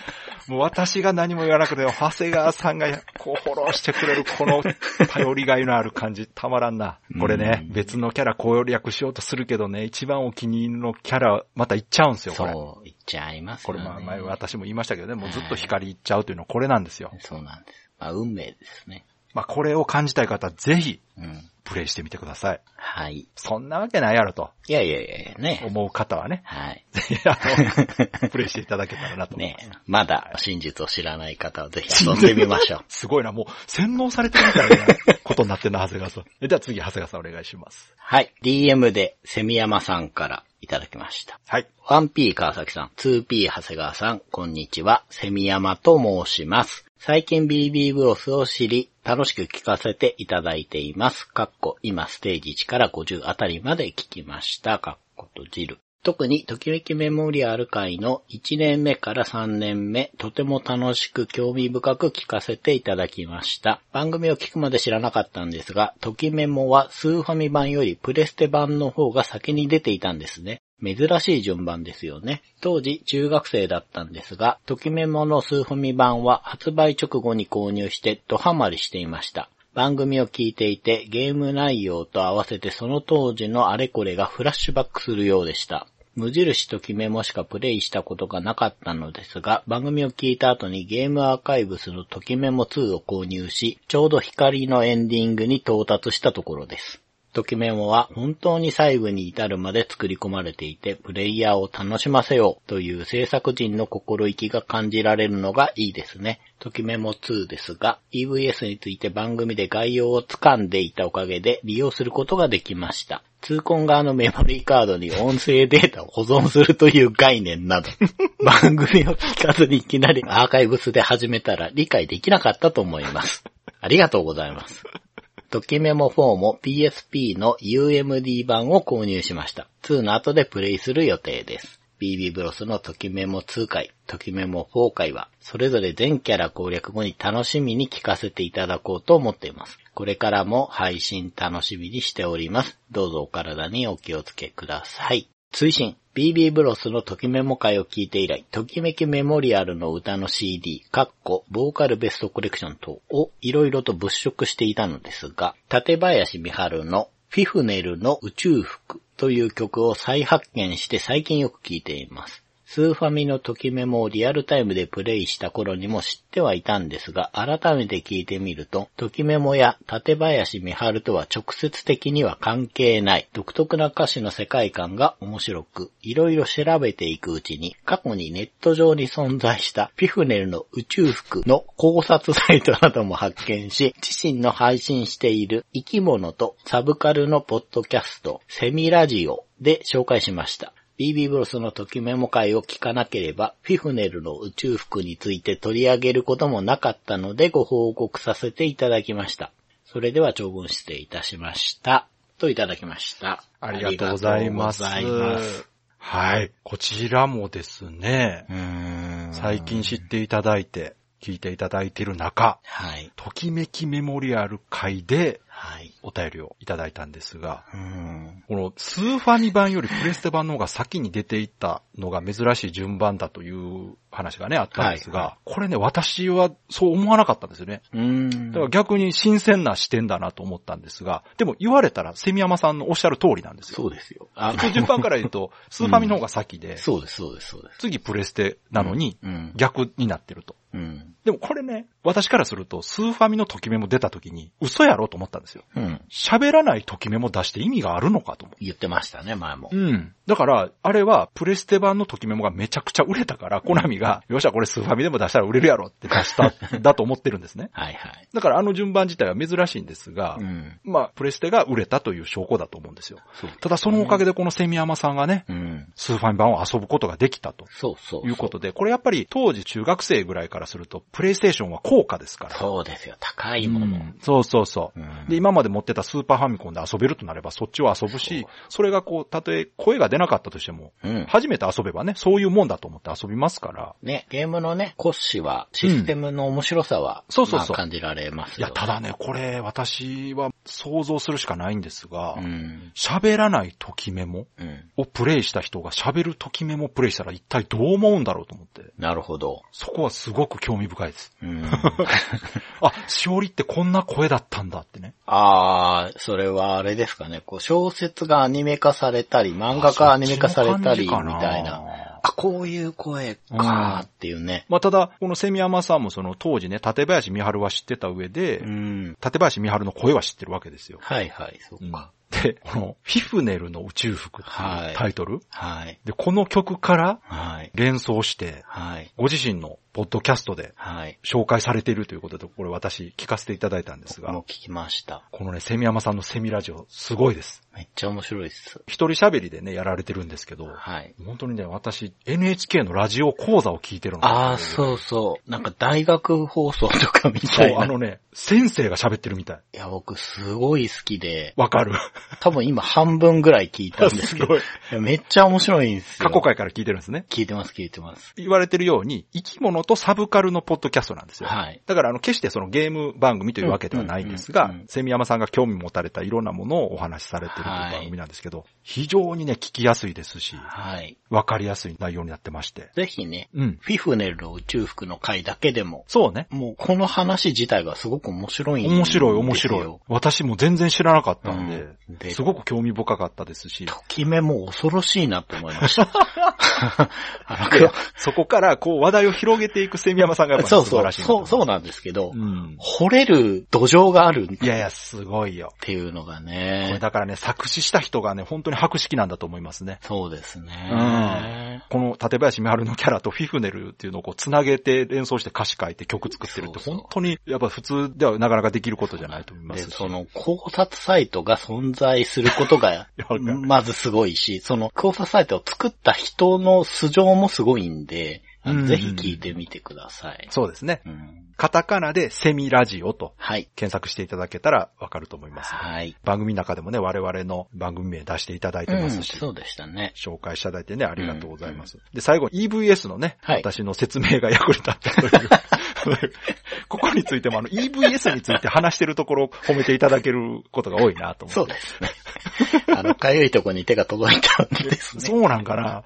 Speaker 2: もう私が何も言わなくても、長谷川さんがこうフォローしてくれるこの頼りがいのある感じ、たまらんな。これね、
Speaker 3: うん
Speaker 2: 別のキャラ攻略しようとするけどね、一番お気に入りのキャラ、また行っちゃうんですよ、これ。
Speaker 3: そう、言っちゃいます
Speaker 2: こ
Speaker 3: よ
Speaker 2: れ
Speaker 3: ね。
Speaker 2: まあ前私も言いましたけどね、もうずっと光行っちゃうというのはこれなんですよ。
Speaker 3: そうなんです。まあ、運命ですね。
Speaker 2: まあこれを感じたい方はぜひ
Speaker 3: うん。
Speaker 2: プレイしてみてください。
Speaker 3: はい。
Speaker 2: そんなわけないやろと
Speaker 3: いやいやいや、ね。
Speaker 2: 思う方はね、 [laughs]
Speaker 3: はい。
Speaker 2: あ
Speaker 3: [laughs]
Speaker 2: のプレイしていただけたらなと思い
Speaker 3: ね
Speaker 2: ます。
Speaker 3: まだ真実を知らない方はぜ [laughs] ひ遊んでみましょう。
Speaker 2: [laughs] すごいな、もう洗脳されてるみたいなことになってんな、長谷川
Speaker 3: [laughs]
Speaker 2: さん。えじゃあ次、長谷川さんお願いします。
Speaker 3: はい。DM で、セミヤマさんからいただきました。
Speaker 2: はい。
Speaker 3: 1P 川崎さん、2P 長谷川さん、こんにちは、セミヤマと申します。最近 BB ブロスを知り、楽しく聞かせていただいています。かっこ、今ステージ1から50あたりまで聞きました。かっことじる。特に、ときめきメモリアル会の1年目から3年目、とても楽しく興味深く聞かせていただきました。番組を聞くまで知らなかったんですが、ときメモはスーファミ版よりプレステ版の方が先に出ていたんですね。珍しい順番ですよね。当時中学生だったんですが、ときメモのスーファミ版は発売直後に購入してドハマりしていました。番組を聞いていて、ゲーム内容と合わせてその当時のあれこれがフラッシュバックするようでした。無印とキメモしかプレイしたことがなかったのですが、番組を聞いた後にゲームアーカイブスのときメモ2を購入し、ちょうど光のエンディングに到達したところです。ときメモは本当に細部に至るまで作り込まれていて、プレイヤーを楽しませようという制作人の心意気が感じられるのがいいですね。ときメモ2ですが、EVS について番組で概要を掴んでいたおかげで利用することができました。痛恨側のメモリーカードに音声データを保存するという概念など、番組を聞かずにいきなりアーカイブスで始めたら理解できなかったと思います。ありがとうございます。ときメモ4も PSP の UMD 版を購入しました。2の後でプレイする予定です。BB ブロスのときメモ2回、ときメモ4回は、それぞれ全キャラ攻略後に楽しみに聞かせていただこうと思っています。これからも配信楽しみにしております。どうぞお体にお気をつけください。追伸 BB ブロスのときメモ会を聞いて以来、ときめきメモリアルの歌の CD、カッコ、ボーカルベストコレクション等をいろいろと物色していたのですが、立林美春のフィフネルの宇宙服という曲を再発見して最近よく聞いています。スーファミのときメモをリアルタイムでプレイした頃にも知ってはいたんですが、改めて聞いてみると、ときメモや立林美春とは直接的には関係ない、独特な歌詞の世界観が面白く、いろいろ調べていくうちに、過去にネット上に存在したピフネルの宇宙服の考察サイトなども発見し、自身の配信している生き物とサブカルのポッドキャスト、セミラジオで紹介しました。BB ブロスのときメモ会を聞かなければ、フィフネルの宇宙服について取り上げることもなかったのでご報告させていただきました。それでは長文失礼いたしました。といただきました。
Speaker 2: ありがとうございます。
Speaker 3: ありがとうございます
Speaker 2: はい。こちらもですね、
Speaker 3: うーん
Speaker 2: 最近知っていただいて、聞いていただいている中、
Speaker 3: はい。
Speaker 2: ときめきメモリアル会で
Speaker 3: はい。
Speaker 2: お便りをいただいたんですが、
Speaker 3: うーん。
Speaker 2: このスーファミ版よりプレステ版の方が先に出ていったのが珍しい順番だという話がね、あったんですが、
Speaker 3: はい
Speaker 2: これね、私はそう思わなかったんですよね。
Speaker 3: うーん。
Speaker 2: だから逆に新鮮な視点だなと思ったんですが、でも言われたら、セミヤマさんのおっしゃる通りなんですよ。
Speaker 3: そうですよ。あ
Speaker 2: 一応順番から言う
Speaker 3: [laughs]
Speaker 2: と、スーファミの方が先で、
Speaker 3: そうです、そうです、そうです。
Speaker 2: 次プレステなのに
Speaker 3: うん。
Speaker 2: 逆になってると。
Speaker 3: うん。
Speaker 2: でもこれね、私からすると、スーファミのときメモ出た時に、嘘やろと思ったんですよ。
Speaker 3: うん。
Speaker 2: 喋らないときメモ出して意味があるのかと思
Speaker 3: 言ってましたね、前も
Speaker 2: う。。うん。だから、あれは、プレステ版のときメモがめちゃくちゃ売れたから、コナミが、よっしゃ、これスーファミでも出したら売れるやろって出
Speaker 3: [laughs]
Speaker 2: した、だと思ってるんですね。
Speaker 3: はいはい。
Speaker 2: だから、あの順番自体は珍しいんですが
Speaker 3: う、ん。
Speaker 2: まあ、プレステが売れたという証拠だと思うんですよ。
Speaker 3: そう。
Speaker 2: ただ、そのおかげでこのセミヤマさんがね、
Speaker 3: うん。
Speaker 2: スーファミ版を遊ぶことができたと。
Speaker 3: そうそうそう。
Speaker 2: いうことで、これやっぱり当時中学生ぐらいからすると、プレイステーションは高価ですから。
Speaker 3: そうですよ、高いもの。
Speaker 2: そうそうそう。
Speaker 3: うん
Speaker 2: で、今まで持ってたスーパーファミコンで遊べるとなれば、そっちを遊ぶし、それがこう、たとえ声が出なかったとしても、
Speaker 3: うん。
Speaker 2: 初めて遊べばね、そういうもんだと思って遊びますから。
Speaker 3: ね、ゲームのね、骨子は、システムの面白さは、
Speaker 2: そうそうそう
Speaker 3: まあ感じられます
Speaker 2: い
Speaker 3: よ、
Speaker 2: や、ただね、これ、私は想像するしかないんですが
Speaker 3: う、ん。
Speaker 2: 喋、らないときメモ
Speaker 3: うん。
Speaker 2: をプレイした人が喋るときメモをプレイしたら一体どう思うんだろうと思って、
Speaker 3: なるほど。
Speaker 2: そこはすごく興味深いです。 [laughs]
Speaker 3: うん。
Speaker 2: あ、しおりってこんな声だったんだってね。
Speaker 3: あー、それはあれですかね。こう、小説がアニメ化されたり、漫画がアニメ化されたり、み
Speaker 2: あそっちの感じ
Speaker 3: たい
Speaker 2: か
Speaker 3: な。あ、こういう声かーっていうね。
Speaker 2: まあ、ただ、このセミヤマさんもその当時ね、立林美春は知ってた上で、
Speaker 3: うん。
Speaker 2: 立林美春の声は知ってるわけですよ。
Speaker 3: はいはい、そうか。
Speaker 2: で、この、フィフネルの宇宙服って
Speaker 3: はい
Speaker 2: いうタイトル、
Speaker 3: はい。
Speaker 2: で、この曲から
Speaker 3: はい。
Speaker 2: 連想して、
Speaker 3: はい。
Speaker 2: ご自身のポッドキャストで
Speaker 3: はい。
Speaker 2: 紹介されているということで、これ私聞かせていただいたんです
Speaker 3: 僕も
Speaker 2: が
Speaker 3: う、聞きました。
Speaker 2: このね、セミヤマさんのセミラジオ、すごいです。
Speaker 3: めっちゃ面白いです。
Speaker 2: 一人喋りでね、やられてるんですけど、
Speaker 3: はい。
Speaker 2: 本当にね、私、NHK のラジオ講座を聞いてるの
Speaker 3: ああ、
Speaker 2: う。
Speaker 3: そうそう。なんか大学放送とかみ
Speaker 2: そ
Speaker 3: た
Speaker 2: う
Speaker 3: い、な。
Speaker 2: あのね、先生が喋ってるみたい。
Speaker 3: いや、僕すごい好きで、
Speaker 2: わかる。
Speaker 3: 多分今半分ぐらい聞いたん
Speaker 2: [laughs]
Speaker 3: [laughs] ですけど、
Speaker 2: ごい。
Speaker 3: いやめっちゃ面白いんですよ。
Speaker 2: 過去回から聞いてるんですね。
Speaker 3: 聞いてます、聞いてます。
Speaker 2: 言われてるように、生き物とサブカルのポッドキャストなんですよ。
Speaker 3: はい。
Speaker 2: だから、あの、決してそのゲーム番組というわけではないんです
Speaker 3: うんう
Speaker 2: が
Speaker 3: んうんう、ん
Speaker 2: セミヤマさんが興味持たれたいろんなものをお話しされてるという番組なんですけど、非常にね、聞きやすいですし、
Speaker 3: はい。
Speaker 2: わかりやすい内容になってまして。
Speaker 3: ぜひね、
Speaker 2: うん。
Speaker 3: フィフネルの宇宙服の回だけでも、
Speaker 2: そうね。
Speaker 3: もうこの話自体がすごく面白いんですよ。
Speaker 2: 面白い、面白い。私も全然知らなかったんで、
Speaker 3: うんです
Speaker 2: ごく興味深かったですし、
Speaker 3: ときめも恐ろしいなと思いま
Speaker 2: [laughs]
Speaker 3: した。あ
Speaker 2: いやそこからこう話題を広げていくセミヤマさんがやっ
Speaker 3: の
Speaker 2: ぱ
Speaker 3: そ
Speaker 2: り
Speaker 3: う
Speaker 2: 素
Speaker 3: そ
Speaker 2: 晴ら
Speaker 3: う、
Speaker 2: しい
Speaker 3: そう、そう
Speaker 2: な
Speaker 3: なんですけど
Speaker 2: と、思う。うん。
Speaker 3: 惚れる土壌があるっ
Speaker 2: いやいや、すごいよ。
Speaker 3: ていうのが
Speaker 2: これ
Speaker 3: ね、
Speaker 2: だからね、作詞した人がね、本当に博識なんだと思いますね。
Speaker 3: そうですね。
Speaker 2: うんこの立林美春のキャラとフィフネルっていうのをこう繋げて連想して歌詞書いて曲作ってるって
Speaker 3: そうそう
Speaker 2: 本当にやっぱ普通ではなかなかできることじゃないと思いま
Speaker 3: で、
Speaker 2: すし。
Speaker 3: その考察サイトが存在することが
Speaker 2: いやわかる、
Speaker 3: まずすごいし、その考察サイトを作った人の素性もすごいんで、あ
Speaker 2: う
Speaker 3: の
Speaker 2: ん
Speaker 3: ぜひ聞いてみてください。
Speaker 2: そうですね。
Speaker 3: うん
Speaker 2: カタカナでセミラジオと
Speaker 3: はい。
Speaker 2: 検索していただけたらわかると思います。
Speaker 3: はい。
Speaker 2: 番組の中でもね、我々の番組名出していただいて
Speaker 3: う
Speaker 2: ま
Speaker 3: ん
Speaker 2: すし。
Speaker 3: そうでしたね。
Speaker 2: 紹介していただいてね、ありがとうございます。で、最後に EVS のね、
Speaker 3: はい
Speaker 2: 私の説明が役に立ったという。 [laughs] ここについてもあの EVS について話してるところを褒めていただけることが多いなと思って。
Speaker 3: そうですね。 [laughs] あの、かゆいとこに手が届いたんです [laughs] ね。
Speaker 2: そうなんかな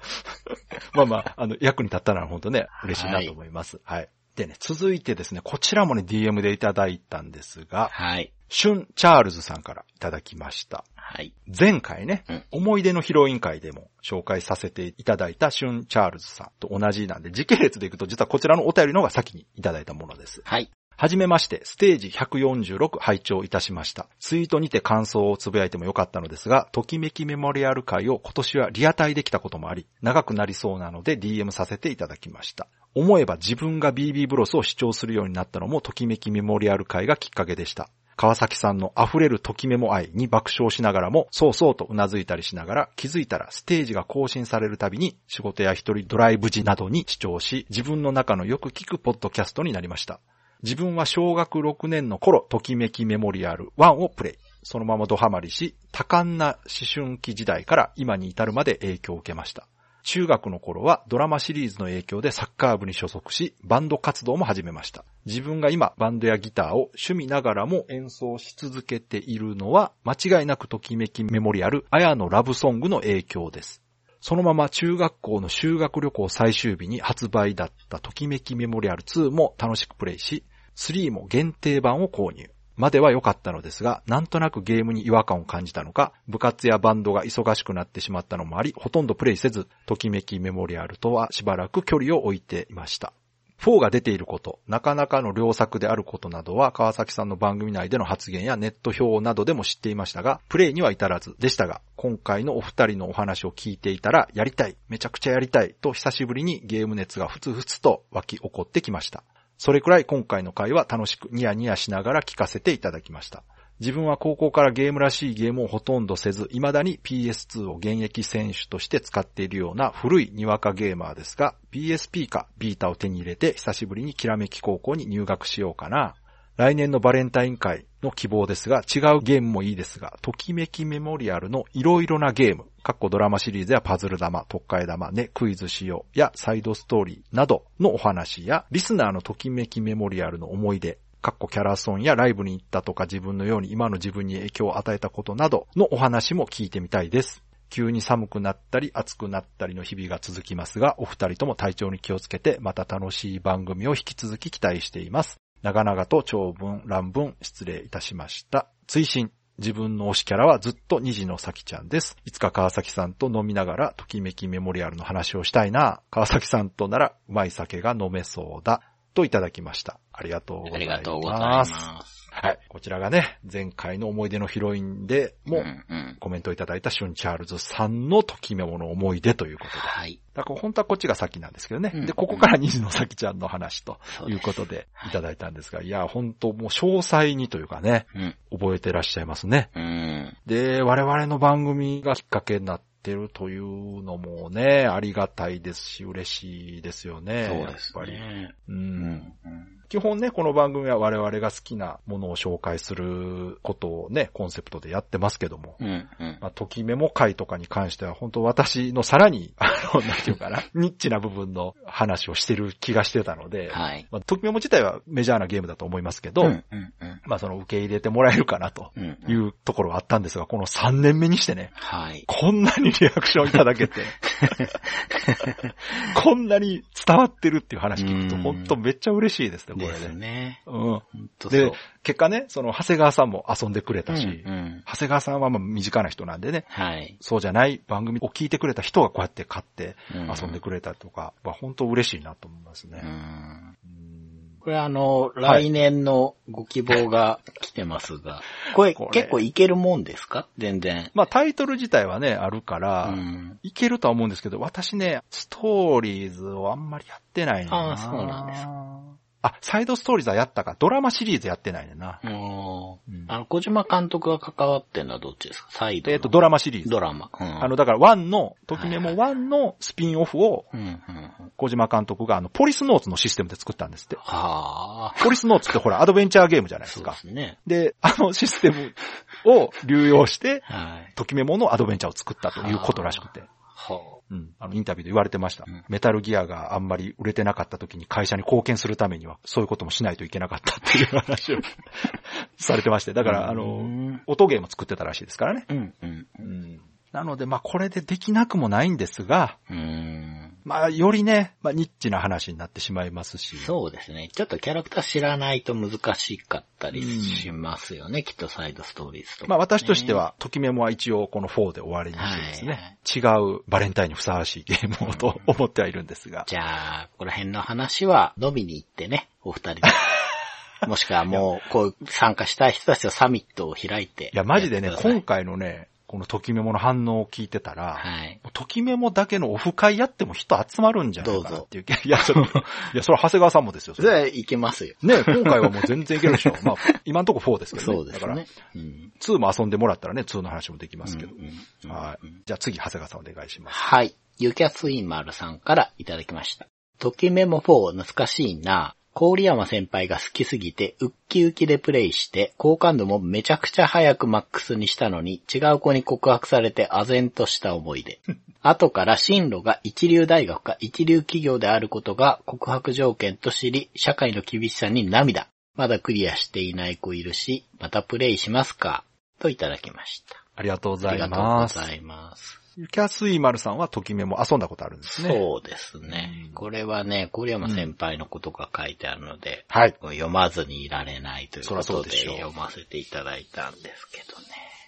Speaker 2: [laughs] まあまあ、あの、役に立ったなら本当ね、嬉しいなと思います。はい。でね、続いてですね、こちらもね、DM でいただいたんですが、
Speaker 3: はい。
Speaker 2: シュン・チャールズさんからいただきました。
Speaker 3: はい。
Speaker 2: 前回ね、
Speaker 3: うん
Speaker 2: 思い出のヒロイン会でも紹介させていただいたシュン・チャールズさんと同じなんで、時系列でいくと実はこちらのお便りの方が先にいただいたものです。
Speaker 3: はい。
Speaker 2: はじめまして、ステージ146拝聴いたしました。ツイートにて感想をつぶやいてもよかったのですが、ときめきメモリアル会を今年はリアタイできたこともあり、長くなりそうなので DM させていただきました。思えば自分が BB ブロスを視聴するようになったのもときめきメモリアル会がきっかけでした。川崎さんの溢れるときメモ愛に爆笑しながらも、そうそうとうなずいたりしながら、気づいたらステージが更新されるたびに、仕事や一人ドライブ時などに視聴し、自分の中のよく聞くポッドキャストになりました。自分は小学6年の頃、ときめきメモリアル1をプレイ。そのままドハマりし、多感な思春期時代から今に至るまで影響を受けました。中学の頃はドラマシリーズの影響でサッカー部に所属し、バンド活動も始めました。自分が今、バンドやギターを趣味ながらも演奏し続けているのは、間違いなくときめきメモリアル、あやのラブソングの影響です。そのまま中学校の修学旅行最終日に発売だったときめきメモリアル2も楽しくプレイし、3も限定版を購入。までは良かったのですが、なんとなくゲームに違和感を感じたのか、部活やバンドが忙しくなってしまったのもあり、ほとんどプレイせず、ときめきメモリアルとはしばらく距離を置いていました。4が出ていること、なかなかの良作であることなどは川崎さんの番組内での発言やネット表などでも知っていましたが、プレイには至らずでしたが、今回のお二人のお話を聞いていたら、やりたい、めちゃくちゃやりたいと久しぶりにゲーム熱がふつふつと湧き起こってきました。それくらい今回の回は楽しくニヤニヤしながら聞かせていただきました。自分は高校からゲームらしいゲームをほとんどせず、未だに PS2 を現役選手として使っているような古いにわかゲーマーですが、PSP かビータを手に入れて久しぶりにきらめき高校に入学しようかな。来年のバレンタイン会の希望ですが、違うゲームもいいですが、ときめきメモリアルのいろいろなゲーム、かっこドラマシリーズやパズル玉、特会玉、ね、クイズ仕様やサイドストーリーなどのお話や、リスナーのときめきメモリアルの思い出、かっこキャラソンやライブに行ったとか自分のように今の自分に影響を与えたことなどのお話も聞いてみたいです。急に寒くなったり暑くなったりの日々が続きますが、お二人とも体調に気をつけて、また楽しい番組を引き続き期待しています。長々と長文、乱文、失礼いたしました。追伸。自分の推しキャラはずっと二時の咲ちゃんです。いつか川崎さんと飲みながら、ときめきメモリアルの話をしたいな。川崎さんとなら、うまい酒が飲めそうだ。といただきました。ありがとうご
Speaker 3: あ
Speaker 2: ざ
Speaker 3: り
Speaker 2: い
Speaker 3: がとうござい
Speaker 2: ま。
Speaker 3: ますす。
Speaker 2: はい。こちらがね、前回の思い出のヒロインでも、
Speaker 3: んうん。
Speaker 2: コメントいただいたシュン・チャールズさんのときめもの思い出ということで。
Speaker 3: はい。
Speaker 2: だから本当はこっちが先なんですけどね。
Speaker 3: うん
Speaker 2: で、ここから虹の咲ちゃんの話と
Speaker 3: そ
Speaker 2: い
Speaker 3: うで
Speaker 2: う
Speaker 3: す。
Speaker 2: ことでいただいたんですが、いや、本当もう詳細にというかね、
Speaker 3: うん。
Speaker 2: 覚えてらっしゃいますね。
Speaker 3: うん。
Speaker 2: で、我々の番組がきっかけになってるというのもね、ありがたいですし、嬉しいですよね。
Speaker 3: そうです
Speaker 2: やっぱり。
Speaker 3: ね。
Speaker 2: う。
Speaker 3: うんん。
Speaker 2: 基本ね、この番組は我々が好きなものを紹介することをね、コンセプトでやってますけども、
Speaker 3: うんうん。
Speaker 2: まあ、ときメモ会とかに関しては、本当私のさらに、 [laughs] あの、なんていうか
Speaker 3: [laughs]
Speaker 2: な、ニッチな部分の話をしてる気がしてたので、
Speaker 3: はい。
Speaker 2: まあ、ときメモ自体はメジャーなゲームだと思いますけど、
Speaker 3: うんうんうん。
Speaker 2: まあその受け入れてもらえるかなと
Speaker 3: うん
Speaker 2: い
Speaker 3: うん。
Speaker 2: うところはあったんですが、この3年目にしてね、
Speaker 3: はい。
Speaker 2: こんなにリアクションいただけ
Speaker 3: [laughs]
Speaker 2: て、こんなに伝わってるっていう話聞くと、
Speaker 3: うん
Speaker 2: 本当めっちゃ嬉しいですね、これ
Speaker 3: です
Speaker 2: ね。
Speaker 3: ね。
Speaker 2: うん。
Speaker 3: 本当そう
Speaker 2: で。、結果ね、その長谷川さんも遊んでくれ
Speaker 3: うん
Speaker 2: たし、
Speaker 3: うん。
Speaker 2: 長谷川さんはまあ身近な人なんでね、
Speaker 3: はい。
Speaker 2: そうじゃない番組を聞いてくれた人がこうやって買って遊んで
Speaker 3: く
Speaker 2: くれたとか、まあ本当嬉しいなと思います
Speaker 3: う
Speaker 2: ね。
Speaker 3: ん。
Speaker 2: うん
Speaker 3: これあの、
Speaker 2: はい
Speaker 3: 来年のご希望 [laughs] が来てますが、これ
Speaker 2: これ
Speaker 3: 結構いけるもんですか全然。
Speaker 2: まあタイトル自体はね、あるから、
Speaker 3: うん。
Speaker 2: いけるとは思うんですけど、私ね、ストーリーズをあんまりやってないねんな。
Speaker 3: あーそうなんです
Speaker 2: あ、サイドストーリーズはやったか。ドラマシリーズやってないねんな。
Speaker 3: もう
Speaker 2: うん
Speaker 3: あの、小島監督が関わってんのはどっちですかサイドの。
Speaker 2: えっと、ドラマシリーズ。
Speaker 3: ドラマ。うん
Speaker 2: あの、、だから、ワンの、ときめもワンのスピンオフを、
Speaker 3: うんうんうん。
Speaker 2: 小島監督が、あの、ポリスノーツのシステムで作ったんですって。
Speaker 3: はあ。
Speaker 2: ポリスノーツってほら、アドベンチャーゲームじゃないで
Speaker 3: そ
Speaker 2: す
Speaker 3: う
Speaker 2: か
Speaker 3: で。すね。
Speaker 2: で、あのシステムを流用して、
Speaker 3: はい。
Speaker 2: ときめものアドベンチャーを作ったということらしくて。
Speaker 3: は
Speaker 2: うん。あの、インタビューで言われてました。
Speaker 3: うん
Speaker 2: メタルギアがあんまり売れてなかった時に会社に貢献するためには、そういうこともしないといけなかったっていう話を [laughs] されてまして。だ
Speaker 3: あ。
Speaker 2: から、あ
Speaker 3: う
Speaker 2: の、
Speaker 3: ん
Speaker 2: 音ゲーも作ってたらしいですからね。
Speaker 3: うんうん。
Speaker 2: うん。なので、まあ、これでできなくもないんですが、
Speaker 3: うん。
Speaker 2: まあ、よりね、まあ、ニッチな話になってしまいますし。
Speaker 3: そうですね。ちょっとキャラクター知らないと難しかったりしますよね。きっとサイドストーリーズとか。
Speaker 2: まあ、私としては、ときメモは一応この4で終わりにしてですね、違うバレンタインにふさわしいゲームをと思ってはいるんですが。
Speaker 3: じゃあ、この辺の話は飲みに行ってね、お二人で。
Speaker 2: [laughs]
Speaker 3: もしくはもう、こう、参加したい人たちのサミットを開いて。
Speaker 2: いや、マジでね、
Speaker 3: やってくださ
Speaker 2: 今
Speaker 3: い
Speaker 2: 回のね、このときメモの反応を聞いてたら、
Speaker 3: はい。
Speaker 2: ときメモだけのオフ会やっても人集まるんじゃないかなっていう気。いや、そ [laughs] の、いや、それは長谷川さんもですよ。そ
Speaker 3: じゃ
Speaker 2: れ
Speaker 3: あ、行けますよ。
Speaker 2: [laughs] ね、今回はもう全然いけるでしょ。まあ、今のところ4ですけどね。
Speaker 3: そうです
Speaker 2: だから
Speaker 3: ね、。うん。
Speaker 2: 2も遊んでもらったらね、2の話もできますけど。
Speaker 3: うんうんうん
Speaker 2: はい。じゃあ次、長谷川さんお願いします。
Speaker 3: はい。ゆきゃついまるさんからいただきました。ときメモ4懐かしいな。郡山先輩が好きすぎて、ウッキウキでプレイして、好感度もめちゃくちゃ早くマックスにしたのに、違う子に告白されて唖然とした思い出。 [laughs] 後から進路が一流大学か一流企業であることが告白条件と知り、社会の厳しさに涙。まだクリアしていない子いるし、またプレイしますかといただきまし
Speaker 2: ありがとうご
Speaker 3: た。あ
Speaker 2: ざ
Speaker 3: りが
Speaker 2: い
Speaker 3: とうご
Speaker 2: ます。
Speaker 3: ざいます。
Speaker 2: ゆきゃすいまるさんはときメモ遊んだことあるんですね。
Speaker 3: そうですね
Speaker 2: う。ん
Speaker 3: これはね、郡山先輩のことが書いてあるので、
Speaker 2: はい。
Speaker 3: 読まずにいられないという
Speaker 2: そ
Speaker 3: こ
Speaker 2: らそ
Speaker 3: と
Speaker 2: う
Speaker 3: で
Speaker 2: でしょう
Speaker 3: 読ませていただいたんですけ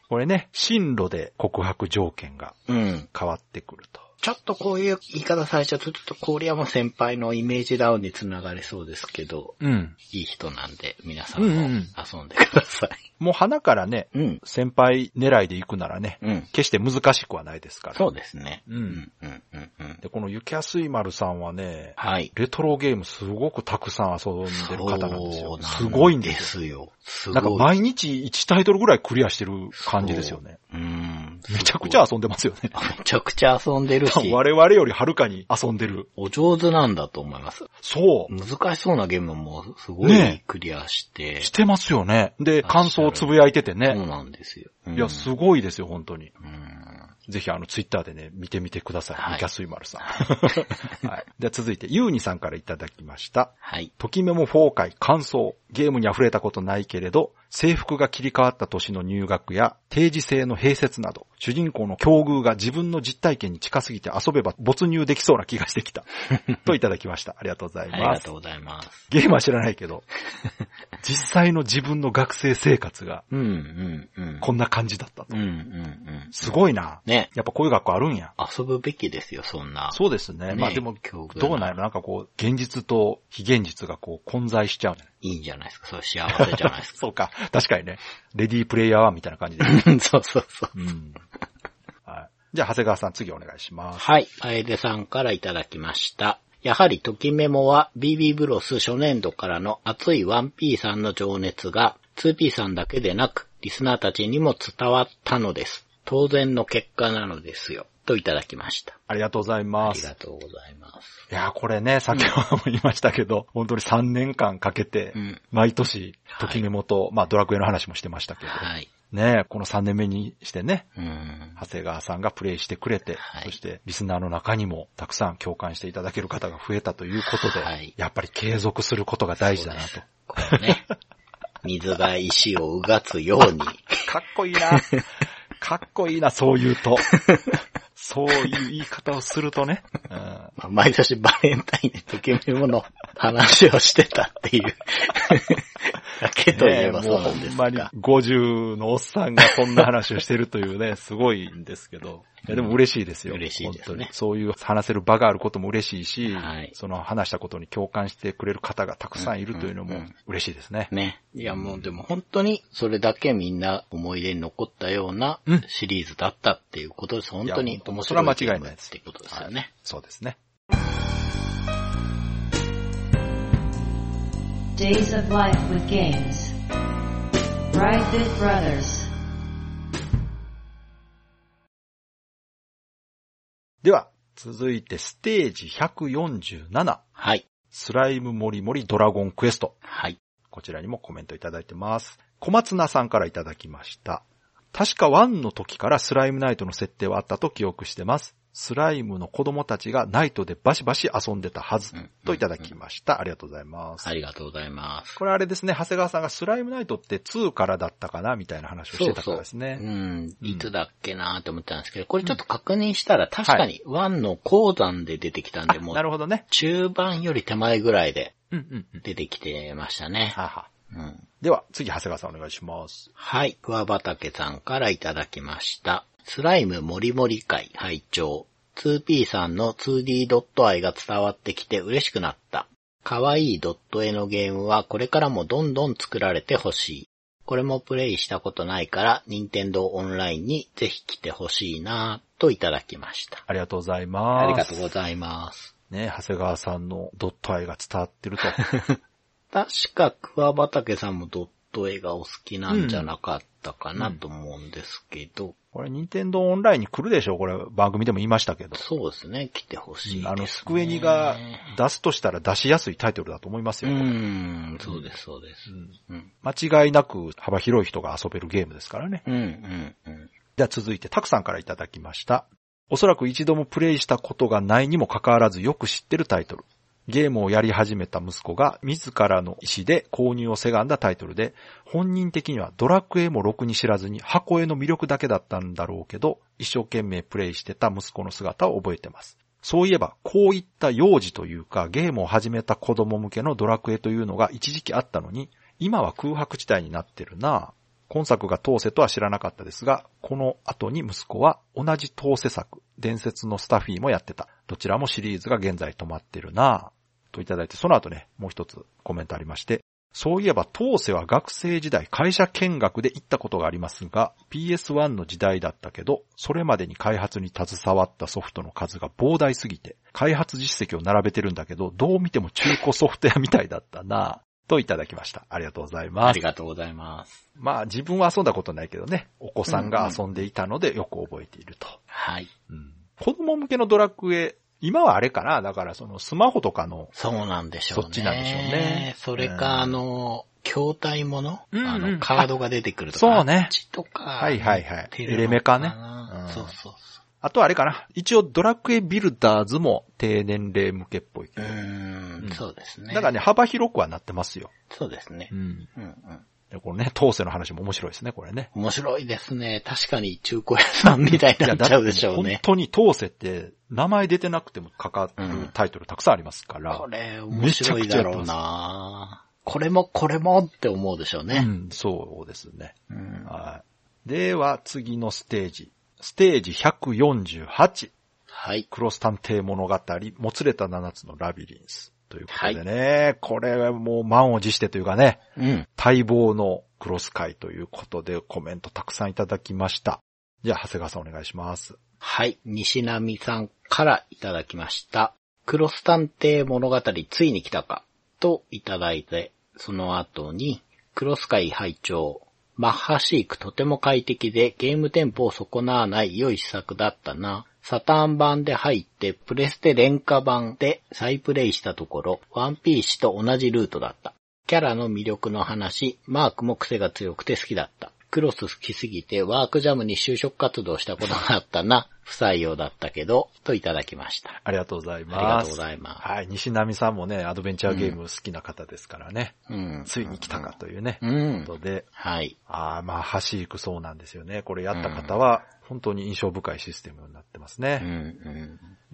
Speaker 2: これね、進路で告白条件が
Speaker 3: どね。うん。
Speaker 2: 変わってくると。
Speaker 3: ちょっとこういう言い方されちゃうと、ちょっと郡山先輩のイメージダウンにつながりそうですけど、
Speaker 2: うん。
Speaker 3: いい人なんで、皆さんも
Speaker 2: うんうんうん
Speaker 3: 遊んでください。
Speaker 2: もう花からね、
Speaker 3: うん。
Speaker 2: 先輩狙いで行くならね、
Speaker 3: うん。
Speaker 2: 決して難しくはないですから。
Speaker 3: そうですね。
Speaker 2: うん
Speaker 3: うん。うん。うん。うん。
Speaker 2: で、このゆきやすいまるさんはね、
Speaker 3: はい。
Speaker 2: レトロゲームすごくたくさん遊んでる方なんです
Speaker 3: そう
Speaker 2: よ。
Speaker 3: な
Speaker 2: すごいん
Speaker 3: で
Speaker 2: ですよ。
Speaker 3: すよ。す
Speaker 2: なんか
Speaker 3: ごい。
Speaker 2: 毎日1タイトルぐらいクリアしてる感じですよね。
Speaker 3: うん。
Speaker 2: めちゃくちゃ遊んでますよね。
Speaker 3: めちゃくちゃ遊んで
Speaker 2: [laughs]
Speaker 3: るし。
Speaker 2: 我々よりはるかに遊んでる。
Speaker 3: お上手なんだと思います。
Speaker 2: そう。
Speaker 3: 難しそうなゲームもすごい
Speaker 2: ね
Speaker 3: クリアして。
Speaker 2: してますよね。で、
Speaker 3: 確かに
Speaker 2: 感想をつぶやいてて
Speaker 3: そ
Speaker 2: ね
Speaker 3: う。なんですよ。うん
Speaker 2: いや、すごいですよ、本当に。
Speaker 3: うん
Speaker 2: ぜひ、あの、ツイッターでね、見てみてくださ
Speaker 3: は
Speaker 2: い。
Speaker 3: い
Speaker 2: ゆきやすいまるさん。 [laughs] はい。では続いて、ゆうにさんからいただきました。
Speaker 3: はい。
Speaker 2: ときメモ4回感想、ゲームに溢れたことないけれど、制服が切り替わった年の入学や定時制の併設など、主人公の境遇が自分の実体験に近すぎて遊べば没入できそうな気がしてき
Speaker 3: [laughs]
Speaker 2: た。といただきました。ありがとうござい
Speaker 3: ありが
Speaker 2: ます
Speaker 3: とう。ございます。
Speaker 2: ゲームは知らないけど、実際の自分の学生生活が
Speaker 3: うん、うん、うん。
Speaker 2: こんな感じだったと
Speaker 3: うん、うん、うん。
Speaker 2: すごいな。
Speaker 3: ね。
Speaker 2: やっぱこういう学校あるんや。
Speaker 3: 遊ぶべきですよ、そんな。
Speaker 2: そうですね。
Speaker 3: ね
Speaker 2: まあでも、
Speaker 3: 境遇
Speaker 2: どうなんやろなんかこう、現実と非現実がこう混在しちゃ
Speaker 3: [laughs]
Speaker 2: うんじゃない
Speaker 3: いいんじゃないですか。それ幸せじゃないですか。
Speaker 2: そうか。確かにね。レディープレイヤー1みたいな感じで。
Speaker 3: [laughs] そうそうそう。
Speaker 2: うん。はい。じゃあ、長谷川さん次お願いします。
Speaker 3: はい。あえでさんからいただきました。やはり、ときメモは BB ブロス初年度からの熱い 1P さんの情熱が 2P さんだけでなく、リスナーたちにも伝わったのです。当然の結果なのですよ。といただきました。
Speaker 2: ありがとうござい
Speaker 3: あ
Speaker 2: ま
Speaker 3: り
Speaker 2: す。
Speaker 3: がとうございます。
Speaker 2: いやー、これね、先ほども言いましたけど、本当に3年間かけて
Speaker 3: う、ん。
Speaker 2: 毎年、ときめもと、まあドラクエの話もしてましたけど、
Speaker 3: はい。
Speaker 2: ねこの3年目にしてね、
Speaker 3: うん。
Speaker 2: 長谷川さんがプレイしてくれて、
Speaker 3: はい
Speaker 2: そしてリスナーの中にもたくさん共感していただける方が増えたということで、
Speaker 3: はい
Speaker 2: やっぱり継続することが大事だな
Speaker 3: そ
Speaker 2: と
Speaker 3: う。 [laughs] このね、水が石をうがつように、
Speaker 2: かっこいい
Speaker 3: [laughs]
Speaker 2: な。かっこいいな、そう言うと。そういう言い方をするとね。うん
Speaker 3: まあ毎年バレンタインでときめもの話をしてたっていう、だけ [laughs] といえばそうなんですが。
Speaker 2: ねえもうほんまに50のおっさんがそんな話をしてるというね、すごいんですけど。いやでも嬉しいですよ。
Speaker 3: 嬉しいで
Speaker 2: 本
Speaker 3: すね
Speaker 2: 当にそういう話せる場があることも嬉しいし、
Speaker 3: はい
Speaker 2: その話したことに共感してくれる方がたくさんいるというの
Speaker 3: うん
Speaker 2: も
Speaker 3: うんうん
Speaker 2: 嬉しいですね。
Speaker 3: ね。いやもうでも本当にそれだけみんな思い出に残ったような
Speaker 2: うん
Speaker 3: シリーズだったっていうことです。本当に面
Speaker 2: そ
Speaker 3: 白
Speaker 2: れ
Speaker 3: い
Speaker 2: は間違いないです
Speaker 3: っていうことですよね。
Speaker 2: そうですね。
Speaker 1: Days of Life with Games. Right Bit Brothers.
Speaker 2: では、続いてステージ147、
Speaker 3: はい。
Speaker 2: スライムモリモリドラゴンクエスト。
Speaker 3: はい。
Speaker 2: こちらにもコメントいただいてます。小松菜さんからいただきました。確か1の時からスライムナイトの設定はあったと記憶してます。スライムの子供たちがナイトでバシバシ遊んでたはず
Speaker 3: うん
Speaker 2: といただきました。ありがとうございます。
Speaker 3: ありがとうございます。
Speaker 2: これあれですね、長谷川さんがスライムナイトって2からだったかなみたいな話をしてたからですね。
Speaker 3: うん。いつだっけなーって思ったんですけど、これちょっと確認したら確かに1の鉱山で出てきたんで、も
Speaker 2: あな
Speaker 3: う
Speaker 2: るほどね。
Speaker 3: 中盤より手前ぐらいで
Speaker 2: うんうんうん。
Speaker 3: 出てきてましたね。
Speaker 2: はは。
Speaker 3: うん。
Speaker 2: では、次、長谷川さんお願いします。
Speaker 3: はい。桑畑さんからいただきました。スライムもりもり会拝聴 2P さんの 2D ドット愛が伝わってきて嬉しくなった。可愛いドット絵のゲームはこれからもどんどん作られてほしい。これもプレイしたことないから、任天堂オンラインにぜひ来てほしいなぁといただきました。
Speaker 2: ありがとうございます。
Speaker 3: ありがとうございます。
Speaker 2: ね、長谷川さんのドット愛が伝わってると。 [laughs]
Speaker 3: 確か桑畑さんもドット絵がお好きなんじゃなかったかなと思うんですけど、
Speaker 2: これ、任天堂オンラインに来るでしょこれ、番組でも言いましたけど。
Speaker 3: そうですね、来てほしいです、ね。
Speaker 2: あの、スクエニが出すとしたら出しやすいタイトルだと思います
Speaker 3: う
Speaker 2: よ。
Speaker 3: ん、そうです、そうです。うん、
Speaker 2: 間違いなく幅広い人が遊べるゲームですからね。
Speaker 3: うん、うん、うん。
Speaker 2: では続いて、たくさんからいただきました。おそらく一度もプレイしたことがないにもかかわらずよく知ってるタイトル。ゲームをやり始めた息子が自らの意思で購入をせがんだタイトルで、本人的にはドラクエもろくに知らずに箱絵の魅力だけだったんだろうけど、一生懸命プレイしてた息子の姿を覚えてます。そういえば、こういった幼児というか、ゲームを始めた子供向けのドラクエというのが一時期あったのに、今は空白地帯になってるなぁ。今作が当世とは知らなかったですが、この後に息子は同じ当世作、伝説のスタフィーもやってた。どちらもシリーズが現在止まってるなぁ。といただいて、その後ね、もう一つコメントありまして、そういえば当世は学生時代会社見学で行ったことがありますが、PS1 の時代だったけど、それまでに開発に携わったソフトの数が膨大すぎて、開発実績を並べてるんだけど、どう見ても中古ソフト屋みたいだったなぁといただきました。ありがとうございます
Speaker 3: あり。がとうございます。
Speaker 2: まあ自分は遊んだことないけどね、お子さんが遊んでいたのでよく覚えていると。
Speaker 3: はい。
Speaker 2: うん子供向けのドラクエ、今はあれかなだからそのスマホとかの、
Speaker 3: そうなんでしょうね。
Speaker 2: そっちなんでしょうね
Speaker 3: それか、
Speaker 2: うん
Speaker 3: あの、筐体もの、
Speaker 2: うん
Speaker 3: あ
Speaker 2: う
Speaker 3: の、
Speaker 2: ん
Speaker 3: カードが出てくるとか。
Speaker 2: そうね
Speaker 3: あっちとか。
Speaker 2: はいはいはい
Speaker 3: テレ
Speaker 2: エレメカね
Speaker 3: うん
Speaker 2: うん
Speaker 3: そうそう
Speaker 2: あとはあれかな一応ドラクエビルダーズも低年齢向けっぽいけ
Speaker 3: そう。う
Speaker 2: ど。
Speaker 3: ー、
Speaker 2: うんん
Speaker 3: そうですね。
Speaker 2: だからね、幅広くはなってますよ。
Speaker 3: そうですね
Speaker 2: う。ん。
Speaker 3: うん、うん。
Speaker 2: でこのね、当世の話も面白いですね、これね。
Speaker 3: 面白いですね。確かに中古屋さんみたいになっちゃうでしょう
Speaker 2: 本
Speaker 3: ね。
Speaker 2: 当に当世って名前出てなくてもかか
Speaker 3: うん
Speaker 2: るタイトルたくさんありますから。
Speaker 3: これ、面白いだろうなこれも、これもって思うでしょう
Speaker 2: う
Speaker 3: ね。
Speaker 2: ん、そうですね。
Speaker 3: うん
Speaker 2: はい。では、次のステージ。ステージ148。
Speaker 3: はい。
Speaker 2: クロス探偵物語、もつれた7つのラビリンス。ということでね、これはもう満を持してというかね、
Speaker 3: うん。
Speaker 2: 待望のクロス会ということでコメントたくさんいただきました。じゃあ、長谷川さんお願いします。
Speaker 3: はい。西波さんからいただきました。クロス探偵物語ついに来たかといただいて、その後に、クロス界拝聴マッハ飼育とても快適でゲームテンポを損なわない良い施策だったな。サターン版で入って、プレステ廉価版で再プレイしたところ、ワンピースと同じルートだった。キャラの魅力の話、マークも癖が強くて好きだった。クロス好きすぎてワークジャムに就職活動したことがあったな、不採用だったけど、といただきました。
Speaker 2: ありがとうございます。
Speaker 3: ありがとうございます
Speaker 2: はい。西波さんもね、アドベンチャーゲーム好きな方ですからね。
Speaker 3: うん。
Speaker 2: ついに来たかというね。
Speaker 3: う
Speaker 2: こ
Speaker 3: ん。
Speaker 2: とで、
Speaker 3: はい。
Speaker 2: ああ、まあ、走りくそうなんですよね。これやった方は、本当に印象深いシステムになってます
Speaker 3: うん、
Speaker 2: ね。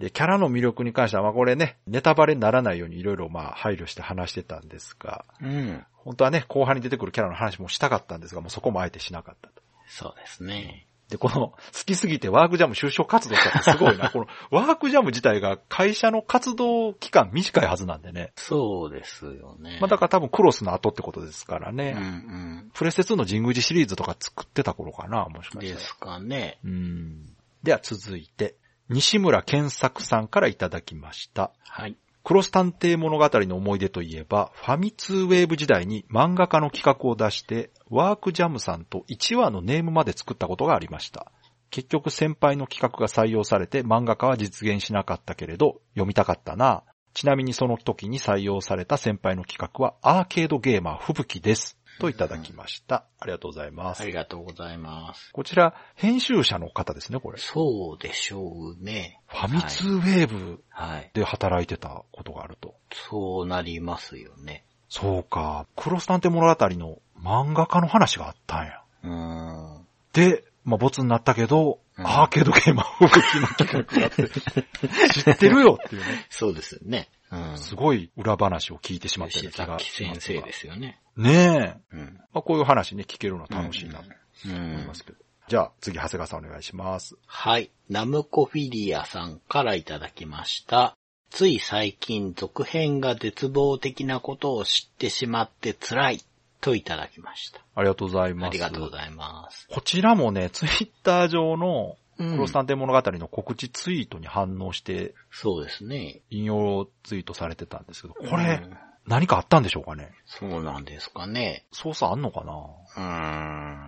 Speaker 3: う
Speaker 2: で、キャラの魅力に関しては、まあこれね、ネタバレにならないようにいろいろまあ配慮して話してたんですが、
Speaker 3: ん。うん。
Speaker 2: 本当はね、後半に出てくるキャラの話もしたかったんですが、もうそこもあえてしなかったと。
Speaker 3: そうですね。
Speaker 2: で、この、好きすぎてワークジャム就職活動したってすごいな。この、ワークジャム自体が会社の活動期間短いはずなんでね。
Speaker 3: そうですよね。
Speaker 2: まあだから多分クロスの後ってことですからね。
Speaker 3: うん
Speaker 2: プレステ2の神宮寺シリーズとか作ってた頃かな、もし
Speaker 3: う
Speaker 2: かした
Speaker 3: ん。で
Speaker 2: ら。
Speaker 3: すかね。
Speaker 2: うん。では続いて、西村健作さんからいただきました。
Speaker 3: はい。
Speaker 2: クロス探偵物語の思い出といえば、ファミツーウェーブ時代に漫画家の企画を出して、ワークジャムさんと1話のネームまで作ったことがありました。結局先輩の企画が採用されて漫画家は実現しなかったけれど、読みたかったな。ちなみにその時に採用された先輩の企画はアーケードゲーマー吹雪です。といただきました。ありがとうございます。
Speaker 3: ありがとうございます。
Speaker 2: こちら、編集者の方ですね、これ。
Speaker 3: そうでしょうね。
Speaker 2: ファミツーウェーブ
Speaker 3: はい。
Speaker 2: で働いてたことがあると。
Speaker 3: そうなりますよね。
Speaker 2: そうか。クロス探偵物語の漫画家の話があったんや。
Speaker 3: うーん。
Speaker 2: で、まあ、ボツになったけど、
Speaker 3: うん
Speaker 2: アーケードゲーマー吹雪の企画があ
Speaker 3: [laughs]
Speaker 2: って、知ってるよっていうね。
Speaker 3: そうですよね。うん。
Speaker 2: すごい裏話を聞いてしまったような
Speaker 3: 吉
Speaker 2: 気が
Speaker 3: 崎先生ですよね。
Speaker 2: す。ねえ。
Speaker 3: うん。
Speaker 2: まあ、こういう話ね、聞けるのは楽しいなと
Speaker 3: う
Speaker 2: 思い
Speaker 3: ん
Speaker 2: ま。すけど。じゃあ、次、長谷川さんお願いします。
Speaker 3: はい。ナムコフィリアさんからいただきました。つい最近続編が絶望的なことを知ってしまって辛いといただきました。
Speaker 2: ありがとうございます。
Speaker 3: ありがとうございます。
Speaker 2: こちらもね、ツイッター上の
Speaker 3: うん
Speaker 2: クロス探偵物語の告知ツイートに反応して
Speaker 3: そうですね。
Speaker 2: 引用ツイートされてたんですけど、こ
Speaker 3: う
Speaker 2: れ
Speaker 3: ん
Speaker 2: 何かあったんでしょうかね
Speaker 3: そうなんですかね。
Speaker 2: 操作あんのかな
Speaker 3: うーん。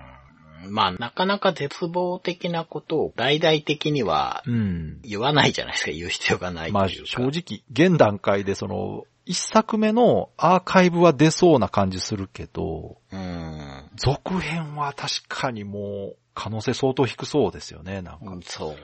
Speaker 3: まあ、なかなか絶望的なことを大々的には
Speaker 2: うん。
Speaker 3: 言わないじゃないですか。言う必要がないというか。
Speaker 2: まあ正直、現段階でその、一作目のアーカイブは出そうな感じするけど、
Speaker 3: うーん。
Speaker 2: 続編は確かにもう可能性相当低そうですよね。なんか、
Speaker 3: そ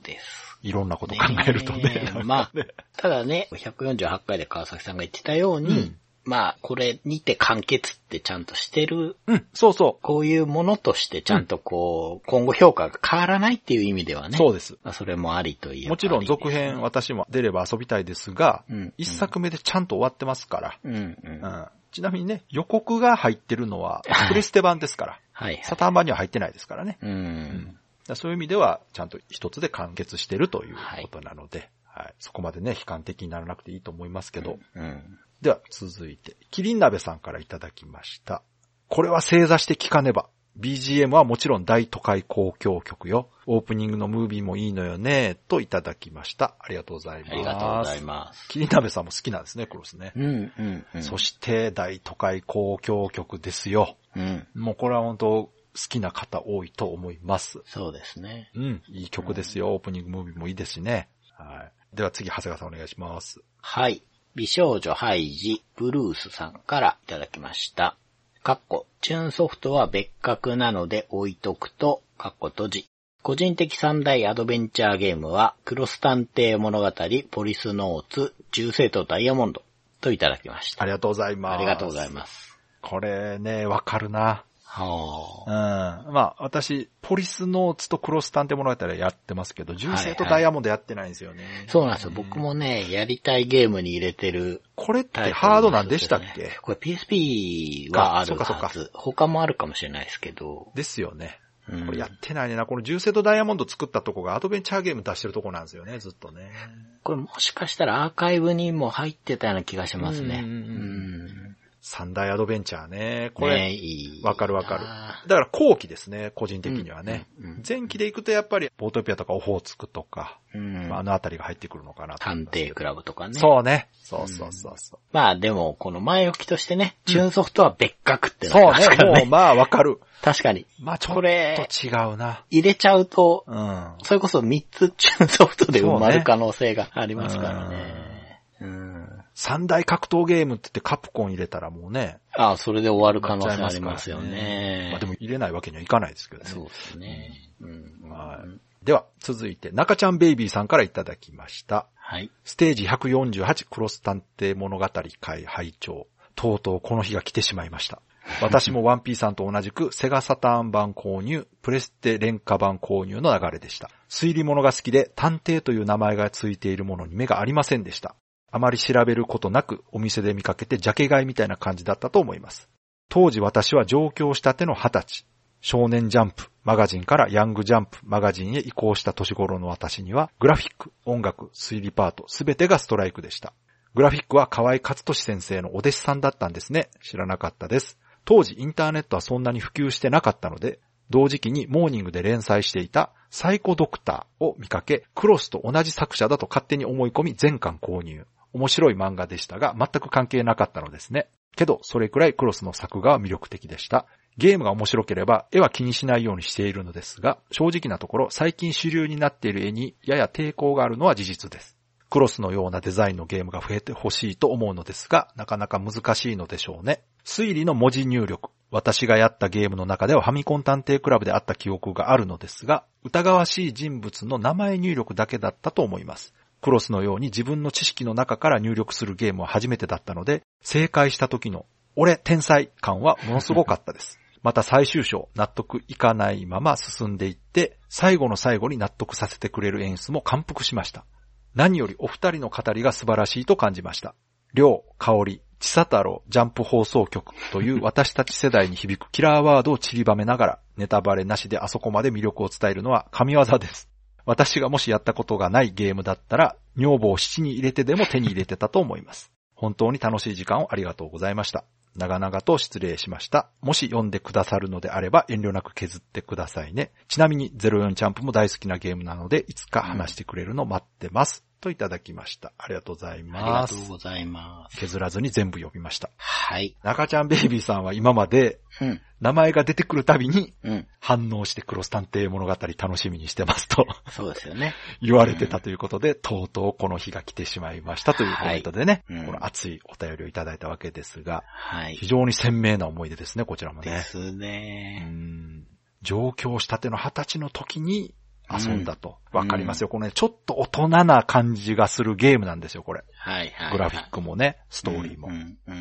Speaker 3: うです。
Speaker 2: いろんなこと考えるとね。
Speaker 3: ねえ
Speaker 2: なんか
Speaker 3: まあ
Speaker 2: ね
Speaker 3: ただね、148回で川崎さんが言ってたように、
Speaker 2: うん
Speaker 3: まあ、これにて完結ってちゃんとしてる、
Speaker 2: うん、そうそ
Speaker 3: こういうものとしてちゃんとこう、今後評価が変わらないっていう意味では
Speaker 2: う。
Speaker 3: ね。
Speaker 2: そうです。
Speaker 3: まあ、それもありといえば
Speaker 2: もちろん続
Speaker 3: あり
Speaker 2: 編私も出れば遊びたいですが、
Speaker 3: うんうん
Speaker 2: 一作目でちゃんと終わってますから、
Speaker 3: です。うんうん。
Speaker 2: う
Speaker 3: はい
Speaker 2: んちなみにね、予告が入ってるのは
Speaker 3: はい
Speaker 2: プレステ版ですから、
Speaker 3: はい。
Speaker 2: サターン版には入ってないですからね。
Speaker 3: う
Speaker 2: うん
Speaker 3: ん。
Speaker 2: だからそういう意味では、ちゃんと一つで完結してるという
Speaker 3: はい
Speaker 2: ことなので、はいそこまでね、悲観的にならなくていいと思いますけど、
Speaker 3: うん。
Speaker 2: では続いて、キリン鍋さんからいただきました。これは正座して聞かねば。BGM はもちろん大都会公共曲よ。オープニングのムービーもいいのよね、といただきました。ありがとうございます。
Speaker 3: ありがとうございます。
Speaker 2: キリン鍋さんも好きなんですね、クロスね。
Speaker 3: うんうんうん。
Speaker 2: そして、大都会公共曲ですよ。
Speaker 3: うん。
Speaker 2: もうこれは本当好きな方多いと思います。
Speaker 3: そうですね。
Speaker 2: うん、いい曲ですよ。オープニングムービーもいいですしね。はい。では次、長谷川さんお願いします。
Speaker 3: はい。美少女ハイジ、ブルースさんからいただきました。かっこ、チューンソフトは別格なので置いとくと、かっこ閉じ。個人的三大アドベンチャーゲームは、クロス探偵物語、ポリスノーツ、銃声とダイヤモンドといただきました。
Speaker 2: ありがとうございます。
Speaker 3: ありがとうござい
Speaker 2: す。
Speaker 3: ます。
Speaker 2: これね、わかるな。
Speaker 3: は
Speaker 2: うん。まあ、私、ポリスノーツとクロス探偵物語はやってますけど、銃声とダイヤモンドやってないんですよね。
Speaker 3: あ。そうなんですよ。僕もね、やりたいゲームに入れてる
Speaker 2: これっ
Speaker 3: タイトルの一つです
Speaker 2: て
Speaker 3: ね
Speaker 2: ハードなんでしたっけ
Speaker 3: これ PSP はある
Speaker 2: そっ
Speaker 3: は
Speaker 2: かそっ
Speaker 3: ず。他もあるかもしれないですけど。
Speaker 2: ですよね。
Speaker 3: うん
Speaker 2: これやってないねんな。この銃声とダイヤモンド作ったとこがアドベンチャーゲーム出してるとこなんですよね、ずっとね。
Speaker 3: これもしかしたらアーカイブにも入ってたような気がしますね。
Speaker 2: うんうんう三大アドベンチャーね。こ
Speaker 3: ね
Speaker 2: れ、
Speaker 3: いい
Speaker 2: わかるわかる
Speaker 3: な
Speaker 2: だから後期ですね、個人的にはね。
Speaker 3: うんうん
Speaker 2: 前期で行くとやっぱり、ボートピアとかオホーツクとか、
Speaker 3: うん
Speaker 2: まあ、あのあたりが入ってくるのかなと思い
Speaker 3: 探
Speaker 2: ますけ
Speaker 3: 偵
Speaker 2: ど
Speaker 3: クラブとかね。
Speaker 2: そうね。そうそうそうそう。
Speaker 3: まあでも、この前置きとしてね、チューンソフトは別格って
Speaker 2: そう
Speaker 3: なってますから
Speaker 2: ね。もう
Speaker 3: ね。
Speaker 2: まあわかる。
Speaker 3: 確かに。
Speaker 2: まあちょっ
Speaker 3: ことれ、
Speaker 2: 違うな。
Speaker 3: 入れちゃうと、
Speaker 2: うん。
Speaker 3: それこそ3つチューンソフトで埋ま
Speaker 2: そう
Speaker 3: る
Speaker 2: ね
Speaker 3: 可能性がありますからね。うん。
Speaker 2: 三大格闘ゲームって言ってカプコン入れたらもうね。
Speaker 3: あそれで終わる可能性ありますよね。
Speaker 2: まあでも入れないわけにはいかないですけどね。
Speaker 3: そうですね。うん。
Speaker 2: はい。では、続いて、中ちゃんベイビーさんからいただきました。
Speaker 3: はい。
Speaker 2: ステージ148クロス探偵物語会拝聴とうとうこの日が来てしまいました。私も 1P さんと同じくセガサターン版購入、プレステ廉価版購入の流れでした。推理物が好きで探偵という名前がついているものに目がありませんでした。あまり調べることなくお店で見かけてジャケ買いみたいな感じだったと思います。当時私は上京したての20歳。少年ジャンプマガジンからヤングジャンプマガジンへ移行した年頃の私には、グラフィック、音楽、推理パート、すべてがストライクでした。グラフィックは河合克俊先生のお弟子さんだったんですね。知らなかったです。当時インターネットはそんなに普及してなかったので、同時期にモーニングで連載していたサイコドクターを見かけ、クロスと同じ作者だと勝手に思い込み全巻購入。面白い漫画でしたが全く関係なかったのですね。けど、それくらいクロスの作画は魅力的でした。ゲームが面白ければ絵は気にしないようにしているのですが、正直なところ最近主流になっている絵にやや抵抗があるのは事実です。クロスのようなデザインのゲームが増えてほしいと思うのですが、なかなか難しいのでしょうね。推理の文字入力。私がやったゲームの中ではファミコン探偵クラブであった記憶があるのですが、疑わしい人物の名前入力だけだったと思います。クロスのように自分の知識の中から入力するゲームは初めてだったので、正解した時の俺天才感はものすごかったです。また最終章、納得いかないまま進んでいって、最後の最後に納得させてくれる演出も感服しました。何よりお二人の語りが素晴らしいと感じました。りょう、かおり、ちさたろう、ジャンプ放送局という私たち世代に響くキラーワードを散りばめながら、ネタバレなしであそこまで魅力を伝えるのは神業です。私がもしやったことがないゲームだったら、女房を七に入れてでも手に入れてたと思います。本当に楽しい時間をありがとうございました。長々と失礼しました。もし読んでくださるのであれば遠慮なく削ってくださいね。ちなみに04チャンプも大好きなゲームなので、いつか話してくれるの待ってます。といただきました。ありがとうござい
Speaker 3: ありが
Speaker 2: ま
Speaker 3: とう
Speaker 2: す。
Speaker 3: ございます。
Speaker 2: 削らずに全部読みました。
Speaker 3: はい。
Speaker 2: 中ちゃんベイビーさんは今まで
Speaker 3: うん。
Speaker 2: 名前が出てくるたびに
Speaker 3: うん。
Speaker 2: 反応してクロス探偵物語楽しみにしてますと [laughs]
Speaker 3: そうですよね。
Speaker 2: 言われてたということで、とうとうこの日が来てしまいましたというコメントでね、
Speaker 3: はいうん
Speaker 2: この熱いお便りをいただいたわけですが、
Speaker 3: はい
Speaker 2: 非。常に鮮明な思い出ですね、こちらも
Speaker 3: で
Speaker 2: ね。
Speaker 3: す
Speaker 2: う
Speaker 3: ね。
Speaker 2: ん上京したての二十歳の時に遊んだと。
Speaker 3: うん
Speaker 2: わ、かりますよ。このね、ちょっと大人な感じがするゲームなんですよ、これ。
Speaker 3: はいはい。
Speaker 2: グラフィックもね、ストーリーも。
Speaker 3: うん。う。
Speaker 2: うん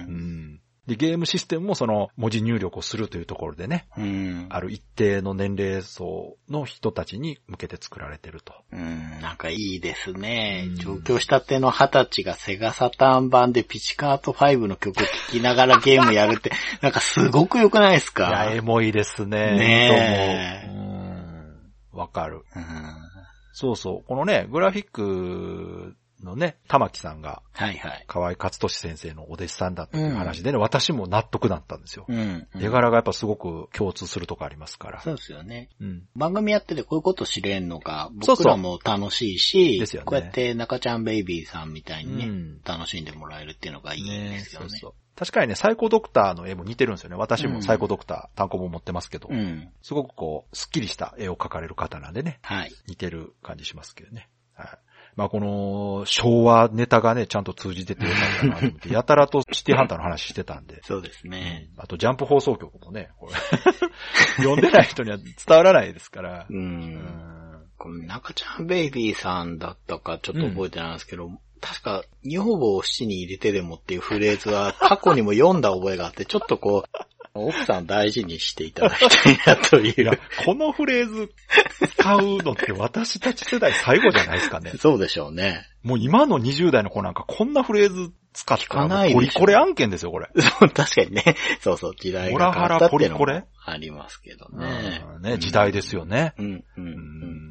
Speaker 2: んで、ゲームシステムもその文字入力をするというところでね、
Speaker 3: うん。
Speaker 2: ある一定の年齢層の人たちに向けて作られてると。
Speaker 3: うん。なんかいいですね
Speaker 2: うん。
Speaker 3: 上京したての二十歳がセガサターン版でピチカート5の曲を聴きながらゲームやるって、 [laughs] なんかすごく良くないです
Speaker 2: いや、
Speaker 3: か
Speaker 2: エモいですね。
Speaker 3: ねえ
Speaker 2: と思ううん。わかる。
Speaker 3: うん。
Speaker 2: そうそう。このね、グラフィックのね、玉木さんが
Speaker 3: はいはい。
Speaker 2: 河合克俊先生のお弟子さんだっていう話でね、私も納得だったんですよ。
Speaker 3: うん。
Speaker 2: 絵柄がやっぱすごく共通するとこありますから。
Speaker 3: そうですよね。
Speaker 2: うん。
Speaker 3: 番組やっててこういうこと知れんのが、
Speaker 2: そうそう
Speaker 3: 僕らも楽しいし、
Speaker 2: ですよね
Speaker 3: こうやって中ちゃんベイビーさんみたいにね、
Speaker 2: うん
Speaker 3: 楽しんでもらえるっていうのがいいですよね。
Speaker 2: そうそう。確かにね、サイコドクターの絵も似てるんですよね。私もサイコドクター、単行本持ってますけど、
Speaker 3: うん。
Speaker 2: すごくこう、スッキリした絵を描かれる方なんでね、
Speaker 3: はい。
Speaker 2: 似てる感じしますけどね。はい。まあこの、昭和ネタがね、ちゃんと通じててよかったなと思
Speaker 3: [laughs]
Speaker 2: って、やたらとシティハンターの話してたんで、
Speaker 3: そうですね。
Speaker 2: あとジャンプ放送局もね、これ、 [laughs] 読んでない人には伝わらないですから
Speaker 3: う、ん。
Speaker 2: うん
Speaker 3: この中ちゃんベイビーさんだったかちょっと覚えてないんですけど、確か、女房を七に入れてでもっていうフレーズは過去にも読んだ覚えがあって、ちょっとこ
Speaker 2: [laughs]
Speaker 3: う、奥さんを大事にしていただきたいなとい
Speaker 2: いや [laughs]
Speaker 3: う。、
Speaker 2: このフレーズ使うのって私たち世代最後じゃないですかね。
Speaker 3: そうでしょうね。
Speaker 2: もう今の20代の子なんかこんなフレーズ使った
Speaker 3: 聞からない
Speaker 2: もう
Speaker 3: でしょ
Speaker 2: ポリコレ案件ですよ、これ。
Speaker 3: そう確かにね。そうそう、時代が変わったっていうの
Speaker 2: モラハラポリ
Speaker 3: もありますけど
Speaker 2: うん
Speaker 3: ね。
Speaker 2: ね時代ですよね。
Speaker 3: うん、うん、う。
Speaker 2: うんん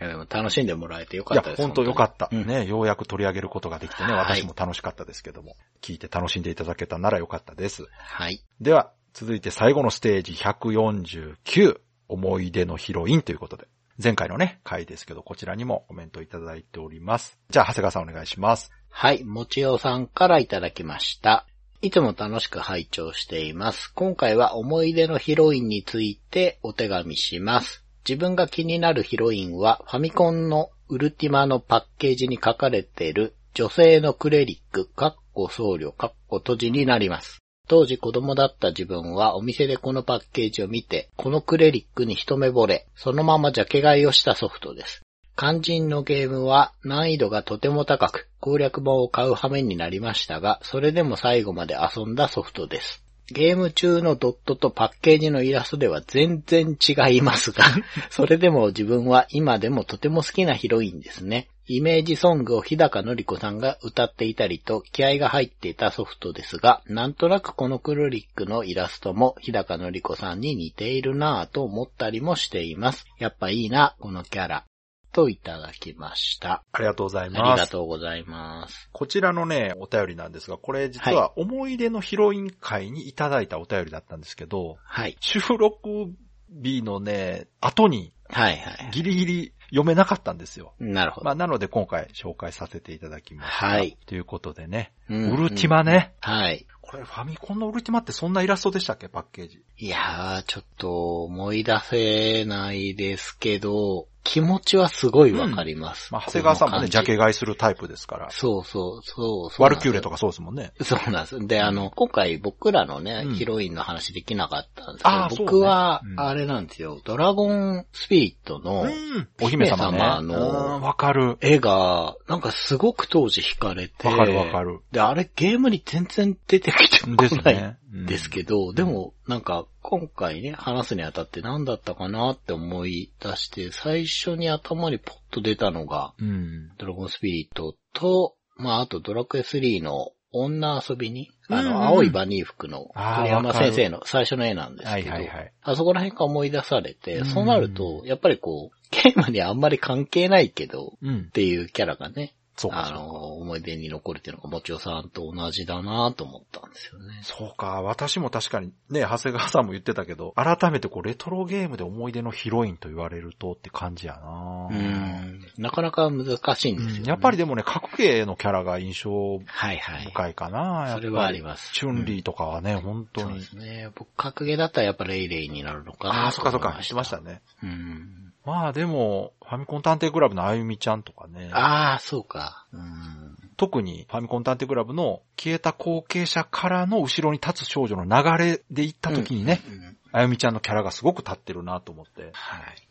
Speaker 3: いやでも楽しんでもらえてよ
Speaker 2: い
Speaker 3: か
Speaker 2: や、
Speaker 3: ったです。
Speaker 2: 本当よかった。
Speaker 3: うん
Speaker 2: ね、ようやく取り上げることができてね、
Speaker 3: はい
Speaker 2: 私も楽しかったですけども、聞いて楽しんでいただけたならよかったです。
Speaker 3: はい。
Speaker 2: では、続いて最後のステージ149、思い出のヒロインということで、前回のね、回ですけど、こちらにもコメントいただいております。じゃあ、長谷川さんお願いします。
Speaker 3: はい、もちおさんからいただきました。いつも楽しく拝聴しています。今回は思い出のヒロインについてお手紙します。自分が気になるヒロインはファミコンのウルティマのパッケージに書かれている女性のクレリック、かっこ僧侶、かっこ閉じになります。当時子供だった自分はお店でこのパッケージを見て、このクレリックに一目惚れ、そのままジャケ買いをしたソフトです。肝心のゲームは難易度がとても高く、攻略本を買う羽目になりましたが、それでも最後まで遊んだソフトです。ゲーム中のドットとパッケージのイラストでは全然違いますが、それでも自分は今でもとても好きなヒロインですね。イメージソングを日高のり子さんが歌っていたりと気合が入っていたソフトですが、なんとなくこのクルリックのイラストも日高のり子さんに似ているなぁと思ったりもしています。やっぱいいな、このキャラ。といただきました。
Speaker 2: ありがとうござい
Speaker 3: あり
Speaker 2: ます。
Speaker 3: がとうございます。
Speaker 2: こちらのね、お便りなんですが、これ実は思い出のヒロイン会にいただいたお便りだったんですけど、
Speaker 3: はい。
Speaker 2: 収録日のね、後に
Speaker 3: はいはい。
Speaker 2: ギリギリ読めなかったんですよ。
Speaker 3: なるほど。
Speaker 2: まあ、なので今回紹介させていただきました。
Speaker 3: はい
Speaker 2: ということでね、
Speaker 3: うん
Speaker 2: ウルティマね。
Speaker 3: はい。
Speaker 2: これファミコンのウルティマってそんなイラストでしたっけパッケージ。
Speaker 3: いやー、ちょっと思い出せないですけど、気持ちはすごいわかります。
Speaker 2: まあ、長谷川さんもね、ジャケ
Speaker 3: が。
Speaker 2: 買いするタイプですから。
Speaker 3: そうそう、そうそう。
Speaker 2: ワルキューレとかそうですもんね。
Speaker 3: そうなんです。で、あの、今回僕らのね、
Speaker 2: うん
Speaker 3: ヒロインの話できなかったんです
Speaker 2: あー
Speaker 3: け
Speaker 2: そうね
Speaker 3: ど、僕は
Speaker 2: う、ん
Speaker 3: あれなんですよ、ドラゴンスピリットの
Speaker 2: うん。お姫様ね。
Speaker 3: 姫様の
Speaker 2: うんわかる。
Speaker 3: 絵が、なんかすごく当時惹かれて、
Speaker 2: わかるわかる。
Speaker 3: で、あれゲームに全然出てきてこ
Speaker 2: です
Speaker 3: ない
Speaker 2: ね。うん
Speaker 3: ですけど、でも、なんか、今回ね、話すにあたって何だったかなって思い出して、最初に頭にポッと出たのが、
Speaker 2: うん。
Speaker 3: ドラゴンスピリットと、まあ、あとドラクエ3の女遊びに、あ
Speaker 2: うんうん
Speaker 3: の、青いバニー服の
Speaker 2: あー
Speaker 3: 鳥山先生の最初の絵なんです
Speaker 2: は
Speaker 3: け
Speaker 2: い
Speaker 3: ど、
Speaker 2: はいはい。
Speaker 3: あそこら辺が思い出され
Speaker 2: う
Speaker 3: て、
Speaker 2: ん
Speaker 3: そうなると、やっぱりこう、ゲームにあんまり関係ないけど、
Speaker 2: うん
Speaker 3: っ。ていうキャラがね、
Speaker 2: そうか
Speaker 3: あ
Speaker 2: そうか。
Speaker 3: の、思い出に残るっていうのが、もちおさんと同じだなと思ったんですよね。
Speaker 2: そうか、私も確かにね、長谷川さんも言ってたけど、改めてこう、レトロゲームで思い出のヒロインと言われるとって感じやな
Speaker 3: うんなかなか難しいんですよ、
Speaker 2: う
Speaker 3: ね
Speaker 2: んやっぱり、でもね、格ゲーのキャラが印象
Speaker 3: はいはい。
Speaker 2: 深いかな、やっぱ
Speaker 3: そ
Speaker 2: り
Speaker 3: れはあります。
Speaker 2: チュン
Speaker 3: ー、
Speaker 2: リーとかはね、本当
Speaker 3: そうで
Speaker 2: に。
Speaker 3: すね。僕、格ゲーだったらやっぱレイレイになるのか
Speaker 2: ああ、
Speaker 3: な
Speaker 2: そっ
Speaker 3: と思
Speaker 2: かそっ
Speaker 3: い
Speaker 2: か、言ってました。ね。
Speaker 3: うん。
Speaker 2: まあでも、ファミコン探偵クラブのあゆみちゃんとかね、
Speaker 3: ああ、そうか。うん。
Speaker 2: 特にファミコン探偵クラブの消えた後継者からの後ろに立つ少女の流れで行った時にね、
Speaker 3: うん。
Speaker 2: あゆみちゃんのキャラがすごく立ってるなと思って、
Speaker 3: はい。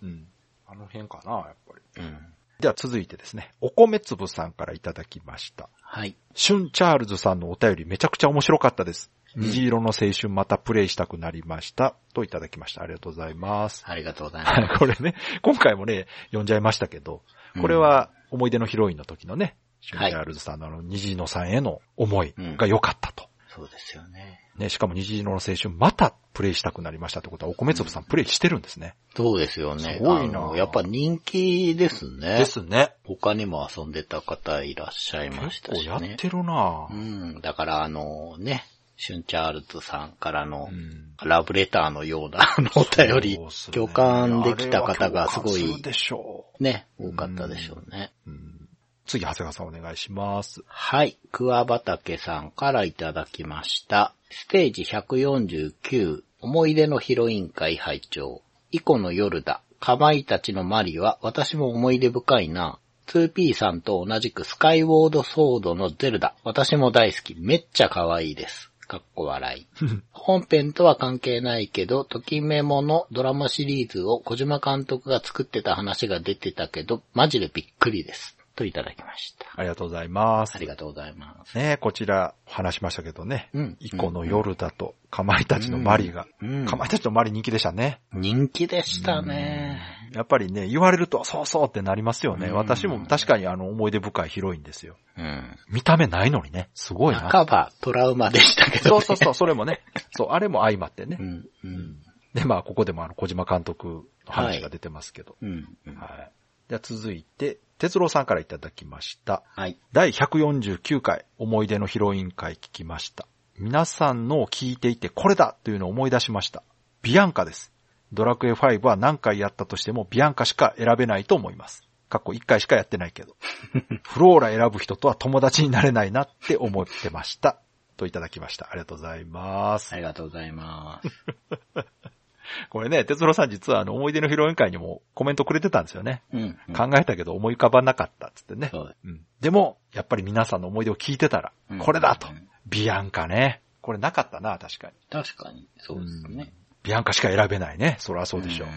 Speaker 2: うん。あの辺かな、やっぱり。
Speaker 3: うん。
Speaker 2: では続いてですね、お米粒さんからいただきました。
Speaker 3: はい。
Speaker 2: シュン・チャールズさんのお便りめちゃくちゃ面白かったです。
Speaker 3: うん
Speaker 2: 虹色の青春またプレイしたくなりました。といただきました。ありがとうございます。 [laughs]
Speaker 3: ありがとうございます。
Speaker 2: はい、これね、今回もね、読んじゃいましたけど、これは思い出のヒロインの時のね、シュン・チャールズさんのあの虹色さんへの思いが良かったと。
Speaker 3: そうですよね。
Speaker 2: ね、しかも虹色の青春またプレイしたくなりましたってことは、お米粒さんプレイしてるんですね。
Speaker 3: そうですよね。
Speaker 2: すごいな
Speaker 3: あのやっぱ人気ですね。
Speaker 2: ですね。
Speaker 3: 他にも遊んでた方いらっしゃいまし
Speaker 2: 結
Speaker 3: た
Speaker 2: 構
Speaker 3: しね。
Speaker 2: やってるな
Speaker 3: う
Speaker 2: ぁ。
Speaker 3: ん。だからあのね、シュンチャールズさんからの
Speaker 2: うん
Speaker 3: ラブレターのようなあのお便り
Speaker 2: そうっすね
Speaker 3: 共感できた方がすご
Speaker 2: あれは共感する
Speaker 3: い
Speaker 2: でしょ
Speaker 3: ね、多かったでしょうね。
Speaker 2: う。うん次、長谷川さんお願いします。
Speaker 3: はい。桑畑さんからいただきました。ステージ149、思い出のヒロイン会拝聴。以降の夜だ。かまいたちのマリは私も思い出深いな。2P さんと同じくスカイウォードソードのゼルダ。私も大好き。めっちゃ可愛いです。かっこ笑い。本編とは関係ないけど、ときメモのドラマシリーズを小島監督が作ってた話が出てたけど、マジでびっくりです。といただきました。
Speaker 2: ありがとうございます。
Speaker 3: ありがとうございます。
Speaker 2: ねこちら話しましたけどね。
Speaker 3: うん
Speaker 2: イコの夜だと、かまいたちのマリが。
Speaker 3: うん
Speaker 2: かまいたちのマリ人気でしたね。
Speaker 3: 人気でしたね。
Speaker 2: やっぱりね、言われると、そうそうってなりますよね。
Speaker 3: うん
Speaker 2: 私も確かにあの思い出深いヒロインですよ。
Speaker 3: うん。
Speaker 2: 見た目ないのにね。すごいな。
Speaker 3: 半ばトラウマでしたけど
Speaker 2: そう
Speaker 3: ね。
Speaker 2: そうそう、それも
Speaker 3: [laughs]
Speaker 2: ね。そう、あれも相まってね
Speaker 3: う。ん。うん。
Speaker 2: で、まあ、ここでもあの、小島監督の話が出てますけど。
Speaker 3: うん。うん
Speaker 2: はい。じゃあ続いて、哲郎さんからいただきました。
Speaker 3: はい。
Speaker 2: 第149回思い出のヒロイン会聞きました。皆さんのを聞いていてこれだというのを思い出しました。ビアンカです。ドラクエ5は何回やったとしてもビアンカしか選べないと思います。かっこ1回しかやってない
Speaker 3: [laughs]
Speaker 2: けど。フローラ選ぶ人とは友達になれないなって思ってました。といただきました。ありがとうございます。
Speaker 3: ありがとうございます。
Speaker 2: これね、哲郎さん実はあの思い出のヒロイン会にもコメントくれてたんですよね。
Speaker 3: うん、うん。
Speaker 2: 考えたけど思い浮かばなかったっつってね。
Speaker 3: そう
Speaker 2: うんでも、やっぱり皆さんの思い出を聞いてたら
Speaker 3: うん、
Speaker 2: これだと
Speaker 3: うん。
Speaker 2: ビアンカね。これなかったな、確かに。
Speaker 3: 確かに、そうですね。
Speaker 2: ビアンカしか選べないね。そりゃそうでしょう
Speaker 3: ー。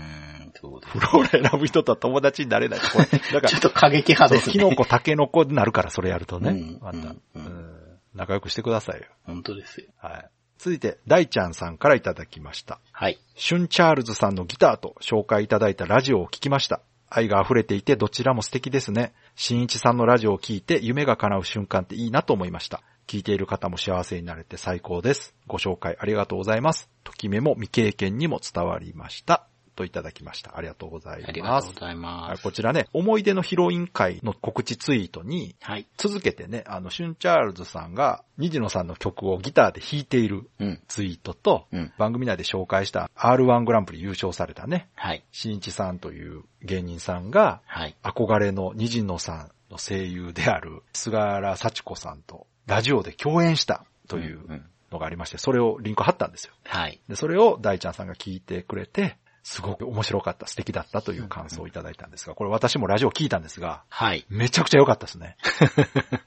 Speaker 3: んそうです
Speaker 2: フローラ選ぶ人とは友達になれない。こ
Speaker 3: [laughs]
Speaker 2: れ、だか
Speaker 3: ちょ
Speaker 2: ら、
Speaker 3: っと過激派
Speaker 2: そう
Speaker 3: ですね。
Speaker 2: キノコ、タケノコになるから、それやるとね
Speaker 3: うん。
Speaker 2: また、
Speaker 3: うん
Speaker 2: うん仲良くしてくださいよ。
Speaker 3: 本当ですよ。
Speaker 2: はい。続いて、大ちゃんさんからいただきました。
Speaker 3: はい。
Speaker 2: シュン・チャールズさんのギターと紹介いただいたラジオを聞きました。愛が溢れていてどちらも素敵ですね。新一さんのラジオを聞いて夢が叶う瞬間っていいなと思いました。聞いている方も幸せになれて最高です。ご紹介ありがとうございます。ときめも未経験にも伝わりました。といただきました。ありがとうござい
Speaker 3: あり
Speaker 2: ま
Speaker 3: が
Speaker 2: す
Speaker 3: とう。ござい
Speaker 2: は
Speaker 3: ま
Speaker 2: い
Speaker 3: す。
Speaker 2: こちらね、思い出のヒロイン会の告知ツイートに、
Speaker 3: はい。
Speaker 2: 続けてね、あの、シュンチャールズさんが、虹野さんの曲をギターで弾いている
Speaker 3: うん。
Speaker 2: ツイートと、
Speaker 3: うん。
Speaker 2: 番組内で紹介した R1 グランプリ優勝されたね、
Speaker 3: はい。
Speaker 2: 新一さんという芸人さんが、
Speaker 3: はい。
Speaker 2: 憧れの虹野さんの声優である菅原幸子さんとラジオで共演したとい
Speaker 3: ん
Speaker 2: うんのがありまして、それをリンク貼ったんですよ。
Speaker 3: はい。
Speaker 2: で、それを大ちゃんさんが聞いてくれて、すごく面白かった、素敵だったという感想をいただいたんですが、これ私もラジオ聞いたんですが、
Speaker 3: はい。
Speaker 2: めちゃくちゃ良かったです [laughs] ね。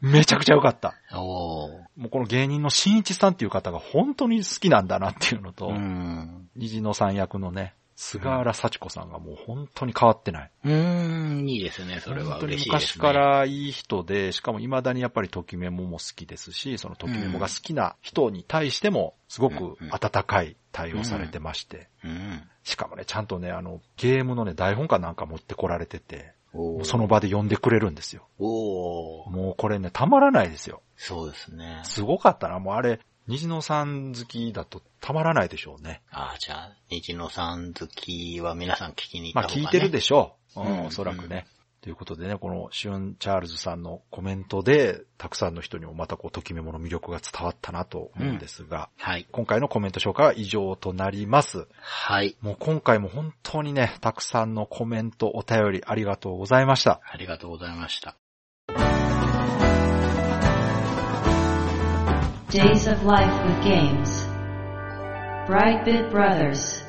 Speaker 2: めちゃくちゃ良かった。
Speaker 3: おー。
Speaker 2: もうこの芸人の新一さんっていう方が本当に好きなんだなっていうのと、
Speaker 3: うん。
Speaker 2: 虹野さん役のね、菅原幸子さんがもう本当に変わってない。
Speaker 3: うーん、いいですね。それは
Speaker 2: 本当に
Speaker 3: 嬉しいです、
Speaker 2: 昔
Speaker 3: ね。
Speaker 2: か。らいい人で、しかも未だにやっぱりときめもも好きですし、そのときめもが好きな人に対しても、すごく温かい対応されてまして、
Speaker 3: うん。
Speaker 2: しかもね、ちゃんとね、あの、ゲームのね、台本かなんか持ってこられてて、
Speaker 3: おー。
Speaker 2: その場で呼んでくれるんですよ。
Speaker 3: おー。
Speaker 2: もうこれね、たまらないですよ。
Speaker 3: そうですね。
Speaker 2: すごかったな、もうあれ、虹野さん好きだとたまらないでしょうね。
Speaker 3: ああ、じゃあ、虹野さん好きは皆さん聞きに行
Speaker 2: ま
Speaker 3: っ
Speaker 2: あ
Speaker 3: た方が、
Speaker 2: 聞
Speaker 3: ね、
Speaker 2: いてるでしょう。う
Speaker 3: うん
Speaker 2: ん、おそらくね。ということでね、このシュン・チャールズさんのコメントで、たくさんの人にもまたこう、ときめもの魅力が伝わったなと思うんですが、
Speaker 3: はい。
Speaker 2: 今回のコメント紹介は以上となります。
Speaker 3: はい。
Speaker 2: もう今回も本当にね、たくさんのコメント、お便りありがとうございました。
Speaker 3: ありがとうございました。
Speaker 1: Days of Life with Games. Brightbit Brothers.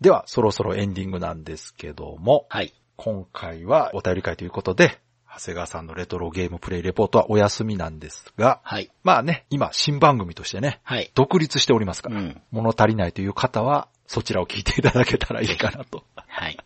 Speaker 2: では、そろそろエンディングなんですけども、
Speaker 3: はい。
Speaker 2: 今回はお便り会ということで、長谷川さんのレトロゲームプレイレポートはお休みなんですが、
Speaker 3: はい。
Speaker 2: まあね、今新番組としてね、
Speaker 3: はい。
Speaker 2: 独立しております
Speaker 3: う
Speaker 2: から、
Speaker 3: ん。
Speaker 2: 物足りないという方は、そちらを聞いていただけたらいいかなと。 [laughs]
Speaker 3: はい。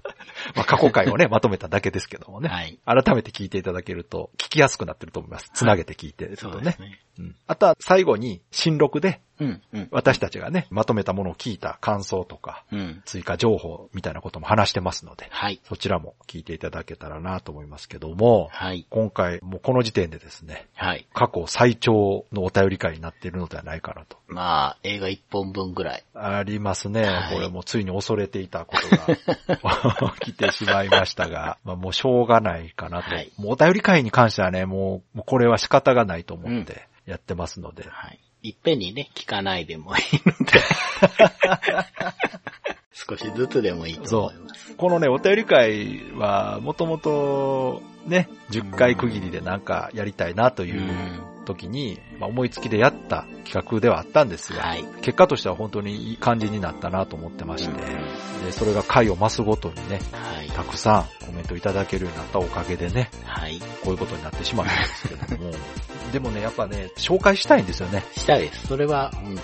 Speaker 2: まあ過去回をね、
Speaker 3: [laughs]
Speaker 2: まとめただけですけどもね。
Speaker 3: はい
Speaker 2: 改めて聞いていただけると、聞きやすくなってると思います。つなげて聞いてると
Speaker 3: そう
Speaker 2: ね。
Speaker 3: ですね。
Speaker 2: うん、あとは最後に、新録で、
Speaker 3: うん。うん。
Speaker 2: 私たちがね、まとめたものを聞いた感想とか、
Speaker 3: うん。
Speaker 2: 追加情報みたいなことも話してますので、
Speaker 3: はい。
Speaker 2: そちらも聞いていただけたらなと思いますけども、
Speaker 3: はい。
Speaker 2: 今回もうこの時点でですね、
Speaker 3: はい。
Speaker 2: 過去最長のお便り会になっているのではないかなと。
Speaker 3: まあ、映画一本分ぐらい。
Speaker 2: ありますね。
Speaker 3: はい
Speaker 2: これもついに恐れていたこと
Speaker 3: [laughs]
Speaker 2: が起きてしまいましたが、まあもうしょうがないかなと。
Speaker 3: はい
Speaker 2: もうお便り会に関してはね、もうもうこれは仕方がないと思ってやってますので、
Speaker 3: はい。いっぺんにね、聞かないでもいいの
Speaker 2: [laughs]
Speaker 3: で。少しずつでもいいと思います。
Speaker 2: このね、お便り会はもともとね、10回区切りでなんかやりたいなと
Speaker 3: う。
Speaker 2: いうん時に、まあ思いつきでやった企画ではあったんですが、
Speaker 3: はい。
Speaker 2: 結果としては本当にいい感じになったなと思ってまして、でそれが回を増すごとにね、
Speaker 3: はい。
Speaker 2: たくさんコメントいただけるようになったおかげでね、
Speaker 3: はい。
Speaker 2: こういうことになってしまったんですけれども、 [laughs] でもね、やっぱね、紹介したいんですよね。
Speaker 3: したいです。それは、本当に、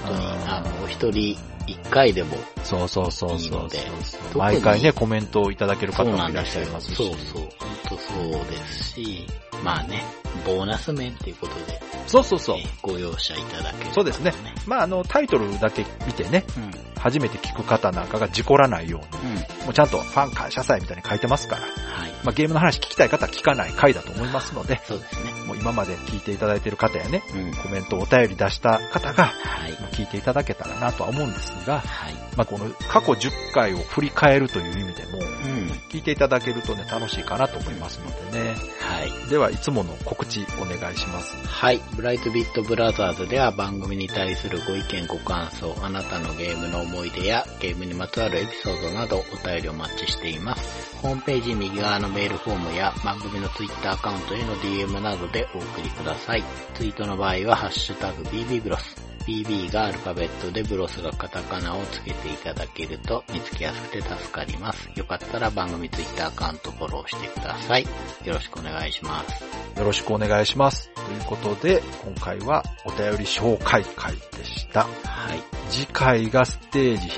Speaker 3: あの、お一人一回でも、
Speaker 2: そうそうそうそう
Speaker 3: いいので
Speaker 2: そう毎回ね、コメントをいただける方
Speaker 3: そう
Speaker 2: も
Speaker 3: ないん
Speaker 2: らっ
Speaker 3: で
Speaker 2: し
Speaker 3: す
Speaker 2: ゃい
Speaker 3: よ。
Speaker 2: ますし。
Speaker 3: そうそう。本当そうですし、まあね、ボーナス面っていうことで、
Speaker 2: そうそうそう
Speaker 3: えーご容赦いただければ、
Speaker 2: そうですね。まあ、あの、タイトルだけ見てね、
Speaker 3: うん。う
Speaker 2: 初めて聞く方なんかが事故らないように、
Speaker 3: ん。
Speaker 2: もうちゃんとファン感謝祭みたいに書いてますから、
Speaker 3: はい。
Speaker 2: まあ、ゲームの話聞きたい方は聞かない回だと思いますので、
Speaker 3: そうですね。
Speaker 2: もう今まで聞いていただいている方やね、
Speaker 3: うん。
Speaker 2: コメントお便り出した方が、
Speaker 3: はい。
Speaker 2: 聞いていただけたらなとは思うんですが、
Speaker 3: はい。
Speaker 2: まあ、この過去10回を振り返るという意味でも、
Speaker 3: うん。
Speaker 2: 聞いていただけるとね、楽しいかなと思いますのでね。
Speaker 3: はい。
Speaker 2: では、いつもの告知お願いします。
Speaker 3: はい。ブライトビットブラザーズでは番組に対するご意見、ご感想、あなたのゲームの思い出やゲームにまつわるエピソードなどお便りをお待ちしています。ホームページ右側のメールフォームや番組のツイッターアカウントへの DM などでお送りください。ツイートの場合はハッシュタグ BB ブロス。BB がアルファベットでブロスがカタカナをつけていただけると見つけやすくて助かります。よかったら番組ツイッターアカウントフォローしてください。よろしくお願いします。
Speaker 2: よろしくお願いします。ということで、今回はお便り紹介会でした。
Speaker 3: はい。
Speaker 2: 次回がステージ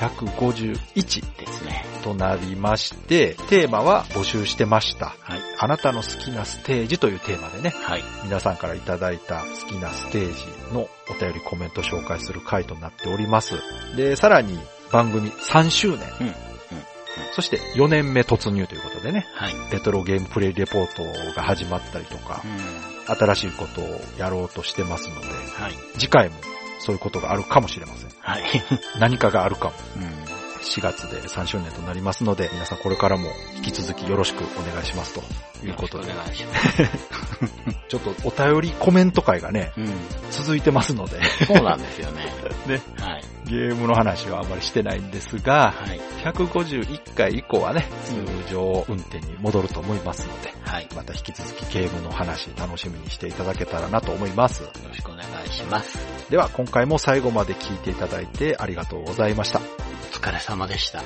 Speaker 2: 151
Speaker 3: ですね。
Speaker 2: となりまして、テーマは募集してました。
Speaker 3: はい。
Speaker 2: あなたの好きなステージというテーマでね、
Speaker 3: はい。
Speaker 2: 皆さんからいただいた好きなステージのお便りコメント紹介する回となっております。で、さらに番組3周年。
Speaker 3: うんうんうん
Speaker 2: そして4年目突入ということでね、
Speaker 3: はい。
Speaker 2: レトロゲームプレイレポートが始まったりとか
Speaker 3: う、ん。
Speaker 2: 新しいことをやろうとしてますので、
Speaker 3: はい。
Speaker 2: 次回もそういうことがあるかもしれません。
Speaker 3: はい。
Speaker 2: 何かがあるかも。
Speaker 3: うん。
Speaker 2: 4月で3周年となりますので、皆さんこれからも引き続きよろしくお願いしますということで
Speaker 3: お、願いします。
Speaker 2: ちょっとお便りコメント会がね、
Speaker 3: うん。
Speaker 2: 続いてますので、
Speaker 3: そうなんです [laughs] よね。
Speaker 2: ね、
Speaker 3: はい。
Speaker 2: ゲームの話はあまりしてないんですが、
Speaker 3: はい。
Speaker 2: 151回以降はね、通常運転に戻ると思いますので、
Speaker 3: はい。よ
Speaker 2: また引き続きゲームの話楽しみにしていただけたらなと思います。
Speaker 3: ろしくお願いします。
Speaker 2: では今回も最後まで聞いていただいてありがとうございました。
Speaker 3: お疲れ様でした。